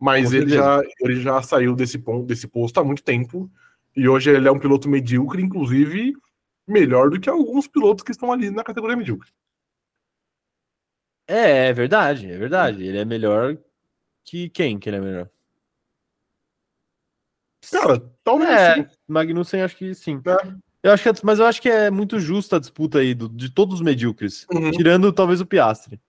S2: Mas
S1: Com
S2: ele já, ele já saiu desse, ponto, desse posto há muito tempo. E hoje ele é um piloto medíocre, inclusive melhor do que alguns pilotos que estão ali na categoria medíocre.
S1: É, é verdade, é verdade. Ele é melhor que quem que ele é melhor?
S2: Cara, talvez
S1: É.
S2: sim.
S1: Magnussen, acho que sim.
S2: É.
S1: Eu acho que, é- mas eu acho que é muito justa a disputa aí do- de todos os medíocres,
S2: Uhum.
S1: tirando talvez o Piastre.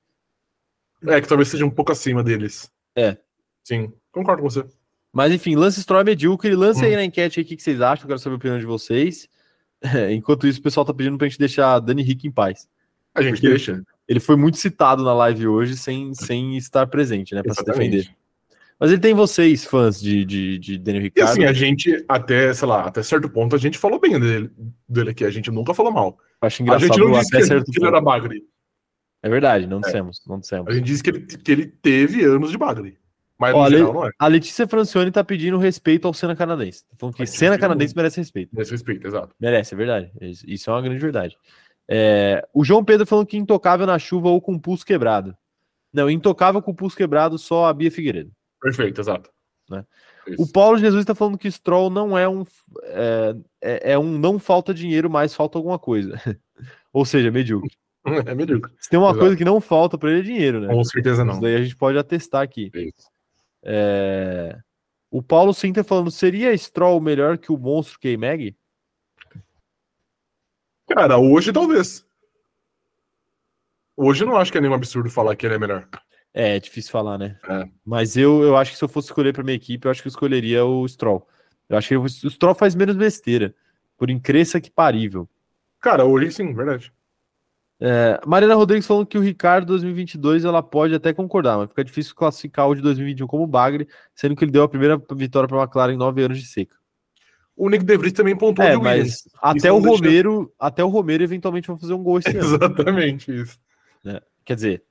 S2: É, que talvez seja um pouco acima deles.
S1: É.
S2: Sim, concordo com você.
S1: Mas enfim, Lance Stroll é medíocre. Lance aí
S2: Hum.
S1: na enquete aí o que que vocês acham. Eu quero saber a opinião de vocês. Enquanto isso, o pessoal tá pedindo pra gente deixar Dani Rick em paz.
S2: A gente
S1: Porque-
S2: deixa.
S1: Ele foi muito citado na live hoje sem, sem estar presente, né? Pra se
S2: Exatamente.
S1: defender. Mas ele tem vocês, fãs de, de, de Daniel
S2: E
S1: Ricciardo.
S2: assim, a gente, até, sei lá, até certo ponto, a gente falou bem dele, dele aqui, a gente nunca falou mal.
S1: Eu acho
S2: A
S1: engraçado
S2: gente não disse
S1: até
S2: que,
S1: certo
S2: que ele
S1: ponto.
S2: era bagre.
S1: É verdade, não dissemos, não
S2: A
S1: dissemos.
S2: gente disse que ele, que ele teve anos de bagre. Mas
S1: Olha,
S2: no geral não é,
S1: A Letícia Francione tá pedindo respeito ao Senna canadense. Tá falando que
S2: Letícia
S1: Senna
S2: Francione.
S1: canadense merece respeito.
S2: nesse respeito, exato.
S1: Merece, é verdade. Isso isso é uma grande verdade. É, o João Pedro falando que intocável na chuva ou com o pulso quebrado. Não, intocável com o pulso quebrado só a Bia Figueiredo.
S2: Perfeito, exato. É
S1: Né?
S2: Isso.
S1: O Paulo Jesus tá falando que Stroll não é um. É, é- é um não falta dinheiro, mas falta alguma coisa. Ou seja, medíocre.
S2: É medíocre.
S1: Se tem uma
S2: Exato.
S1: coisa que não falta pra ele é dinheiro, né?
S2: Com certeza não.
S1: Isso daí a gente pode atestar aqui.
S2: Isso.
S1: É, O Paulo Sinter falando, seria Stroll melhor que o monstro K-Mag?
S2: Cara, hoje talvez. Hoje eu não acho que é nenhum absurdo falar que ele é melhor.
S1: É, é difícil falar, né?
S2: É.
S1: Mas eu, eu acho que se eu fosse escolher para minha equipe, eu acho que eu escolheria o Stroll. Eu acho que o Stroll faz menos besteira, por incrível que parível.
S2: Cara, hoje sim, verdade.
S1: É, Marina Rodrigues falando que o Ricardo 2022 ela pode até concordar, mas fica difícil classificar o de 2021 como bagre, sendo que ele deu a primeira vitória para a McLaren em nove anos de seca.
S2: O Nick DeVries também pontuou
S1: É,
S2: de
S1: mas
S2: Williams.
S1: até
S2: não
S1: o
S2: deixa-
S1: Romero, até o Romero eventualmente vai fazer um gol esse ano.
S2: Exatamente isso.
S1: Quer dizer,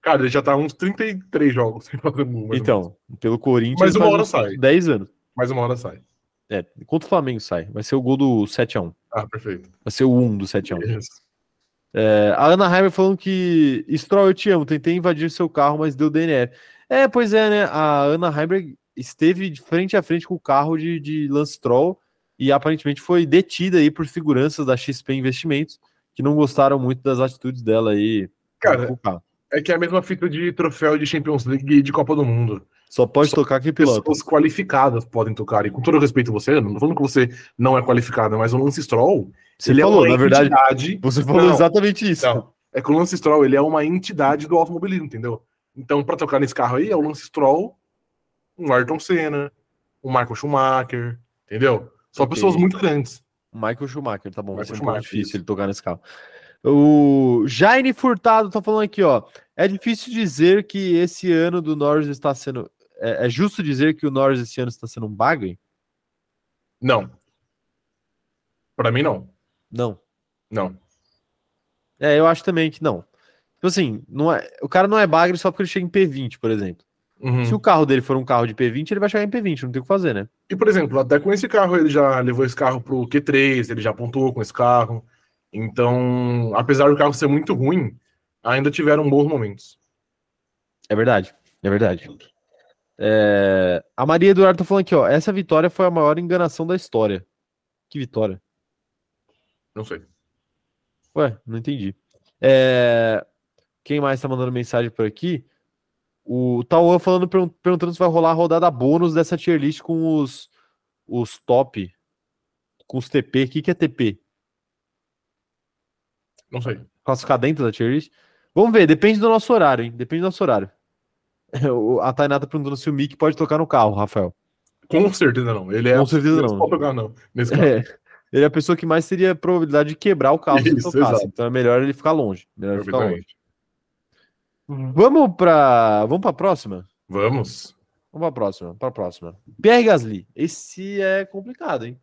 S2: Cara, ele já tá uns 33 jogos sem fazer um gol. mais ou
S1: Então, pelo Corinthians.
S2: Mas uma
S1: faz
S2: hora
S1: uns
S2: sai.
S1: 10 anos.
S2: menos. Mais uma hora sai.
S1: É, contra o Flamengo sai. Vai ser o gol do 7x1.
S2: Ah, perfeito.
S1: Vai ser o 1 do 7x1.
S2: Isso.
S1: É, a Ana Heimer falando que. Stroll, eu te amo. Tentei invadir seu carro, mas deu DNF. É, pois é, né? A Ana Heimer esteve de frente a frente com o carro de, de Lance Stroll e aparentemente foi detida aí por seguranças da XP Investimentos que não gostaram muito das atitudes dela aí.
S2: Cara,
S1: com o carro.
S2: é que é a mesma fita de troféu de Champions League e de Copa do Mundo.
S1: Só pode
S2: só
S1: tocar quem pilota.
S2: Pessoas qualificadas podem tocar. E com todo respeito a você, eu não tô falando que você não é qualificada, mas o Lance Stroll,
S1: Você
S2: ele
S1: falou,
S2: é
S1: na
S2: uma
S1: verdade.
S2: entidade.
S1: Você falou
S2: Não,
S1: exatamente isso.
S2: Não, é que o Lance Stroll, ele é uma entidade do automobilismo, entendeu? Então, pra tocar nesse carro aí, é o Lance Stroll, um Ayrton Senna, um Michael Schumacher, entendeu? Só
S1: Ok.
S2: pessoas muito grandes.
S1: Michael Schumacher, tá bom, vai ser
S2: Michael
S1: um pouco
S2: Schumacher,
S1: difícil
S2: isso.
S1: ele tocar nesse carro. O Jaine Furtado tá falando aqui, ó. É difícil dizer que esse ano do Norris está sendo. É, é justo dizer que o Norris esse ano está sendo um bagre?
S2: Não. Pra mim, não.
S1: Não.
S2: Não.
S1: É, eu acho também que não. Tipo assim, não é, o cara não é bagre só porque ele chega em P20, por exemplo.
S2: Uhum.
S1: Se o carro dele for um carro de P20, ele vai chegar em P20, não tem o que fazer, né?
S2: E, por exemplo, até com esse carro, ele já levou esse carro pro Q3, ele já pontuou com esse carro. Então, apesar do carro ser muito ruim, ainda tiveram bons momentos.
S1: É verdade, é verdade. É, A Maria Eduardo tá falando aqui, ó. Essa vitória foi a maior enganação da história. Que vitória?
S2: Não sei.
S1: Ué, não entendi. É, Quem mais tá mandando mensagem por aqui? O Tauan falando, pergun- perguntando se vai rolar a rodada bônus dessa tier list com os, os top, com os TP. O que, que é TP?
S2: Não sei.
S1: Classificar dentro da tier list? Vamos ver, depende do nosso horário, hein? Depende do nosso horário. O- A Tainá tá perguntando se o Mick pode tocar no carro, Rafael.
S2: Com certeza não. Ele é
S1: Com certeza não,
S2: Pode
S1: né?
S2: tocar, não. Nesse caso.
S1: É, ele é a pessoa que mais teria probabilidade de quebrar o carro se ele
S2: Isso,
S1: tocasse.
S2: exato.
S1: Então é melhor ele ficar longe. Melhor ele ficar longe.
S2: perfeitamente.
S1: Vamos pra. Vamos pra próxima?
S2: Vamos.
S1: Vamos pra próxima, pra próxima. Pierre Gasly. Esse é complicado, hein?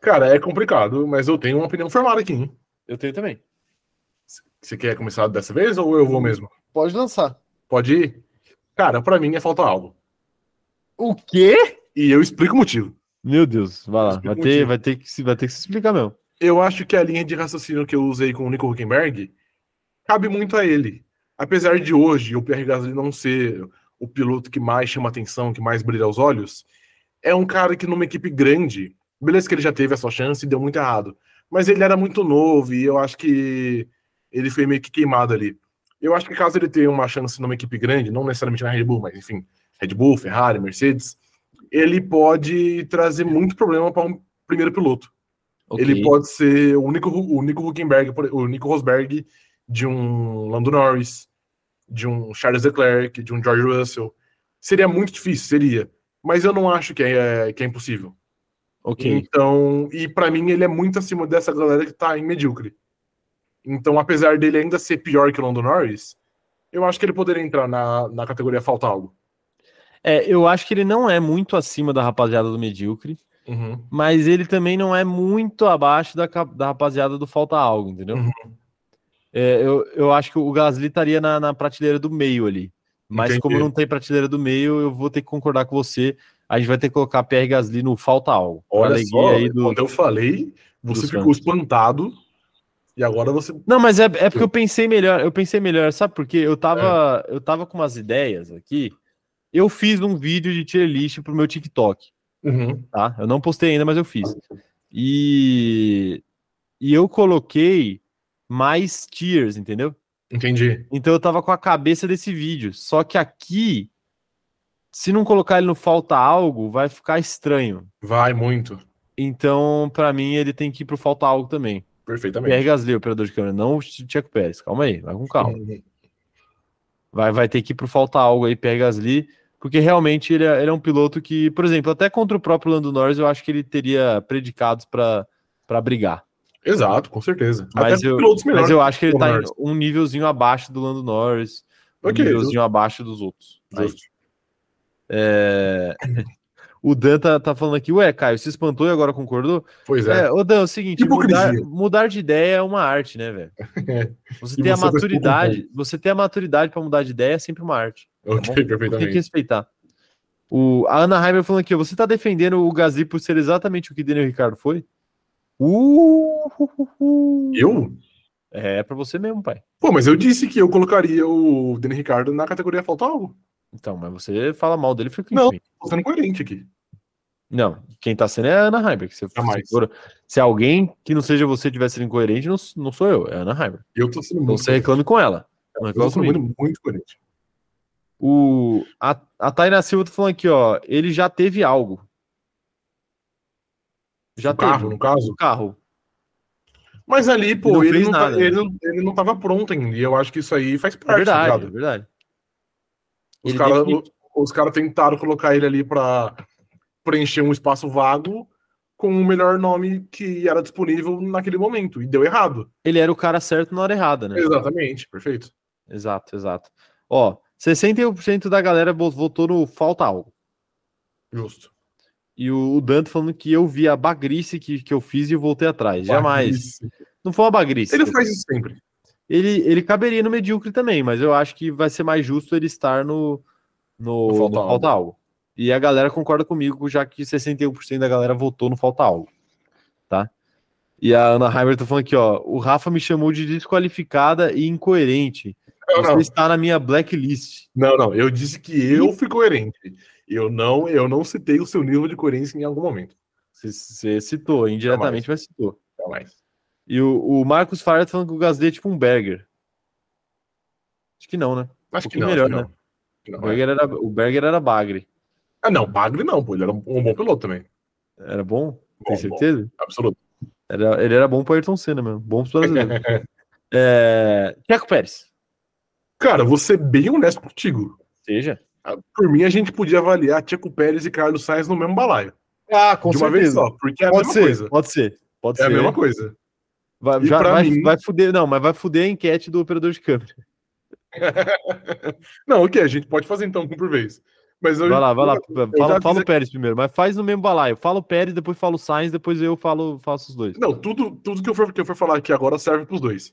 S2: Cara, é complicado, mas eu tenho uma opinião formada aqui, hein?
S1: Eu tenho também.
S2: Você quer começar dessa vez ou eu vou mesmo?
S1: Pode lançar.
S2: Pode ir? Cara, pra mim é falta algo.
S1: O quê?
S2: E eu explico o motivo.
S1: Meu Deus, vai lá. Vai
S2: Explica o
S1: ter,
S2: motivo.
S1: vai, ter que, se- vai ter que se explicar mesmo.
S2: Eu acho que a linha de raciocínio que eu usei com o Nico Huckenberg cabe muito a ele. Apesar de hoje o Pierre Gasly não ser o piloto que mais chama atenção, que mais brilha aos olhos, é um cara que numa equipe grande, beleza que ele já teve a sua chance e deu muito errado, mas ele era muito novo e eu acho que ele foi meio que queimado ali. Eu acho que caso ele tenha uma chance numa equipe grande, não necessariamente na Red Bull, mas enfim, Red Bull, Ferrari, Mercedes, ele pode trazer muito problema para um primeiro piloto. Ele pode ser o Nico, Hu- o Nico Huckenberg, por- o Nico Rosberg de um Lando Norris, de um Charles Leclerc, de um George Russell. Seria muito difícil, seria. Mas eu não acho que é, que é impossível.
S1: Ok.
S2: Então, e pra mim ele é muito acima dessa galera que tá em medíocre. Então, apesar dele ainda ser pior que o Lando Norris, eu acho que ele poderia entrar na, na categoria falta algo.
S1: É, eu acho que ele não é muito acima da rapaziada do medíocre.
S2: Uhum.
S1: mas ele também não é muito abaixo da, ca- da rapaziada do falta algo, entendeu?
S2: Uhum.
S1: É, eu, eu acho que o Gasly estaria na, na prateleira do meio ali. Mas
S2: Entendi.
S1: como não tem prateleira do meio, eu vou ter que concordar com você. A gente vai ter que colocar PR Gasly no falta algo. pra
S2: Olha
S1: alegria
S2: só,
S1: aí do-
S2: quando eu falei, você
S1: dos
S2: ficou espantado e agora você
S1: Não, mas é, é porque eu pensei melhor, eu pensei melhor, sabe por quê? Eu tava,
S2: É.
S1: eu tava com umas ideias aqui. Eu fiz um vídeo de tier list pro meu TikTok.
S2: Uhum.
S1: tá? Eu não postei ainda, mas eu fiz. E, e eu coloquei mais tiers, entendeu?
S2: Entendi.
S1: Então eu tava com a cabeça desse vídeo. Só que aqui, se não colocar ele no falta algo, vai ficar estranho.
S2: Vai muito.
S1: Então, pra mim, ele tem que ir pro falta algo também. Pierre
S2: Perfeitamente.
S1: Gasly, operador de câmera, não o Tcheco Pérez. Calma aí, vai com calma.
S2: Uhum.
S1: Vai, vai ter que ir pro falta algo aí, Pierre Gasly, porque realmente ele é, ele é um piloto que, por exemplo, até contra o próprio Lando Norris, eu acho que ele teria predicados pra pra brigar.
S2: Exato, com certeza.
S1: Mas
S2: Até
S1: eu-
S2: pilotos melhores.
S1: Mas eu acho que ele
S2: Lando
S1: tá em
S2: Norris.
S1: um nívelzinho abaixo do Lando Norris, um
S2: Ok,
S1: nívelzinho abaixo dos outros. Aí,
S2: justo.
S1: é, O Dan tá, tá falando aqui, ué, Caio, se espantou e agora concordou?
S2: Pois é.
S1: É, ô Dan, é o seguinte, mudar,
S2: Hipocrisia. É.
S1: mudar de ideia é uma arte, né, velho? Você
S2: E
S1: tem a
S2: você tá vai se
S1: maturidade, você tem a maturidade para mudar de ideia é assim- sempre uma arte. Tem
S2: ok,
S1: que
S2: perfeitamente.
S1: respeitar. O, a Ana Heimer falando aqui, ó, você tá defendendo o Gasly por ser exatamente o que Daniel Ricardo foi? Uh, uh, uh, uh.
S2: Eu?
S1: É pra você mesmo, pai.
S2: Pô, mas eu disse que eu colocaria o Denis Ricardo na categoria falta algo.
S1: Então, mas você fala mal dele, fica
S2: Não.
S1: enfim.
S2: Tô sendo coerente aqui.
S1: Não, quem tá sendo é a Ana Heimer. que Se,
S2: Jamais.
S1: se for- se alguém que não seja você tivesse sendo incoerente, não, não sou eu, é a Ana Heimer.
S2: Eu tô sendo
S1: Então
S2: muito
S1: você reclame com ela. Não
S2: coerente. Eu tô
S1: reclame
S2: sendo
S1: comigo.
S2: muito, muito coerente.
S1: O, a, a Taina Silva tá falando aqui, ó. Ele já teve algo. Já
S2: No
S1: teve.
S2: Um carro, né? no caso.
S1: no carro.
S2: Mas ali, pô,
S1: não
S2: ele,
S1: fez
S2: não tá-
S1: nada, né?
S2: ele, não- ele não tava pronto ainda. E eu acho que isso aí faz parte,
S1: É
S2: tá
S1: verdade, é
S2: ligado?
S1: verdade.
S2: Os
S1: Ele
S2: caras
S1: teve que-
S2: os cara tentaram colocar ele ali pra preencher um espaço vago com o melhor nome que era disponível naquele momento. E deu errado.
S1: ele era o cara certo na hora errada, né?
S2: Exatamente, perfeito.
S1: Exato, exato. Ó, 61% da galera vo- votou no falta algo.
S2: Justo.
S1: E o, o Danto falando que eu vi a bagrice que, que eu fiz e voltei atrás. Jamais.
S2: Isso.
S1: Não foi uma bagrice.
S2: Ele faz isso sempre.
S1: ele, ele caberia no medíocre também, mas eu acho que vai ser mais justo ele estar no, no,
S2: No
S1: no
S2: falta
S1: falta,
S2: algo.
S1: algo. E um a galera concorda comigo, já que 61% da galera votou no falta algo. Tá? E a Ana Heimer tá falando aqui, ó. O Rafa me chamou de desqualificada e incoerente.
S2: Não,
S1: Você
S2: não,
S1: está na minha blacklist.
S2: não, não, eu disse que eu fui coerente. Eu não, eu não citei o seu nível de coerência em algum momento.
S1: Você- Você citou, indiretamente, mas citou.
S2: Jamais.
S1: E o, o Marcos Faria tá falando que o Gasly é tipo um Berger. Acho que não, né?
S2: Acho que
S1: pouquinho
S2: não.
S1: melhor, né?
S2: acho que
S1: O
S2: não. Não, é.
S1: Berger era, o Berger era bagre.
S2: Ah, não, Bagre não, pô. Ele era um um bom piloto também.
S1: Era bom?
S2: Bom,
S1: Tem certeza?
S2: bom, absoluto.
S1: Era, ele era bom pro Ayrton Senna mesmo. Bom pros brasileiros. é... Tiago Pérez.
S2: Cara, vou ser bem honesto contigo.
S1: Seja.
S2: Ah, Por mim, a gente podia avaliar Tcheco Pérez e Carlos Sainz no mesmo balaio.
S1: Ah, com
S2: de uma vez só, porque é a
S1: Pode
S2: mesma
S1: ser,
S2: coisa.
S1: pode ser. Pode
S2: É a
S1: ser.
S2: mesma coisa.
S1: Vai,
S2: E
S1: já,
S2: pra
S1: vai,
S2: mim-
S1: vai fuder, não, mas vai fuder a enquete do operador de câmera.
S2: Não, ok, a gente pode fazer então um por vez. Mas eu,
S1: Vai lá, vai lá. Fala,
S2: já
S1: fala
S2: fiz
S1: o Pérez primeiro, mas faz no mesmo balaio. Fala o Pérez, depois fala o Sainz, depois eu falo, faço os dois.
S2: Não, tudo, tudo que, eu for, que eu for falar aqui agora serve pros dois.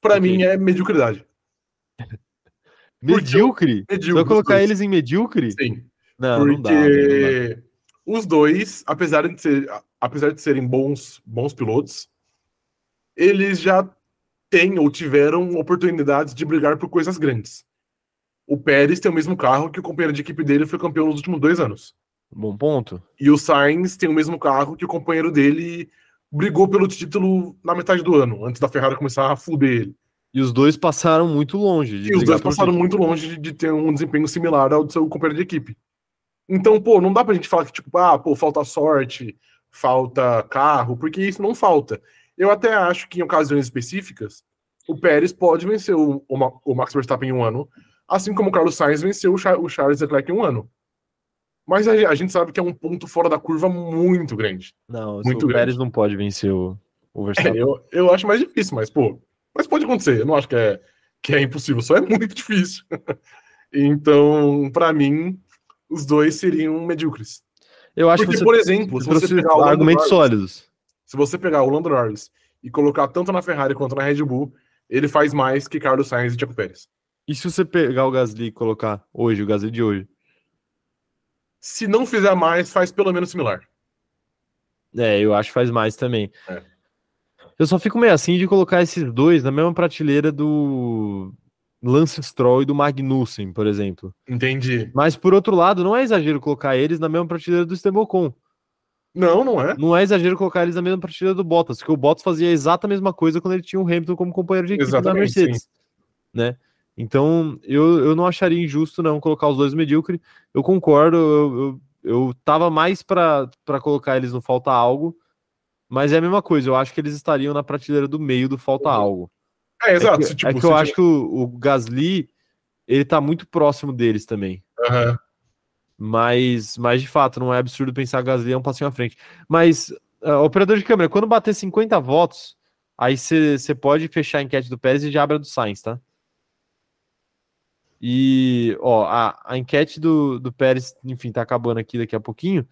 S2: Pra
S1: Ok.
S2: mim é mediocridade.
S1: Medíocre? Você
S2: Medíocre.
S1: vai
S2: os
S1: colocar
S2: dois.
S1: eles em medíocre?
S2: Sim,
S1: Ah, Não, não dá. velho, não dá.
S2: porque os dois, apesar de, ser, a- apesar de serem bons, bons pilotos, eles já têm ou tiveram oportunidades de brigar por coisas grandes. O Pérez tem o mesmo carro que o companheiro de equipe dele foi campeão nos últimos dois anos.
S1: Bom ponto.
S2: E o Sainz tem o mesmo carro que o companheiro dele brigou pelo título na metade do ano, antes da Ferrari começar a fuder ele.
S1: E os dois passaram muito longe. de
S2: E os
S1: brigar
S2: dois
S1: por
S2: passaram
S1: título.
S2: muito longe de, de ter um desempenho similar ao do seu companheiro de equipe. Então, pô, não dá pra gente falar que, tipo, ah, pô, falta sorte, falta carro, porque isso não falta. Eu até acho que em ocasiões específicas, o Pérez pode vencer o, o, Ma- o Max Verstappen em um ano, assim como o Carlos Sainz venceu o, Cha- o Charles Leclerc em um ano. Mas a, ge- a gente sabe que é um ponto fora da curva muito grande.
S1: Não,
S2: muito
S1: o
S2: grande.
S1: Pérez não pode vencer o, o
S2: É,
S1: Verstappen.
S2: eu, eu acho mais difícil, mas, pô, mas pode acontecer. Eu não acho que é, que é impossível, só é muito difícil. então, pra mim, os dois seriam medíocres.
S1: Eu acho que
S2: É, Porque,
S1: você,
S2: por exemplo,
S1: você
S2: se
S1: trouxe
S2: você pegar o Lando
S1: argumentos
S2: Norris,
S1: sólidos.
S2: se você pegar o Lando Norris e colocar tanto na Ferrari quanto na Red Bull, ele faz mais que Carlos Sainz e Tiago Pérez.
S1: E se você pegar o Gasly e colocar hoje, o Gasly de hoje?
S2: Se não fizer mais, faz pelo menos similar.
S1: É, eu acho que faz mais também.
S2: É.
S1: Eu só fico meio assim de colocar esses dois na mesma prateleira do Lance Stroll e do Magnussen, por exemplo.
S2: Entendi.
S1: Mas por outro lado, não é exagero colocar eles na mesma prateleira do Esteban Ocon.
S2: Não, não é.
S1: Não é exagero colocar eles na mesma prateleira do Bottas, porque o Bottas fazia a exata mesma coisa quando ele tinha o Hamilton como companheiro de equipe da
S2: Exatamente,
S1: Mercedes, né? Então, eu, eu não acharia injusto não colocar os dois medíocre. Eu concordo, eu, eu, eu tava mais para colocar eles no falta algo, mas é a mesma coisa, eu acho que eles estariam na prateleira do meio do falta algo. É
S2: É, Uhum. exato.
S1: que,
S2: se, tipo,
S1: é que
S2: se
S1: eu
S2: tiver-
S1: acho que o, o Gasly, ele tá muito próximo deles também.
S2: Aham.
S1: Mas, mas de fato, não é absurdo pensar que o Gasly é um passinho à frente. Mas, ah, operador de câmera, quando bater 50 votos, aí você pode fechar a enquete do Pérez e já abre a do Sainz, tá? E, ó, a, a enquete do, do Pérez, enfim, tá acabando aqui daqui a pouquinho.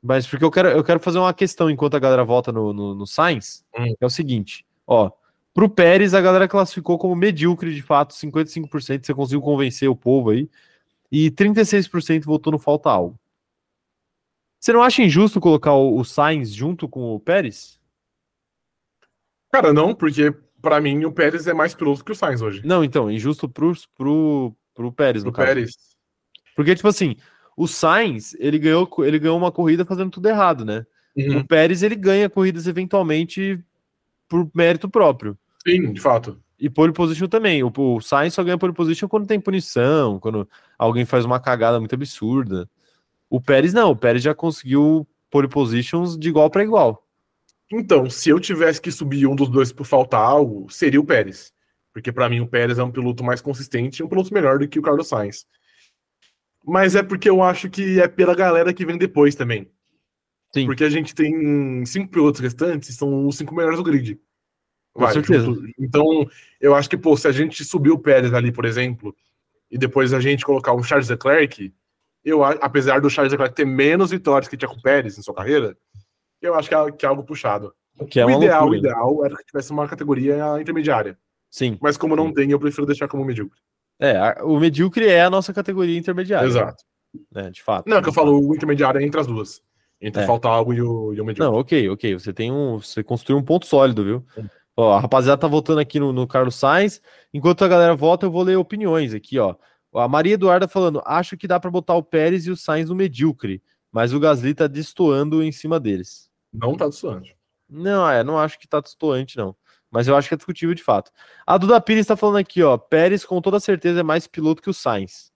S1: Mas porque eu quero, eu quero fazer uma questão enquanto a galera vota no, no, no Sainz,
S2: Hum.
S1: que é o seguinte, ó. Pro Pérez, a galera classificou como medíocre, de fato, 55%. Você conseguiu convencer o povo aí e 36% votou no falta algo. Você não acha injusto colocar o, o Sainz junto com o Pérez?
S2: Cara, não, porque pra mim o Pérez é mais piloto que o Sainz hoje.
S1: Não, então, injusto pro, pro, pro Pérez, no
S2: O
S1: caso.
S2: Pérez.
S1: Porque, tipo assim, o Sainz, ele ganhou, co- ele ganhou uma corrida fazendo tudo errado, né?
S2: Uhum.
S1: O Pérez, ele ganha corridas eventualmente por mérito próprio.
S2: Sim, de fato.
S1: E pole position também. O, o Sainz só ganha pole position quando tem punição, quando alguém faz uma cagada muito absurda. O Pérez não, o Pérez já conseguiu pole positions de igual para igual.
S2: Então, se eu tivesse que subir um dos dois por faltar algo, seria o Pérez. Porque pra mim o Pérez é um piloto mais consistente e um piloto melhor do que o Carlos Sainz. Mas é porque eu acho que é pela galera que vem depois também.
S1: Sim.
S2: Porque a gente tem cinco pilotos restantes, são os cinco melhores do grid.
S1: Com certeza.
S2: junto. Então, eu acho que, pô, se a gente subir o Pérez ali, por exemplo, e depois a gente colocar um Charles Leclerc, eu, a- apesar do Charles Leclerc ter menos vitórias que Tiago Pérez em sua carreira, eu acho que é- que é algo puxado
S1: Que é
S2: o
S1: uma
S2: ideal,
S1: loucura.
S2: o ideal era que tivesse uma categoria intermediária.
S1: Sim.
S2: Mas como não tem, eu prefiro deixar como medíocre.
S1: É, a- o medíocre é a nossa categoria intermediária.
S2: Exato. é
S1: né, de fato.
S2: Não, é que eu falo o intermediário é entre as duas. Entre
S1: É.
S2: faltar algo e o, e o
S1: Não,
S2: medíocre.
S1: ok, ok. Você tem um. Você construiu um ponto sólido, viu? Ó, a rapaziada tá votando aqui no, no Carlos Sainz. Enquanto a galera vota, eu vou ler opiniões aqui, ó. A Maria Eduarda falando: acho que dá pra botar o Pérez e o Sainz no medíocre, mas o Gasly tá destoando em cima deles.
S2: Não, tá distante.
S1: Não, é, não acho que tá destoante, não. Mas eu acho que é discutível de fato. A Duda Pires tá falando aqui, ó. Pérez, com toda certeza, é mais piloto que o Sainz.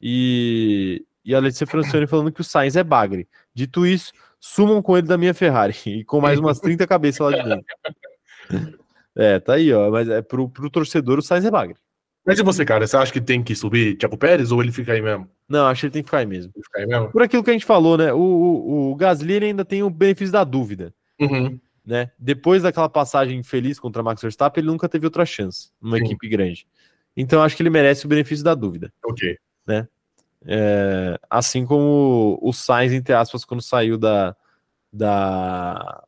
S1: E, e a Letícia Francione falando que o Sainz é bagre. Dito isso, sumam com ele da minha Ferrari. E com mais umas 30 cabeças lá de dentro. É, tá aí, ó. Mas é pro, pro torcedor o Sainz é bagre.
S2: Mas e você, cara? Você acha que tem que subir Thiago Pérez ou ele fica aí mesmo?
S1: Não, acho que ele tem que ficar aí mesmo.
S2: Ele fica aí mesmo?
S1: Por aquilo que a gente falou, né? O, o, o Gasly ele ainda tem o benefício da dúvida.
S2: Uhum.
S1: né? Depois daquela passagem infeliz contra Max Verstappen, ele nunca teve outra chance numa
S2: Sim.
S1: equipe grande. Então acho que ele merece o benefício da dúvida.
S2: Ok.
S1: É, assim como o Sainz, entre aspas, quando saiu da. da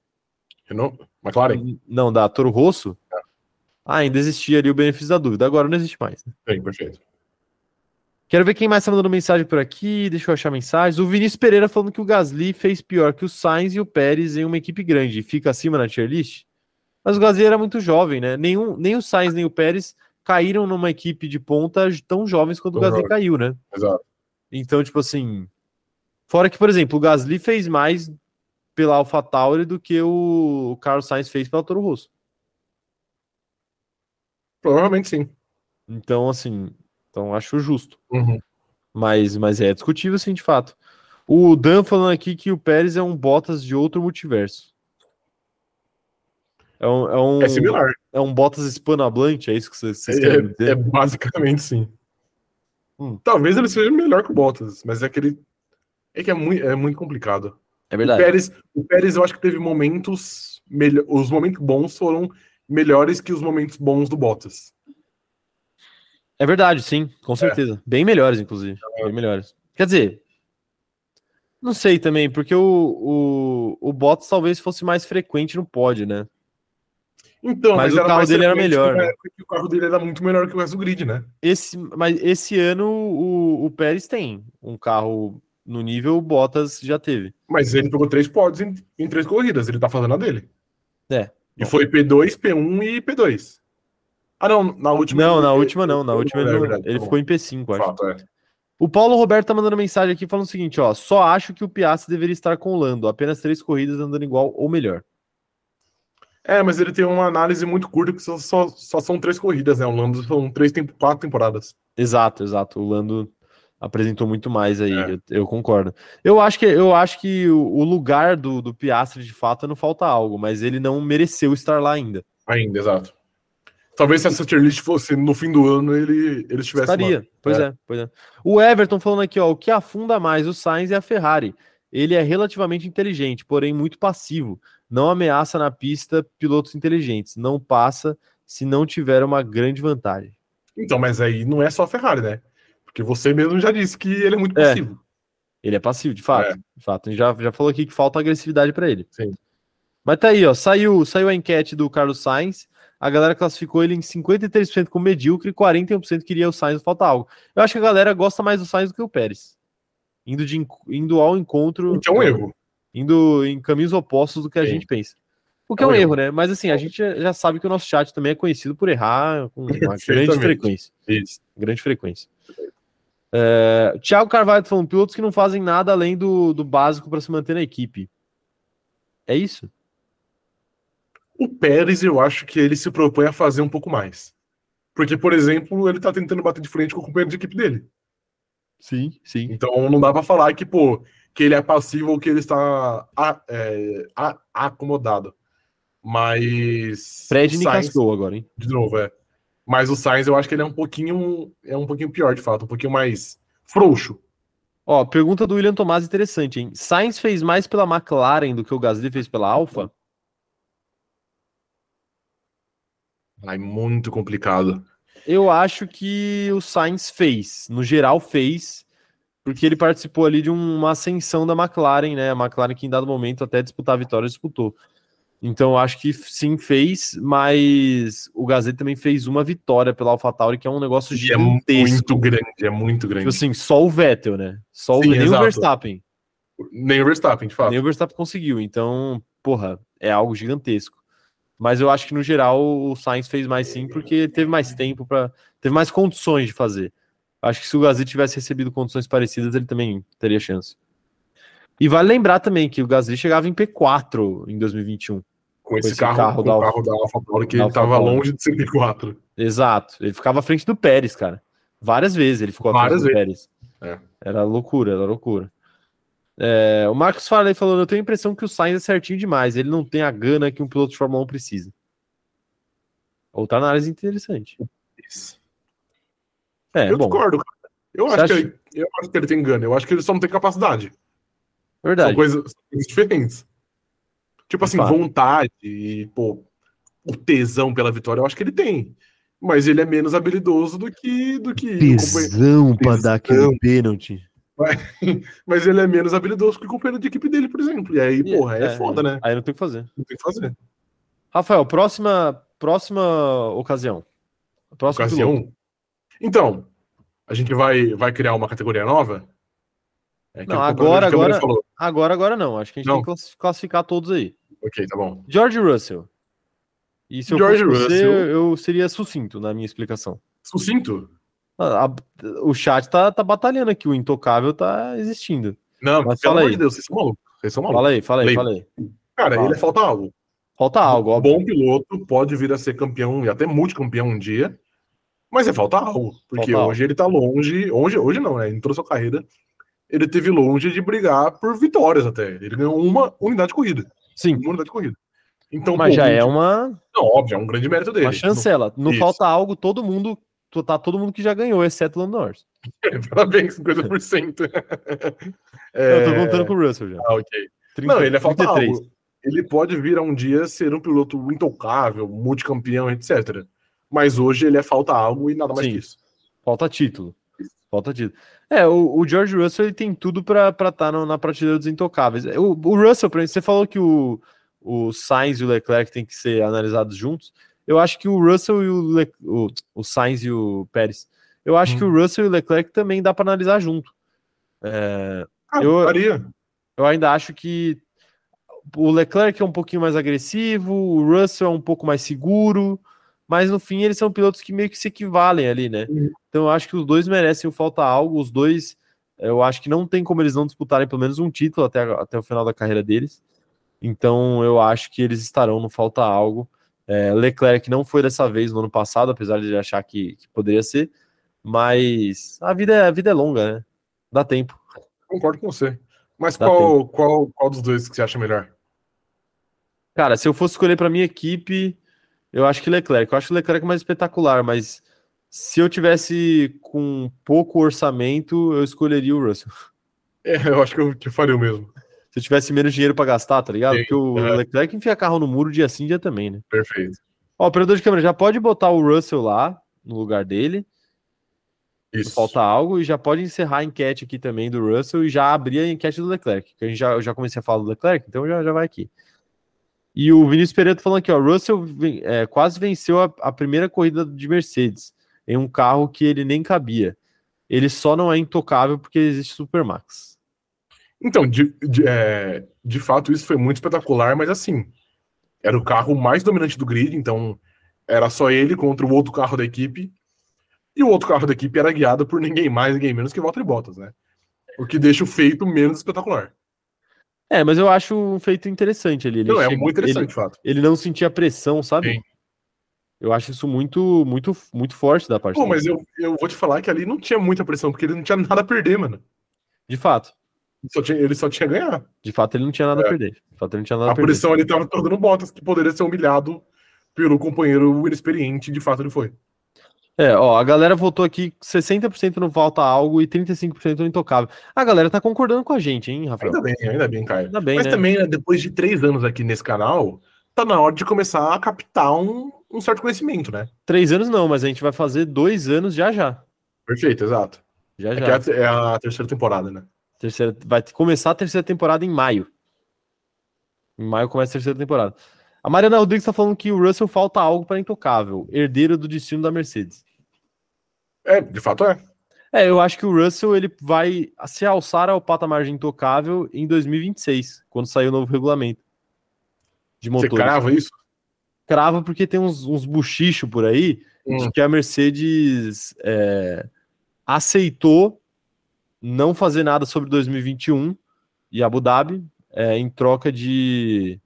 S2: Renault?
S1: Uhum.
S2: McLaren?
S1: não, da Toro Rosso, ah, ainda existia ali o benefício da dúvida. Agora não existe mais. né?
S2: Tem, perfeito.
S1: Quero ver quem mais tá mandando mensagem por aqui. Deixa eu achar mensagens. O Vinícius Pereira falando que o Gasly fez pior que o Sainz e o Pérez em uma equipe grande. e Fica acima na tier list? Mas o Gasly era muito jovem, né? Nenhum, nem o Sainz nem o Pérez caíram numa equipe de ponta tão jovens quanto o
S2: Tão
S1: Gasly
S2: jovem.
S1: caiu, né?
S2: Exato.
S1: Então, tipo assim. Fora que, por exemplo, o Gasly fez mais pela AlphaTauri do que o Carlos Sainz fez pela Toro Rosso.
S2: Provavelmente sim.
S1: Então, assim. Então, acho justo.
S2: Uhum.
S1: Mas, mas é discutível, sim, de fato. O Dan falando aqui que o Pérez é um Bottas de outro multiverso. É um, é um,
S2: É similar.
S1: é um Bottas hispanohablante, é isso que vocês, vocês querem
S2: É, é
S1: dizer?
S2: basicamente sim.
S1: Hum.
S2: Talvez ele seja melhor que o Bottas, mas é aquele. É que é muito, é muito complicado.
S1: É
S2: O Pérez, o Pérez, eu acho que teve momentos. Melho... Os momentos bons foram melhores que os momentos bons do Bottas.
S1: É verdade, sim, com certeza. Bem melhores, inclusive. Bem melhores. Quer dizer, não sei também, porque o, o, o Bottas talvez fosse mais frequente no pódio, né?
S2: Então,
S1: Mas o carro
S2: mais
S1: dele era
S2: frequente
S1: melhor,
S2: na
S1: né?
S2: época que O carro dele era muito melhor que o resto do grid, né?
S1: Esse, mas esse ano o, o Pérez tem um carro no nível Bottas já teve.
S2: Mas ele pegou três pódios em, em três corridas, ele tá fazendo a dele.
S1: É.
S2: E foi P2, P1 e P2. Ah, não, na última.
S1: Não,
S2: ele-
S1: na última não. Na última
S2: é
S1: ele, não-
S2: verdade,
S1: ele
S2: tá
S1: ficou
S2: bom.
S1: em P5, acho.
S2: Fato, é.
S1: O Paulo Roberto tá mandando mensagem aqui falando o seguinte, ó. Só acho que o Piastri deveria estar com o Lando. Apenas três corridas andando igual ou melhor.
S2: É, mas ele tem uma análise muito curta, porque só, só, só são três corridas, né? O Lando são três, tempo, quatro temporadas.
S1: Exato, exato. O Lando apresentou muito mais aí.
S2: É.
S1: Eu, eu concordo. Eu acho que, eu acho que o, o lugar do, do Piastri, de fato, não falta algo. Mas ele não mereceu estar lá ainda.
S2: Ainda, exato. Talvez se essa tier list fosse no fim do ano, ele, ele estivesse lá.
S1: Estaria. Pois é. pois é. O Everton falando aqui, ó. O que afunda mais o Sainz é a Ferrari. Ele é relativamente inteligente, porém muito passivo. Não ameaça na pista pilotos inteligentes. Não passa se não tiver uma grande vantagem.
S2: Então, mas aí não é só a Ferrari, né? Porque você mesmo já disse que ele é muito
S1: É.
S2: passivo.
S1: Ele é passivo, de fato.
S2: É.
S1: De fato. A gente já, já falou aqui que falta agressividade para ele.
S2: Sim.
S1: Mas tá aí, ó. Saiu, saiu a enquete do Carlos Sainz. A galera classificou ele em 53% como medíocre e 41% queria o Sainz falta algo. Eu acho que a galera gosta mais do Sainz do que o Pérez. Indo, de, enco- indo ao encontro.
S2: O que é um erro.
S1: indo em caminhos opostos do que a
S2: Sim.
S1: gente pensa. O que é
S2: É
S1: um
S2: um
S1: erro, né? Mas assim, a gente já sabe que o nosso chat também é conhecido por errar com uma grande
S2: Perfeitamente.
S1: frequência.
S2: Isso.
S1: Grande frequência. É, Thiago Carvalho tá falando, pilotos que não fazem nada além do, do básico para se manter na equipe. É isso?
S2: O Pérez, eu acho que ele se propõe a fazer um pouco mais. Porque, por exemplo, ele tá tentando bater de frente com o companheiro de equipe dele.
S1: Sim, sim.
S2: Então não dá pra falar que, pô, que ele é passivo ou que ele está a- é, a- acomodado. Mas.
S1: Fred
S2: o Sainz,
S1: Nicasgol agora, hein?
S2: De novo, é. Mas o Sainz eu acho que ele é um pouquinho. É um pouquinho pior, de fato, um pouquinho mais frouxo.
S1: Ó, pergunta do William Tomás interessante, hein? Sainz fez mais pela McLaren do que o Gasly fez pela Alfa?
S2: Ai, é muito complicado.
S1: Eu acho que o Sainz fez, no geral fez, porque ele participou ali de um, uma ascensão da McLaren, né? A McLaren que em dado momento até disputar a vitória disputou. Então eu acho que sim fez, mas o Gasly também fez uma vitória pela AlphaTauri, que é um negócio
S2: E é muito
S1: gigantesco.
S2: grande, é muito grande.
S1: Tipo assim, só o Vettel, né? Só o
S2: Sim,
S1: nem o
S2: exato.
S1: Verstappen.
S2: Nem o Verstappen, de fato.
S1: Nem o Verstappen conseguiu. Então, porra, é algo gigantesco. Mas eu acho que no geral o Sainz fez mais sim, porque ele teve mais tempo para, teve mais condições de fazer. Acho que se o Gasly tivesse recebido condições parecidas, ele também teria chance. E vale lembrar também que o Gasly chegava em P4 em 2021.
S2: Com esse,
S1: esse
S2: carro,
S1: carro
S2: com
S1: da
S2: o
S1: Alfa-
S2: carro da Alfa Tauri, que
S1: da
S2: ele tava
S1: Alfa Tauri.
S2: longe de ser P4.
S1: Exato. Ele ficava à frente do Pérez, cara. Várias vezes ele ficou à
S2: Várias É.
S1: frente do Pérez. Era loucura, era loucura. É, o Marcos Farley falando: eu tenho a impressão que o Sainz é certinho demais, ele não tem a gana que um piloto de Fórmula 1 precisa. Outra análise interessante. É,
S2: eu
S1: bom,
S2: discordo, cara. Eu
S1: Você
S2: acho, que
S1: acha-
S2: ele, eu acho que ele tem engano. Eu acho que ele só não tem capacidade. São
S1: verdade.
S2: coisas são coisas diferentes. Tipo
S1: De
S2: assim,
S1: fato.
S2: vontade e, pô, o tesão pela vitória, eu acho que ele tem. Mas ele é menos habilidoso do que. Do que o companheiro- pra dar aquele
S1: pênalti.
S2: Mas ele é menos habilidoso que o companheiro de equipe dele, por exemplo. E aí, porra, é, foda, né?
S1: Aí não tem o que fazer.
S2: Não tem o que fazer.
S1: Rafael, próxima, próxima ocasião. Próximo
S2: Ocasião.
S1: piloto.
S2: assim, é um. Então, a gente vai, vai criar uma categoria nova? É, que
S1: Não,
S2: o companheiro
S1: agora-
S2: de câmera
S1: agora-
S2: Falou.
S1: Agora, agora não. Acho que a gente
S2: Não.
S1: tem que classi- classificar todos aí.
S2: Ok, tá bom.
S1: George Russell. E se eu
S2: George
S1: fosse você,
S2: Russell.
S1: eu seria sucinto na minha explicação. Ah,
S2: Sucinto?
S1: A- a- o chat tá, tá batalhando aqui, o intocável tá existindo.
S2: Não,
S1: Mas
S2: pelo
S1: fala
S2: amor
S1: aí.
S2: de Deus, vocês são malucos. Vocês são malucos.
S1: Fala aí, fala aí,
S2: Lembra.
S1: fala aí.
S2: Cara,
S1: Fala.
S2: ele é falta algo.
S1: Falta algo,
S2: Um
S1: óbvio.
S2: bom piloto pode vir a ser campeão e até multicampeão um dia, mas é falta algo, porque
S1: Falta
S2: hoje ele tá longe, hoje, hoje não, né? Entrou sua carreira, ele teve longe de brigar por vitórias até. Ele ganhou uma unidade de corrida,
S1: Sim,
S2: uma unidade de corrida. Então,
S1: mas
S2: pô,
S1: já é
S2: não,
S1: uma,
S2: óbvio, é um grande mérito dele.
S1: uma chancela. Não
S2: Isso.
S1: falta algo, todo mundo. Tá todo mundo que já ganhou, exceto o Lando Norris.
S2: Parabéns, 50%. é...
S1: Eu tô contando com o Russell já.
S2: ah, ok.
S1: 30,
S2: não, ele é falta
S1: 33.
S2: algo. Ele pode vir a um dia ser um piloto intocável, multicampeão, etc. Mas hoje ele é falta algo e nada mais
S1: Sim.
S2: que isso.
S1: Falta título. Falta título. É, o, o George Russell ele tem tudo pra estar na prateleira dos intocáveis. É, O, o Russell, por exemplo, você falou que o, o Sainz e o Leclerc têm que ser analisados juntos. Eu acho que o Russell e o, Le- o, o Sainz e o Pérez. Eu acho
S2: Hum.
S1: que o Russell e o Leclerc também dá pra analisar junto. É,
S2: Ah,
S1: Eu-
S2: faria.
S1: eu ainda acho que o Leclerc é um pouquinho mais agressivo, o Russell é um pouco mais seguro, mas no fim eles são pilotos que meio que se equivalem ali, né?
S2: Uhum.
S1: Então eu acho que os dois merecem o falta algo, os dois eu acho que não tem como eles não disputarem pelo menos um título até, até o final da carreira deles. Então eu acho que eles estarão no falta algo. É, Leclerc não foi dessa vez no ano passado, apesar de ele achar que, que poderia ser, mas a vida, é- a vida é longa, né? Dá tempo.
S2: Concordo com você. Mas
S1: Dá
S2: qual, qual, qual dos dois que você acha melhor?
S1: Cara, se eu fosse escolher para minha equipe, eu acho que Leclerc. Eu acho o Leclerc é mais espetacular, mas se eu tivesse com pouco orçamento, eu escolheria o Russell.
S2: É, eu acho que eu, que eu faria o mesmo.
S1: Se eu tivesse menos dinheiro para gastar, tá ligado?
S2: Sim,
S1: Porque o
S2: é.
S1: Leclerc enfia carro no muro dia sim, dia também, né?
S2: Perfeito.
S1: Ó, operador de câmera, já pode botar o Russell lá no lugar dele, se
S2: Isso.
S1: falta algo, e já pode encerrar a enquete aqui também do Russell e já abrir a enquete do Leclerc, que a gente já, eu já comecei a falar do Leclerc, então já, já vai aqui. E o Vinícius Pereira tá falando aqui, ó, Russell ven- é, quase venceu a, a primeira corrida de Mercedes em um carro que ele nem cabia. Ele só não é intocável porque existe Supermax.
S2: Então, de, de, é, de fato, isso foi muito espetacular, mas assim, era o carro mais dominante do grid, então era só ele contra o outro carro da equipe. E o outro carro da equipe era guiado por ninguém mais, ninguém menos que Valtteri Bottas, né? O que deixa o feito menos espetacular.
S1: É, mas eu acho um feito interessante ali. Ele
S2: Não, é
S1: chega-
S2: muito
S1: ele-
S2: interessante, de fato.
S1: Ele, não sentia pressão, sabe?
S2: Sim.
S1: Eu acho isso muito, muito, muito forte da parte
S2: Pô,
S1: dele.
S2: mas eu, eu vou te falar que ali não tinha muita pressão, porque ele não tinha nada a perder, mano.
S1: De fato.
S2: Só tinha- ele só tinha a ganhar.
S1: De fato, ele não tinha nada a
S2: É.
S1: perder. De fato, ele não tinha nada a,
S2: A
S1: perder.
S2: pressão ele tava tornando Bottas, que poderia ser humilhado pelo companheiro inexperiente, de fato ele foi.
S1: É, ó, a galera votou aqui 60% não falta algo e 35% no intocável. A galera tá concordando com a gente, hein, Rafael?
S2: Ainda bem, ainda bem, Caio.
S1: Ainda bem,
S2: tá- Mas
S1: né?
S2: também, né, depois de três anos aqui nesse canal, tá na hora de começar a captar um, um certo conhecimento, né?
S1: Três anos não, mas a gente vai fazer dois anos já já.
S2: Perfeito, exato.
S1: Já
S2: É,
S1: já.
S2: que é a te- é a terceira temporada, né?
S1: Terceira, vai te- começar a terceira temporada em maio. Em maio começa a terceira temporada. A Mariana Rodrigues tá falando que o Russell falta algo para intocável. Herdeiro do destino da Mercedes.
S2: É, de fato é.
S1: É, eu acho que o Russell ele vai se alçar ao patamar de intocável em 2026, quando sair o novo regulamento de né?
S2: Você
S1: motores.
S2: crava isso?
S1: Cravo porque tem uns, uns buchichos por aí de
S2: Hum.
S1: que a Mercedes é, aceitou não fazer nada sobre 2021 e Abu Dhabi é, em troca de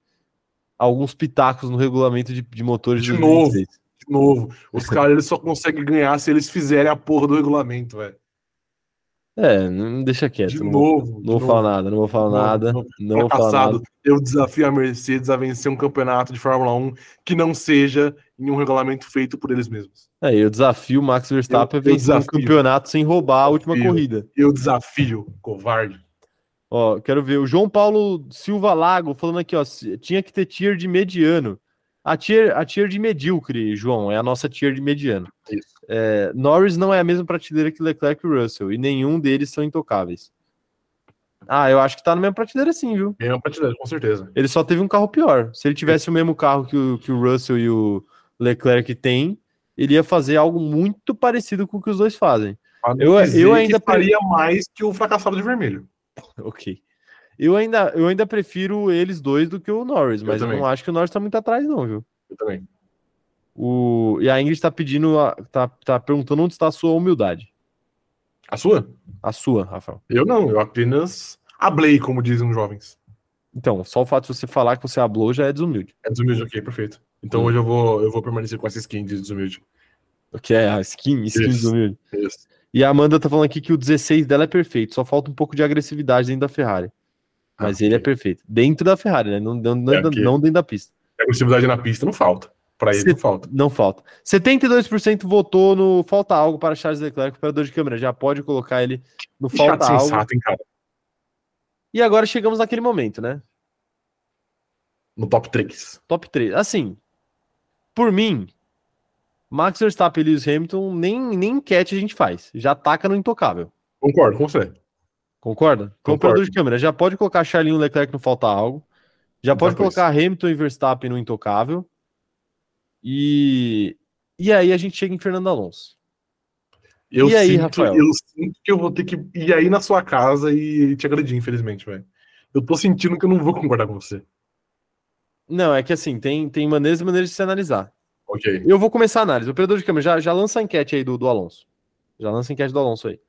S1: alguns pitacos no regulamento de, de motores
S2: De
S1: 2026.
S2: De novo. Os caras eles só conseguem ganhar se eles fizerem a porra do regulamento, velho.
S1: É, não deixa quieto.
S2: De
S1: não vou-
S2: novo.
S1: Não vou falar nada, não vou falar
S2: Não,
S1: nada,
S2: não.
S1: não vou falar
S2: Fracassado,
S1: nada.
S2: eu desafio a Mercedes a vencer um campeonato de Fórmula 1 que não seja em um regulamento feito por eles mesmos.
S1: É, eu desafio o Max Verstappen
S2: Eu-
S1: a
S2: eu
S1: vencer um
S2: desafio.
S1: campeonato sem roubar a última
S2: Desafio.
S1: corrida.
S2: Eu desafio, covarde.
S1: Ó, quero ver. O João Paulo Silva Lago falando aqui, ó. se- Tinha que ter tier de mediano. A tier, a tier de medíocre, João, é a nossa tier de mediano.
S2: Isso.
S1: É, Norris não é a mesma prateleira que Leclerc e Russell, e nenhum deles são intocáveis. Ah, eu acho que tá na mesma prateleira sim, viu?
S2: Mesma prateleira, com certeza.
S1: Ele só teve um carro pior. Se ele tivesse o mesmo carro que o, que o Russell e o Leclerc têm, ele ia fazer algo muito parecido com o que os dois fazem.
S2: A não
S1: Eu- eu
S2: dizer que
S1: ainda pre-
S2: faria mais que o fracassado de vermelho.
S1: Ok. Eu ainda, eu ainda prefiro eles dois do que o Norris, mas eu,
S2: também.
S1: não acho que o Norris tá muito atrás, não, viu?
S2: Eu também.
S1: O... E a Ingrid tá pedindo, a- tá, tá perguntando onde está a sua humildade.
S2: A sua?
S1: A sua, Rafael.
S2: Eu não, eu apenas ablei, como dizem os jovens.
S1: Então, só o fato de você falar que você ablou já é desumilde.
S2: É desumilde, ok, perfeito. Então
S1: Hum.
S2: hoje eu vou, eu vou permanecer com essa skin de desumilde.
S1: O que é a skin, skin
S2: Isso.
S1: desumilde.
S2: Isso.
S1: E a Amanda tá falando aqui que o 16 dela é perfeito, só falta um pouco de agressividade dentro da Ferrari. Mas
S2: Ah,
S1: ele é
S2: ok.
S1: perfeito. Dentro da Ferrari, né? Não, não, não,
S2: É, ok.
S1: não dentro da pista.
S2: Agressividade na pista não falta. Pra ele
S1: Se-
S2: não falta.
S1: Não falta. 72% votou no falta algo para Charles Leclerc, operador de câmera. Já pode colocar ele no
S2: Que
S1: falta
S2: chato
S1: algo.
S2: sensato, hein, cara?
S1: E agora chegamos naquele momento, né?
S2: No top 3.
S1: Top 3. Assim, por mim, Max Verstappen e Lewis Hamilton, nem, nem enquete a gente faz. Já taca no intocável.
S2: Concordo com você.
S1: Concorda? Então,
S2: Concordo.
S1: operador de câmera, já pode colocar Charlinho e Leclerc no falta algo. Já pode
S2: Outra coisa.
S1: colocar Hamilton e Verstappen no intocável. E, e aí a gente chega em Fernando Alonso.
S2: Eu
S1: E aí,
S2: sinto,
S1: Rafael?
S2: eu sinto que eu vou ter que ir aí na sua casa e te agredir, infelizmente, velho. Eu tô sentindo que eu não vou concordar com você.
S1: Não, é que assim, tem, tem maneiras e maneiras de se analisar.
S2: Ok.
S1: Eu vou começar a análise. Operador de câmera, já, já lança a enquete aí do, do Alonso. Já lança a enquete do Alonso aí.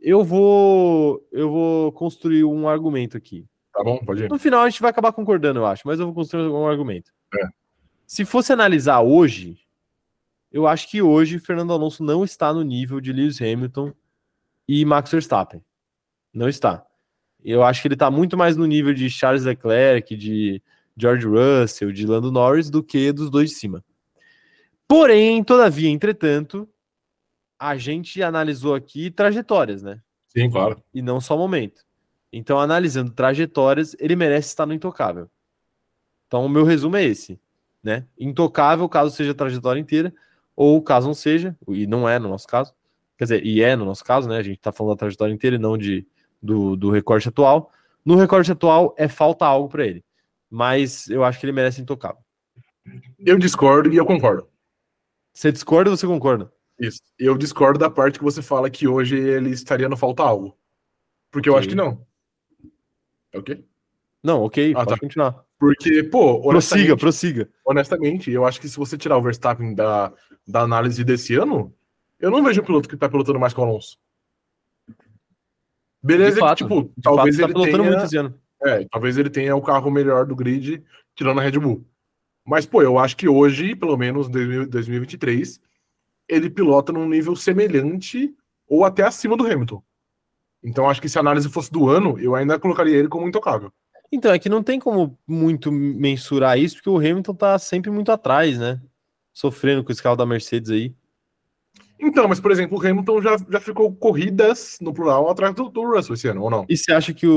S1: Eu vou, eu vou construir um argumento aqui.
S2: Tá bom? Pode ir.
S1: No final a gente vai acabar concordando, eu acho, mas eu vou construir um argumento.
S2: É.
S1: Se fosse analisar hoje, eu acho que hoje Fernando Alonso não está no nível de Lewis Hamilton e Max Verstappen. Não está. Eu acho que ele está muito mais no nível de Charles Leclerc, de George Russell, de Lando Norris do que dos dois de cima. Porém, todavia, entretanto, a gente analisou aqui trajetórias, né?
S2: Sim, claro.
S1: e não só momento. Então, analisando trajetórias, ele merece estar no intocável. Então, o meu resumo é esse, né? Intocável, caso seja a trajetória inteira, ou caso não seja, e não é no nosso caso, quer dizer, e é no nosso caso, né? A gente tá falando da trajetória inteira e não de, do, do recorte atual. No recorte atual, é falta algo para ele. Mas eu acho que ele merece intocável.
S2: Eu discordo e eu concordo.
S1: Você discorda ou você concorda?
S2: Isso. Eu discordo da parte que você fala que hoje ele estaria no falta algo. Porque eu
S1: Ok.
S2: acho que não. Ok?
S1: Não, ok,
S2: Ah,
S1: pode
S2: tá.
S1: continuar.
S2: Porque, pô, tá honestamente,
S1: Prossiga, prossiga.
S2: honestamente, eu acho que se você tirar o Verstappen da, da análise desse ano, eu não vejo um piloto que tá pilotando mais que o Alonso. Beleza,
S1: De
S2: que,
S1: fato,
S2: tipo,
S1: de
S2: talvez
S1: fato, tá
S2: ele
S1: pilotando
S2: tenha...
S1: muito esse ano.
S2: É, talvez ele tenha o carro melhor do grid, tirando a Red Bull. Mas, pô, eu acho que hoje, pelo menos em 2000 2023, ele pilota num nível semelhante ou até acima do Hamilton. Então, acho que se a análise fosse do ano, eu ainda colocaria ele como intocável.
S1: Então, é que não tem como muito mensurar isso, porque o Hamilton tá sempre muito atrás, né? Sofrendo com esse carro da Mercedes aí.
S2: Então, mas, por exemplo, o Hamilton já, já ficou corridas, no plural, atrás do, do Russell esse ano, ou não?
S1: E você acha que o,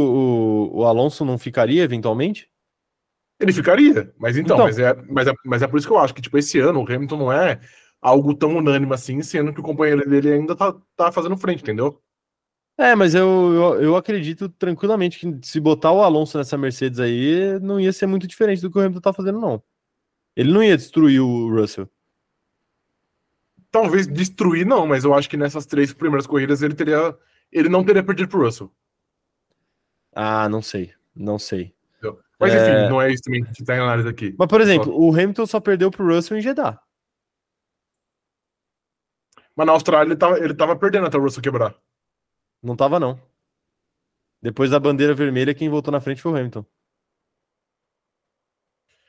S1: o- o Alonso não ficaria eventualmente?
S2: Ele ficaria, mas então,
S1: Então.
S2: Mas, é, mas, é, mas é por isso que eu acho que, tipo, esse ano o Hamilton não é algo tão unânime assim, sendo que o companheiro dele ainda tá, tá fazendo frente, entendeu?
S1: É, mas eu, eu, eu acredito tranquilamente que se botar o Alonso nessa Mercedes aí, não ia ser muito diferente do que o Hamilton tá fazendo, não. Ele não ia destruir o Russell.
S2: talvez destruir, não, mas eu acho que nessas três primeiras corridas ele teria. Ele não teria perdido pro Russell.
S1: Ah, não sei. Não sei.
S2: Entendeu? Mas enfim,
S1: É.
S2: não é isso também que tá em análise aqui.
S1: Mas, por exemplo, o Hamilton só perdeu pro Russell em Jeddah.
S2: Mas na Austrália ele tava, ele tava perdendo até o Russell quebrar.
S1: Não tava, não. Depois da bandeira vermelha, quem voltou na frente foi o Hamilton.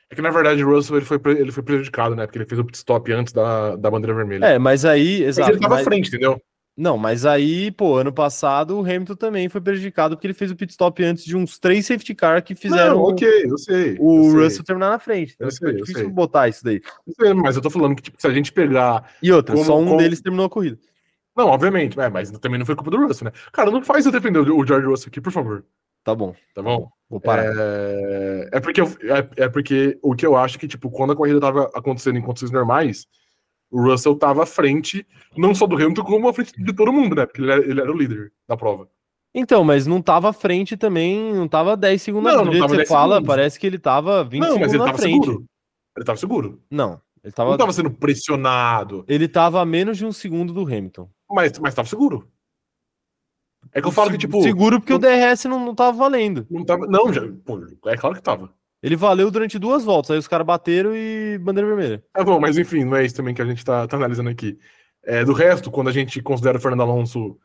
S2: É que na verdade o Russell ele foi, pre- ele foi prejudicado, né? Porque ele fez o pit stop antes da, da bandeira vermelha.
S1: É, mas aí,
S2: mas
S1: exato.
S2: ele tava à
S1: mas-
S2: frente, entendeu?
S1: Não, mas aí, pô, ano passado o Hamilton também foi prejudicado porque ele fez o pit stop antes de uns três safety car que fizeram
S2: Não,
S1: o-
S2: ok, eu sei.
S1: o
S2: eu sei.
S1: Russell terminar na frente. Então
S2: Eu
S1: ficou
S2: sei, eu
S1: difícil
S2: sei.
S1: botar isso daí.
S2: Eu sei, Mas eu tô falando que tipo, se a gente pegar
S1: E outra,
S2: Como-
S1: só um
S2: como-
S1: deles terminou a corrida.
S2: Não, obviamente, é, mas também não foi culpa do Russell, né? Cara, não faz eu defender o George Russell aqui, por favor,
S1: Tá bom,
S2: tá bom?
S1: vou parar.
S2: É, é porque eu- é, é porque o que eu acho que, tipo, quando a corrida tava acontecendo em condições normais, o Russell tava à frente, não só do Hamilton, como à frente de todo mundo, né? Porque ele era, ele era o líder da prova.
S1: Então, mas não tava à frente também, não tava 10 segundos
S2: Não,
S1: do
S2: não
S1: jeito que
S2: tava
S1: você
S2: 10
S1: fala,
S2: segundos.
S1: parece que ele tava 20
S2: Não,
S1: segundos
S2: mas ele
S1: na
S2: tava
S1: frente.
S2: seguro. Ele tava seguro.
S1: Não, ele
S2: Não
S1: tava,
S2: tava sendo pressionado,
S1: ele tava a menos de um segundo do Hamilton.
S2: mas, mas tava seguro. É que eu falo que, tipo,
S1: Seguro porque o
S2: não-
S1: DRS não, não tava valendo.
S2: não tava. Não, já, pô, é claro que tava.
S1: Ele valeu durante duas voltas, aí os caras bateram e bandeira vermelha.
S2: Tá bom, mas enfim, não é isso também que a gente tá, tá analisando aqui. É, do resto, quando a gente considera o Fernando Alonso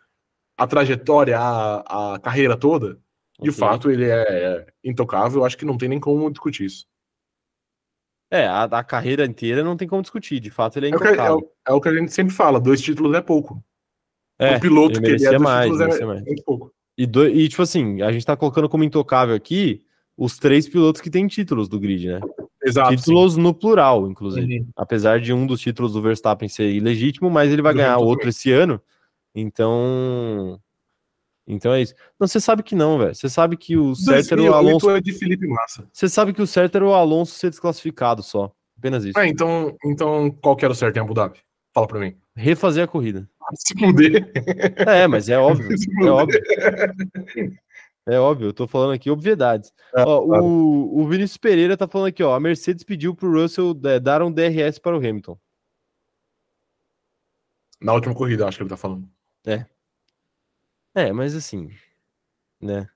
S2: a trajetória, a, a carreira toda, de
S1: Ok.
S2: fato ele é intocável, eu acho que não tem nem como discutir isso.
S1: É, a, a carreira inteira não tem como discutir, de fato ele é
S2: É o, que, é,
S1: intocável.
S2: o- é o que a gente sempre fala, dois títulos é pouco.
S1: É,
S2: o piloto
S1: ele
S2: que ele é,
S1: merecia
S2: dois
S1: mais,
S2: títulos é-
S1: merecia
S2: é,
S1: mais.
S2: muito pouco.
S1: E, do- e, tipo assim, a gente tá colocando como intocável aqui os três pilotos que têm títulos do grid, né?
S2: Exato.
S1: títulos no plural,
S2: sim.
S1: inclusive. Apesar de um dos títulos do Verstappen ser ilegítimo, mas ele vai
S2: Do
S1: ganhar
S2: Hamilton
S1: outro esse ano. Então. Então é isso. Não, você sabe que não, velho. Você sabe que o certo era o
S2: 2008
S1: Alonso.
S2: é de Felipe Massa.
S1: Você sabe que o certo era o Alonso ser desclassificado só. Apenas isso.
S2: Ah, então, então qual que era o certo em Abu Dhabi? Fala pra mim.
S1: Refazer a corrida.
S2: Se fuder.
S1: É, mas é óbvio.
S2: se
S1: É
S2: fuder.
S1: óbvio. É óbvio, eu tô falando aqui obviedades.
S2: É,
S1: Ó,
S2: claro.
S1: o, o Vinícius Pereira tá falando aqui, ó. A Mercedes pediu pro Russell é, dar um DRS para o Hamilton.
S2: Na última corrida, eu acho que ele tá falando.
S1: É, mas assim, né?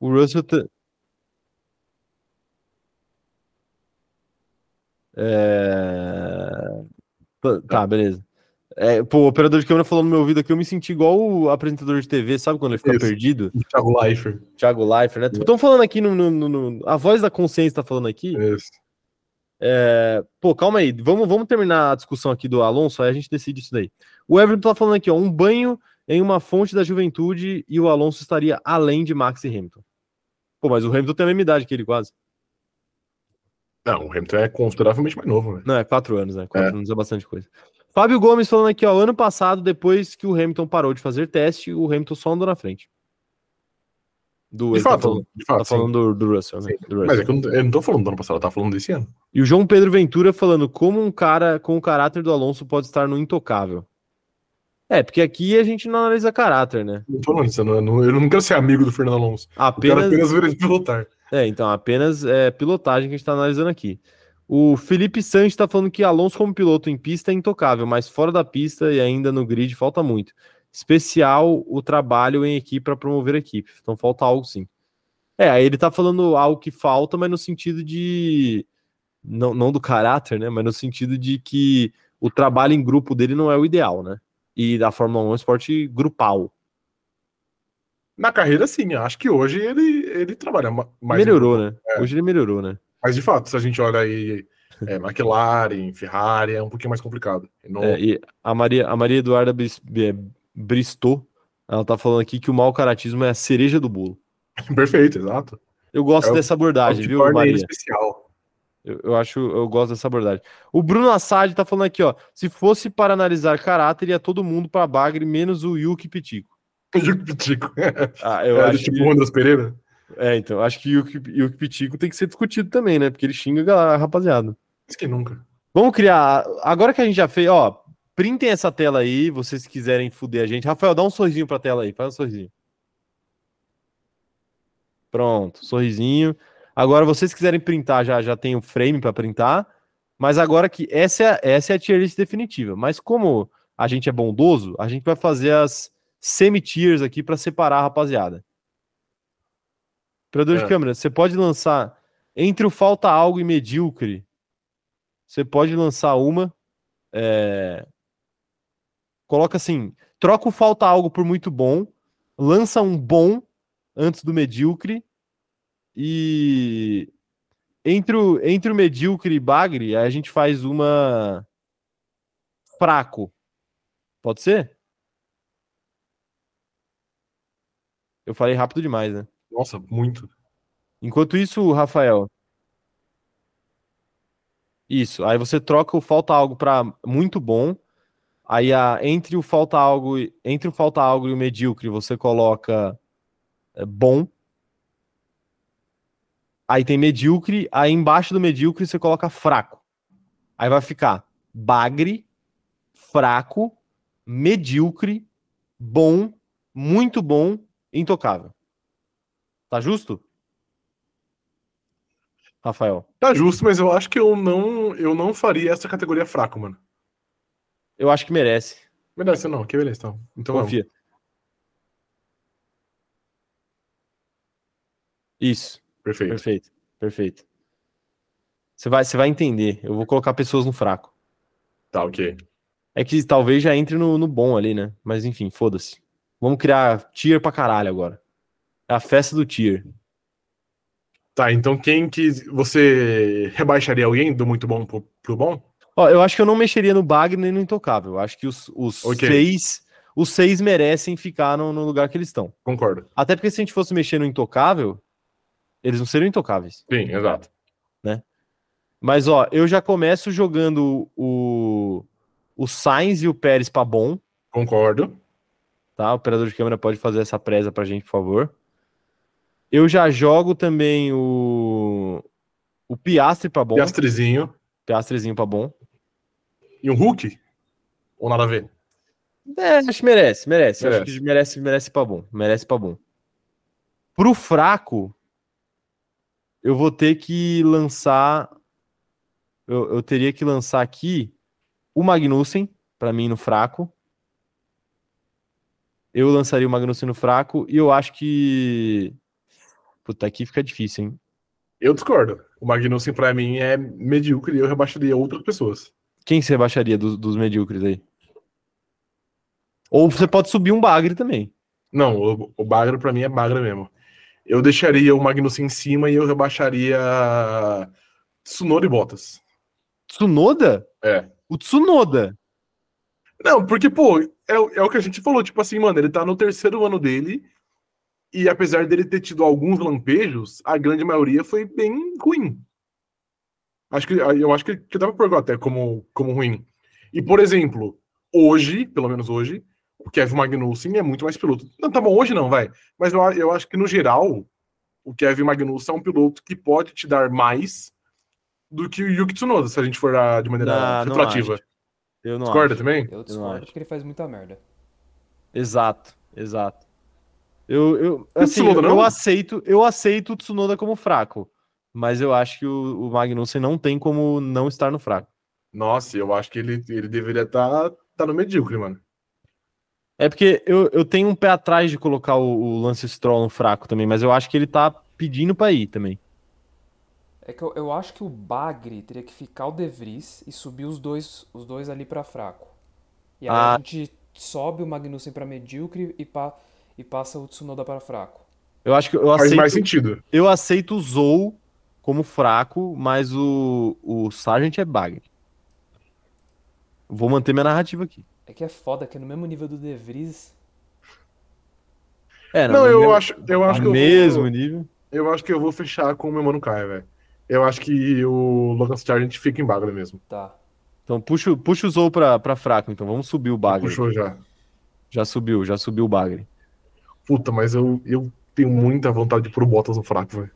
S1: O Russell. tá- ta- É... Tá, tá, beleza. É, pô, o operador de câmera falou no meu ouvido aqui, eu me senti igual o apresentador de TV, sabe quando ele fica
S2: Isso.
S1: perdido?
S2: Thiago Leifert.
S1: Thiago Leifert, né? Estão falando aqui no, no- no- no- A voz da consciência tá falando aqui.
S2: Isso.
S1: É, pô, calma aí. Vamos, vamos terminar a discussão aqui do Alonso, aí a gente decide isso daí. O Everton tá falando aqui, ó, um banho em uma fonte da juventude e o Alonso estaria além de Max e Hamilton. Pô, mas o Hamilton tem a mesma idade que ele quase.
S2: Não, o Hamilton é consideravelmente mais novo, né?
S1: Não, é quatro anos, né? Quatro anos é bastante coisa. Fábio Gomes falando aqui, ó, ano passado, depois que o Hamilton parou de fazer teste, o Hamilton só andou na frente. Do,
S2: De
S1: ele tá
S2: fato,
S1: falando-
S2: de
S1: tá
S2: fato. sim.
S1: falando do, do Russell, né? Do Russell.
S2: Mas é que eu não, eu não tô falando do ano passado, eu tava falando desse ano.
S1: E o João Pedro Ventura falando como um cara com o caráter do Alonso pode estar no intocável. É, porque aqui a gente não analisa caráter, né?
S2: Não tô falando disso, eu não, eu não quero ser amigo do Fernando Alonso. Eu quero
S1: Apenas,
S2: apenas ver ele pilotar.
S1: é, então, apenas é, pilotagem que a gente tá analisando aqui. O Felipe Sanches tá falando que Alonso como piloto em pista é intocável, mas fora da pista e ainda no grid falta muito. Especial o trabalho em equipe para promover a equipe. Então falta algo sim. É, aí ele tá falando algo que falta, mas no sentido de. Não, não do caráter, né? Mas no sentido de que o trabalho em grupo dele não é o ideal, né? E da Fórmula 1 é um esporte grupal.
S2: Na carreira, sim, eu acho que hoje ele, ele trabalha ma- mais.
S1: melhorou, né? Hoje ele melhorou, né?
S2: Mas de fato, se a gente olha aí é, McLaren, Ferrari, é um pouquinho mais complicado. Ele não-
S1: É, e a Maria, a Maria Eduarda Bris- é, Bristol, ela tá falando aqui que o mau caratismo é a cereja do bolo.
S2: Perfeito, exato.
S1: Eu gosto
S2: É o-
S1: dessa
S2: É o
S1: abordagem,
S2: que
S1: Ah, viu,
S2: torna ele
S1: Maria?
S2: especial.
S1: Eu, eu acho, eu gosto dessa abordagem. O Bruno Assad tá falando aqui, ó. Se fosse para analisar caráter, ia todo mundo para Bagre, menos o Yuki Pitico.
S2: Juco Pitico.
S1: Ah, eu
S2: é,
S1: acho
S2: tipo
S1: que,
S2: o Andrés Pereira.
S1: é, então, acho que o Yuki, Yuki Pitico tem que ser discutido também, né? Porque ele xinga a galera, rapaziada.
S2: Mas quem nunca?
S1: Vamos criar. Agora que a gente já fez, ó, printem essa tela aí, vocês quiserem fuder a gente. Rafael, dá um sorrisinho pra tela aí, faz um sorrisinho. Pronto, sorrisinho. Agora vocês quiserem printar, já, um já tem o frame pra printar. Mas agora que essa é, a- essa é a tier list definitiva. Mas como a gente é bondoso, a gente vai fazer as semi-tiers aqui para separar a rapaziada. Operador
S2: É.
S1: de câmera, você pode lançar entre o falta algo e medíocre. Você pode lançar uma. é, Coloca assim: troca o falta algo por muito bom, lança um bom antes do medíocre e entre o, entre o medíocre e bagre, aí a gente faz uma fraco. Pode ser? Eu falei rápido demais, né?
S2: Nossa, muito.
S1: Enquanto isso, Rafael. Isso. Aí você troca o falta algo para muito bom. Aí a, entre o falta algo, e- entre o falta algo e o medíocre, você coloca é, bom. Aí tem medíocre, aí embaixo do medíocre você coloca fraco. Aí vai ficar bagre, fraco, medíocre, bom, muito bom, intocável. Tá justo? Rafael.
S2: Tá justo, mas eu acho que eu não, eu não faria essa categoria fraco, mano.
S1: Eu acho que merece.
S2: Merece não, que beleza. Então, então vamos.
S1: Confia. Isso,
S2: Perfeito.
S1: perfeito, perfeito. Você vai, você vai entender. Eu vou colocar pessoas no fraco.
S2: Tá, ok.
S1: É que talvez já entre no, no bom ali, né? Mas enfim, foda-se. Vamos criar tier pra caralho agora. É a festa do tier.
S2: Tá, então quem que você rebaixaria alguém do muito bom pro, pro bom?
S1: Ó, eu acho que eu não mexeria no Bagner nem no Intocável. Eu acho que os, os
S2: Ok.
S1: seis. Os seis merecem ficar no- no lugar que eles estão.
S2: Concordo.
S1: Até porque se a gente fosse mexer no intocável, eles não seriam intocáveis.
S2: Sim, exato.
S1: Mas ó, eu já começo jogando o o Sainz e o Pérez para bom,
S2: Concordo.
S1: tá? O operador de câmera pode fazer essa presa pra gente, por favor. Eu já jogo também o o Piastre para bom,
S2: Piastrizinho.
S1: Piastrezinho para bom.
S2: E um Hulk? Ou nada a ver?
S1: É, acho que merece, merece. Acho
S2: Merece.
S1: que merece, merece pra bom. Merece pra bom. Pro fraco, eu vou ter que lançar. Eu, eu teria que lançar aqui o Magnussen, pra mim, no fraco. Eu lançaria o Magnussen no fraco e eu acho que. Puta, aqui fica difícil, hein?
S2: Eu discordo. O Magnussen, pra mim, é medíocre e eu rebaixaria outras pessoas.
S1: Quem você baixaria dos, dos medíocres aí? Ou você pode subir um bagre também.
S2: Não, o, o Bagra, pra mim, é Bagra mesmo. Eu deixaria o Magnussen em cima e eu rebaixaria Tsunoda e Bottas.
S1: Tsunoda?
S2: É.
S1: O Tsunoda.
S2: Não, porque, pô, é, o- é o que a gente falou, tipo assim, mano, ele tá no terceiro ano dele, e apesar dele ter tido alguns lampejos, a grande maioria foi bem ruim. Acho que eu acho que, que dá pra pôr até como, como ruim. E, por exemplo, hoje, pelo menos hoje, o Kevin Magnussen é muito mais piloto. Não, tá bom, hoje não, vai. Mas eu, a- eu acho que, no geral, o Kevin Magnussen é um piloto que pode te dar mais do que o Yuki Tsunoda, se a gente for ah, de maneira
S1: Não, não
S2: retroativa.
S1: Eu não
S2: Discorda
S1: acho.
S2: também?
S3: Eu discordo
S1: acho.
S3: porque ele faz muita merda.
S1: Exato, exato. Eu, eu,
S2: o
S1: assim,
S2: Tsunoda
S1: eu,
S2: não?
S1: aceito, eu aceito o Tsunoda como fraco, mas eu acho que o, o Magnussen não tem como não estar no fraco.
S2: Nossa, eu acho que ele, ele deveria estar tá, tá no medíocre, mano.
S1: É porque eu, eu tenho um pé atrás de colocar o, o Lance Stroll no fraco também, mas eu acho que ele tá pedindo pra ir também.
S3: É que eu, eu acho que o Bagre teria que ficar o De Vries e subir os dois, os dois ali pra fraco. E aí
S1: Ah.
S3: a gente sobe o Magnussen pra medíocre e, pa, e passa o Tsunoda pra fraco.
S1: Eu acho que eu
S2: Faz mais
S1: aceito,
S2: sentido.
S1: eu aceito o Zou como fraco, mas o, o Sargent é bagre. Vou manter minha narrativa aqui.
S3: É que é foda que é no mesmo nível do De Vries.
S1: É,
S2: Não, eu
S1: mesmo,
S2: acho, eu acho que eu
S1: Tá mesmo
S2: vou,
S1: nível.
S2: eu acho que eu vou fechar com o meu mano Caio, velho. Eu acho que o Logan Sargent fica em Bagre mesmo.
S3: Tá.
S1: Então puxa, o- puxa o Zou pra, pra fraco, então vamos subir o bagre.
S2: Puxou já.
S1: Já subiu, já subiu o bagre.
S2: Puta, mas eu, eu tenho muita vontade de pôr o Bottas no fraco, velho.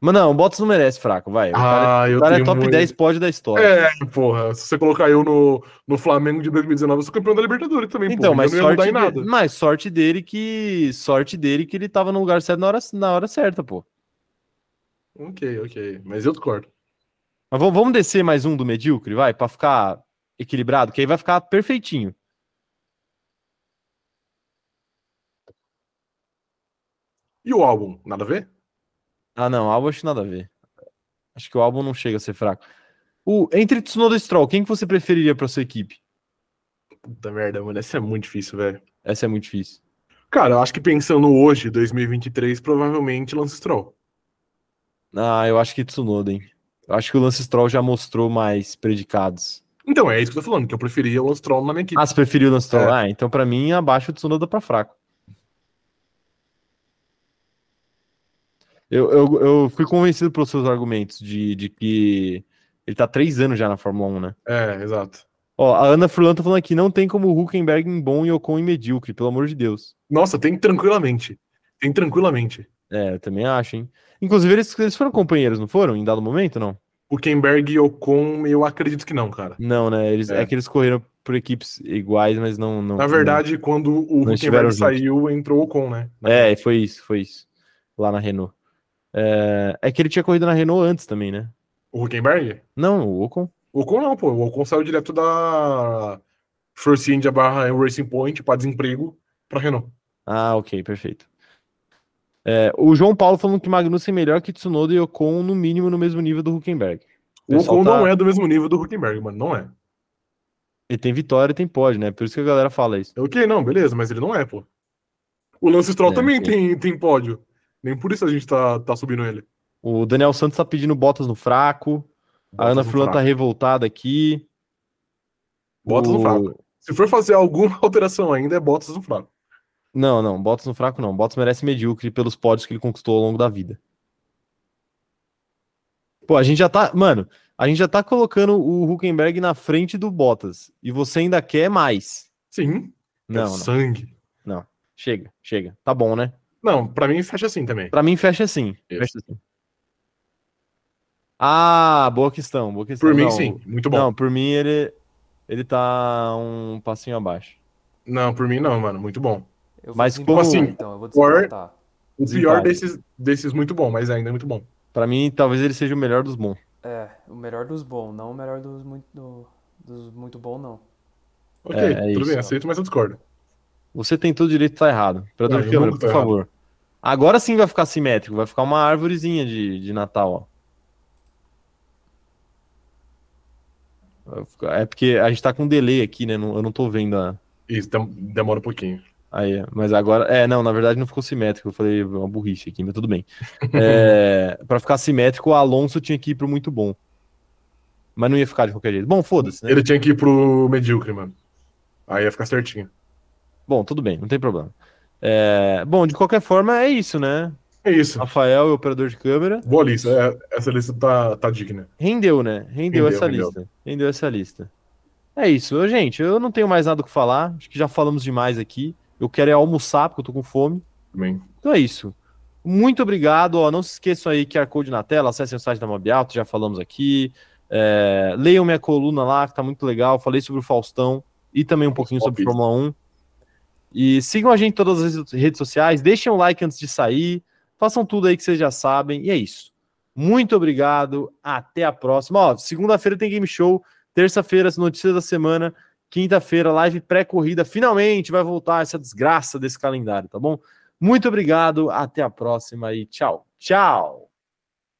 S1: Mas não, o Bottas não merece fraco, vai. O cara,
S2: Ah, eu
S1: o cara é
S2: tenho
S1: top
S2: muito-
S1: 10 pódio da história.
S2: É, porra. Se você colocar eu no, no Flamengo de 2019, eu sou campeão da Libertadores também,
S1: então,
S2: porra.
S1: mas
S2: eu não ia
S1: sorte,
S2: mudar em nada.
S1: dele, mas sorte dele que. Sorte dele que ele tava no lugar certo na hora, na hora certa, pô.
S2: Ok, ok. Mas eu discordo.
S1: Mas vamos, vamos descer mais um do medíocre, vai, pra ficar equilibrado, que aí vai ficar perfeitinho.
S2: E o álbum? Nada a ver?
S1: Ah, não, o álbum acho nada a ver. Acho que o álbum não chega a ser fraco. O, entre Tsunoda e Stroll, quem que você preferiria para sua equipe?
S2: Puta merda, mano. Essa é muito difícil, velho.
S1: Essa é muito difícil.
S2: Cara, eu acho que pensando hoje, 2023, provavelmente Lance Stroll.
S1: Ah, eu acho que Tsunoda, hein? Eu acho que o Lance Stroll já mostrou mais predicados.
S2: Então, é isso que eu tô falando, que eu preferia o Lance Stroll na minha equipe.
S1: Ah, você preferiu o Lance Stroll? Ah, então para mim abaixo o Tsunoda para fraco. Eu, eu, eu fui convencido pelos seus argumentos de, de que ele tá três anos já na Fórmula 1, né?
S2: É, exato.
S1: Ó, a Ana Furlan tá falando aqui, não tem como o Huckenberg em bom e Ocon em medíocre, pelo amor de Deus.
S2: Nossa, tem tranquilamente. Tem tranquilamente.
S1: É, eu também acho, hein? Inclusive, eles, eles foram companheiros, não foram? Em dado momento, não?
S2: Huckenberg e Ocon, eu acredito que não, cara.
S1: Não, né? Eles, é.
S2: É.
S1: que eles correram por equipes iguais, mas não. não
S2: Na verdade, quando o
S1: Não estiveram
S2: Huckenberg
S1: juntos.
S2: saiu, entrou o Ocon, né?
S1: não- É, foi isso, foi isso. Lá na Renault. É, é que ele tinha corrido na Renault antes também, né?
S2: O Huckenberg?
S1: Não, o Ocon.
S2: O Ocon não, pô. O Ocon saiu direto da Force India barra Racing Point pra desemprego pra Renault.
S1: Ah, ok, perfeito. É, o João Paulo falando que Magnussen é melhor que Tsunoda e Ocon, no mínimo, no mesmo nível do Huckenberg.
S2: O
S1: pessoal
S2: Ocon
S1: tá-
S2: não é do mesmo nível do Huckenberg, mano. Não é.
S1: Ele tem vitória e tem pódio, né? Por isso que a galera fala isso.
S2: É ok, não, beleza, mas ele não é, pô. O Lance Stroll
S1: É,
S2: também
S1: ok.
S2: tem, tem pódio. Nem por isso a gente tá, tá subindo ele.
S1: O Daniel Santos tá pedindo botas no fraco. a Ana
S2: Bottas no
S1: Fulano tá
S2: fraco.
S1: revoltada aqui.
S2: Bottas no
S1: O-
S2: fraco. Se for fazer alguma alteração ainda, é Bottas no fraco.
S1: Não, não, Bottas no fraco não. Bottas merece medíocre pelos pódios que ele conquistou ao longo da vida. Pô, a gente já tá. Mano, a gente já tá colocando o Huckenberg na frente do Bottas. E você ainda quer mais.
S2: Sim, é
S1: Não, não.
S2: sangue.
S1: Chega, chega. Tá bom, né?
S2: Não, pra mim fecha assim também.
S1: Pra mim, fecha assim.
S2: Isso.
S1: Fecha assim. Ah, boa questão, boa questão.
S2: Por mim,
S1: Não,
S2: sim. Muito bom. Não.
S1: Não, por mim ele. Ele tá um passinho abaixo.
S2: por mim não, mano. Muito bom.
S3: Eu vou
S1: Mas
S3: desempatar,
S2: como assim?
S3: Então, eu vou
S2: Or-
S3: desempatar.
S2: O
S1: Desempate.
S2: pior desses, desses, muito bom, mas ainda é muito bom.
S1: Pra mim, talvez ele seja o melhor dos bons.
S3: É, o melhor dos bons, não o melhor dos muito, do- dos muito bom, não.
S2: Ok,
S1: É, é
S2: tudo
S1: isso.
S2: bem, aceito, mas eu discordo.
S1: Você tem todo o direito de estar errado. Operador
S2: Ah,
S1: de
S2: eu
S1: câmera,
S2: nunca tô
S1: por favor. Agora sim vai ficar simétrico, vai ficar uma árvorezinha de, de Natal, ó. Vai ficar- É porque a gente tá com um delay aqui, né? Não- Eu não tô vendo a.
S2: Isso, dem- demora um pouquinho.
S1: Aí, mas agora. É, não, na verdade não ficou simétrico. Eu falei uma burrice aqui, mas tudo bem. É, pra ficar simétrico, o Alonso tinha que ir pro muito bom. Mas não ia ficar de qualquer jeito. Bom, foda-se, né?
S2: Ele tinha que ir pro medíocre, mano. Aí ia ficar certinho.
S1: Bom, tudo bem, não tem problema. É, bom, de qualquer forma, é isso, né?
S2: É isso.
S1: Rafael é o operador de câmera.
S2: Boa lista. É, essa lista tá, tá digna.
S1: Rendeu, né? Rendeu,
S2: Rendeu,
S1: essa
S2: rendeu.
S1: lista. Rendeu essa lista. É isso, eu, gente. Eu não tenho mais nada o que falar. Acho que já falamos demais aqui. Eu quero é almoçar, porque eu tô com fome.
S2: Também.
S1: Então é isso. Muito obrigado. Ó, não se esqueçam aí, QR Code na tela, acessem o site da Mobialto, já falamos aqui. É, leiam minha coluna lá, que tá muito legal. Falei sobre o Faustão e também um pouquinho sobre
S2: Palpite.
S1: Fórmula 1. E sigam a gente em todas as redes sociais, deixem o like antes de sair, façam tudo aí que vocês já sabem. E é isso. Muito obrigado, até a próxima. Ó, segunda-feira tem game show, terça-feira as notícias da semana, quinta-feira live pré-corrida. Finalmente vai voltar essa desgraça desse calendário, tá bom? Muito obrigado, até a próxima e tchau. Tchau.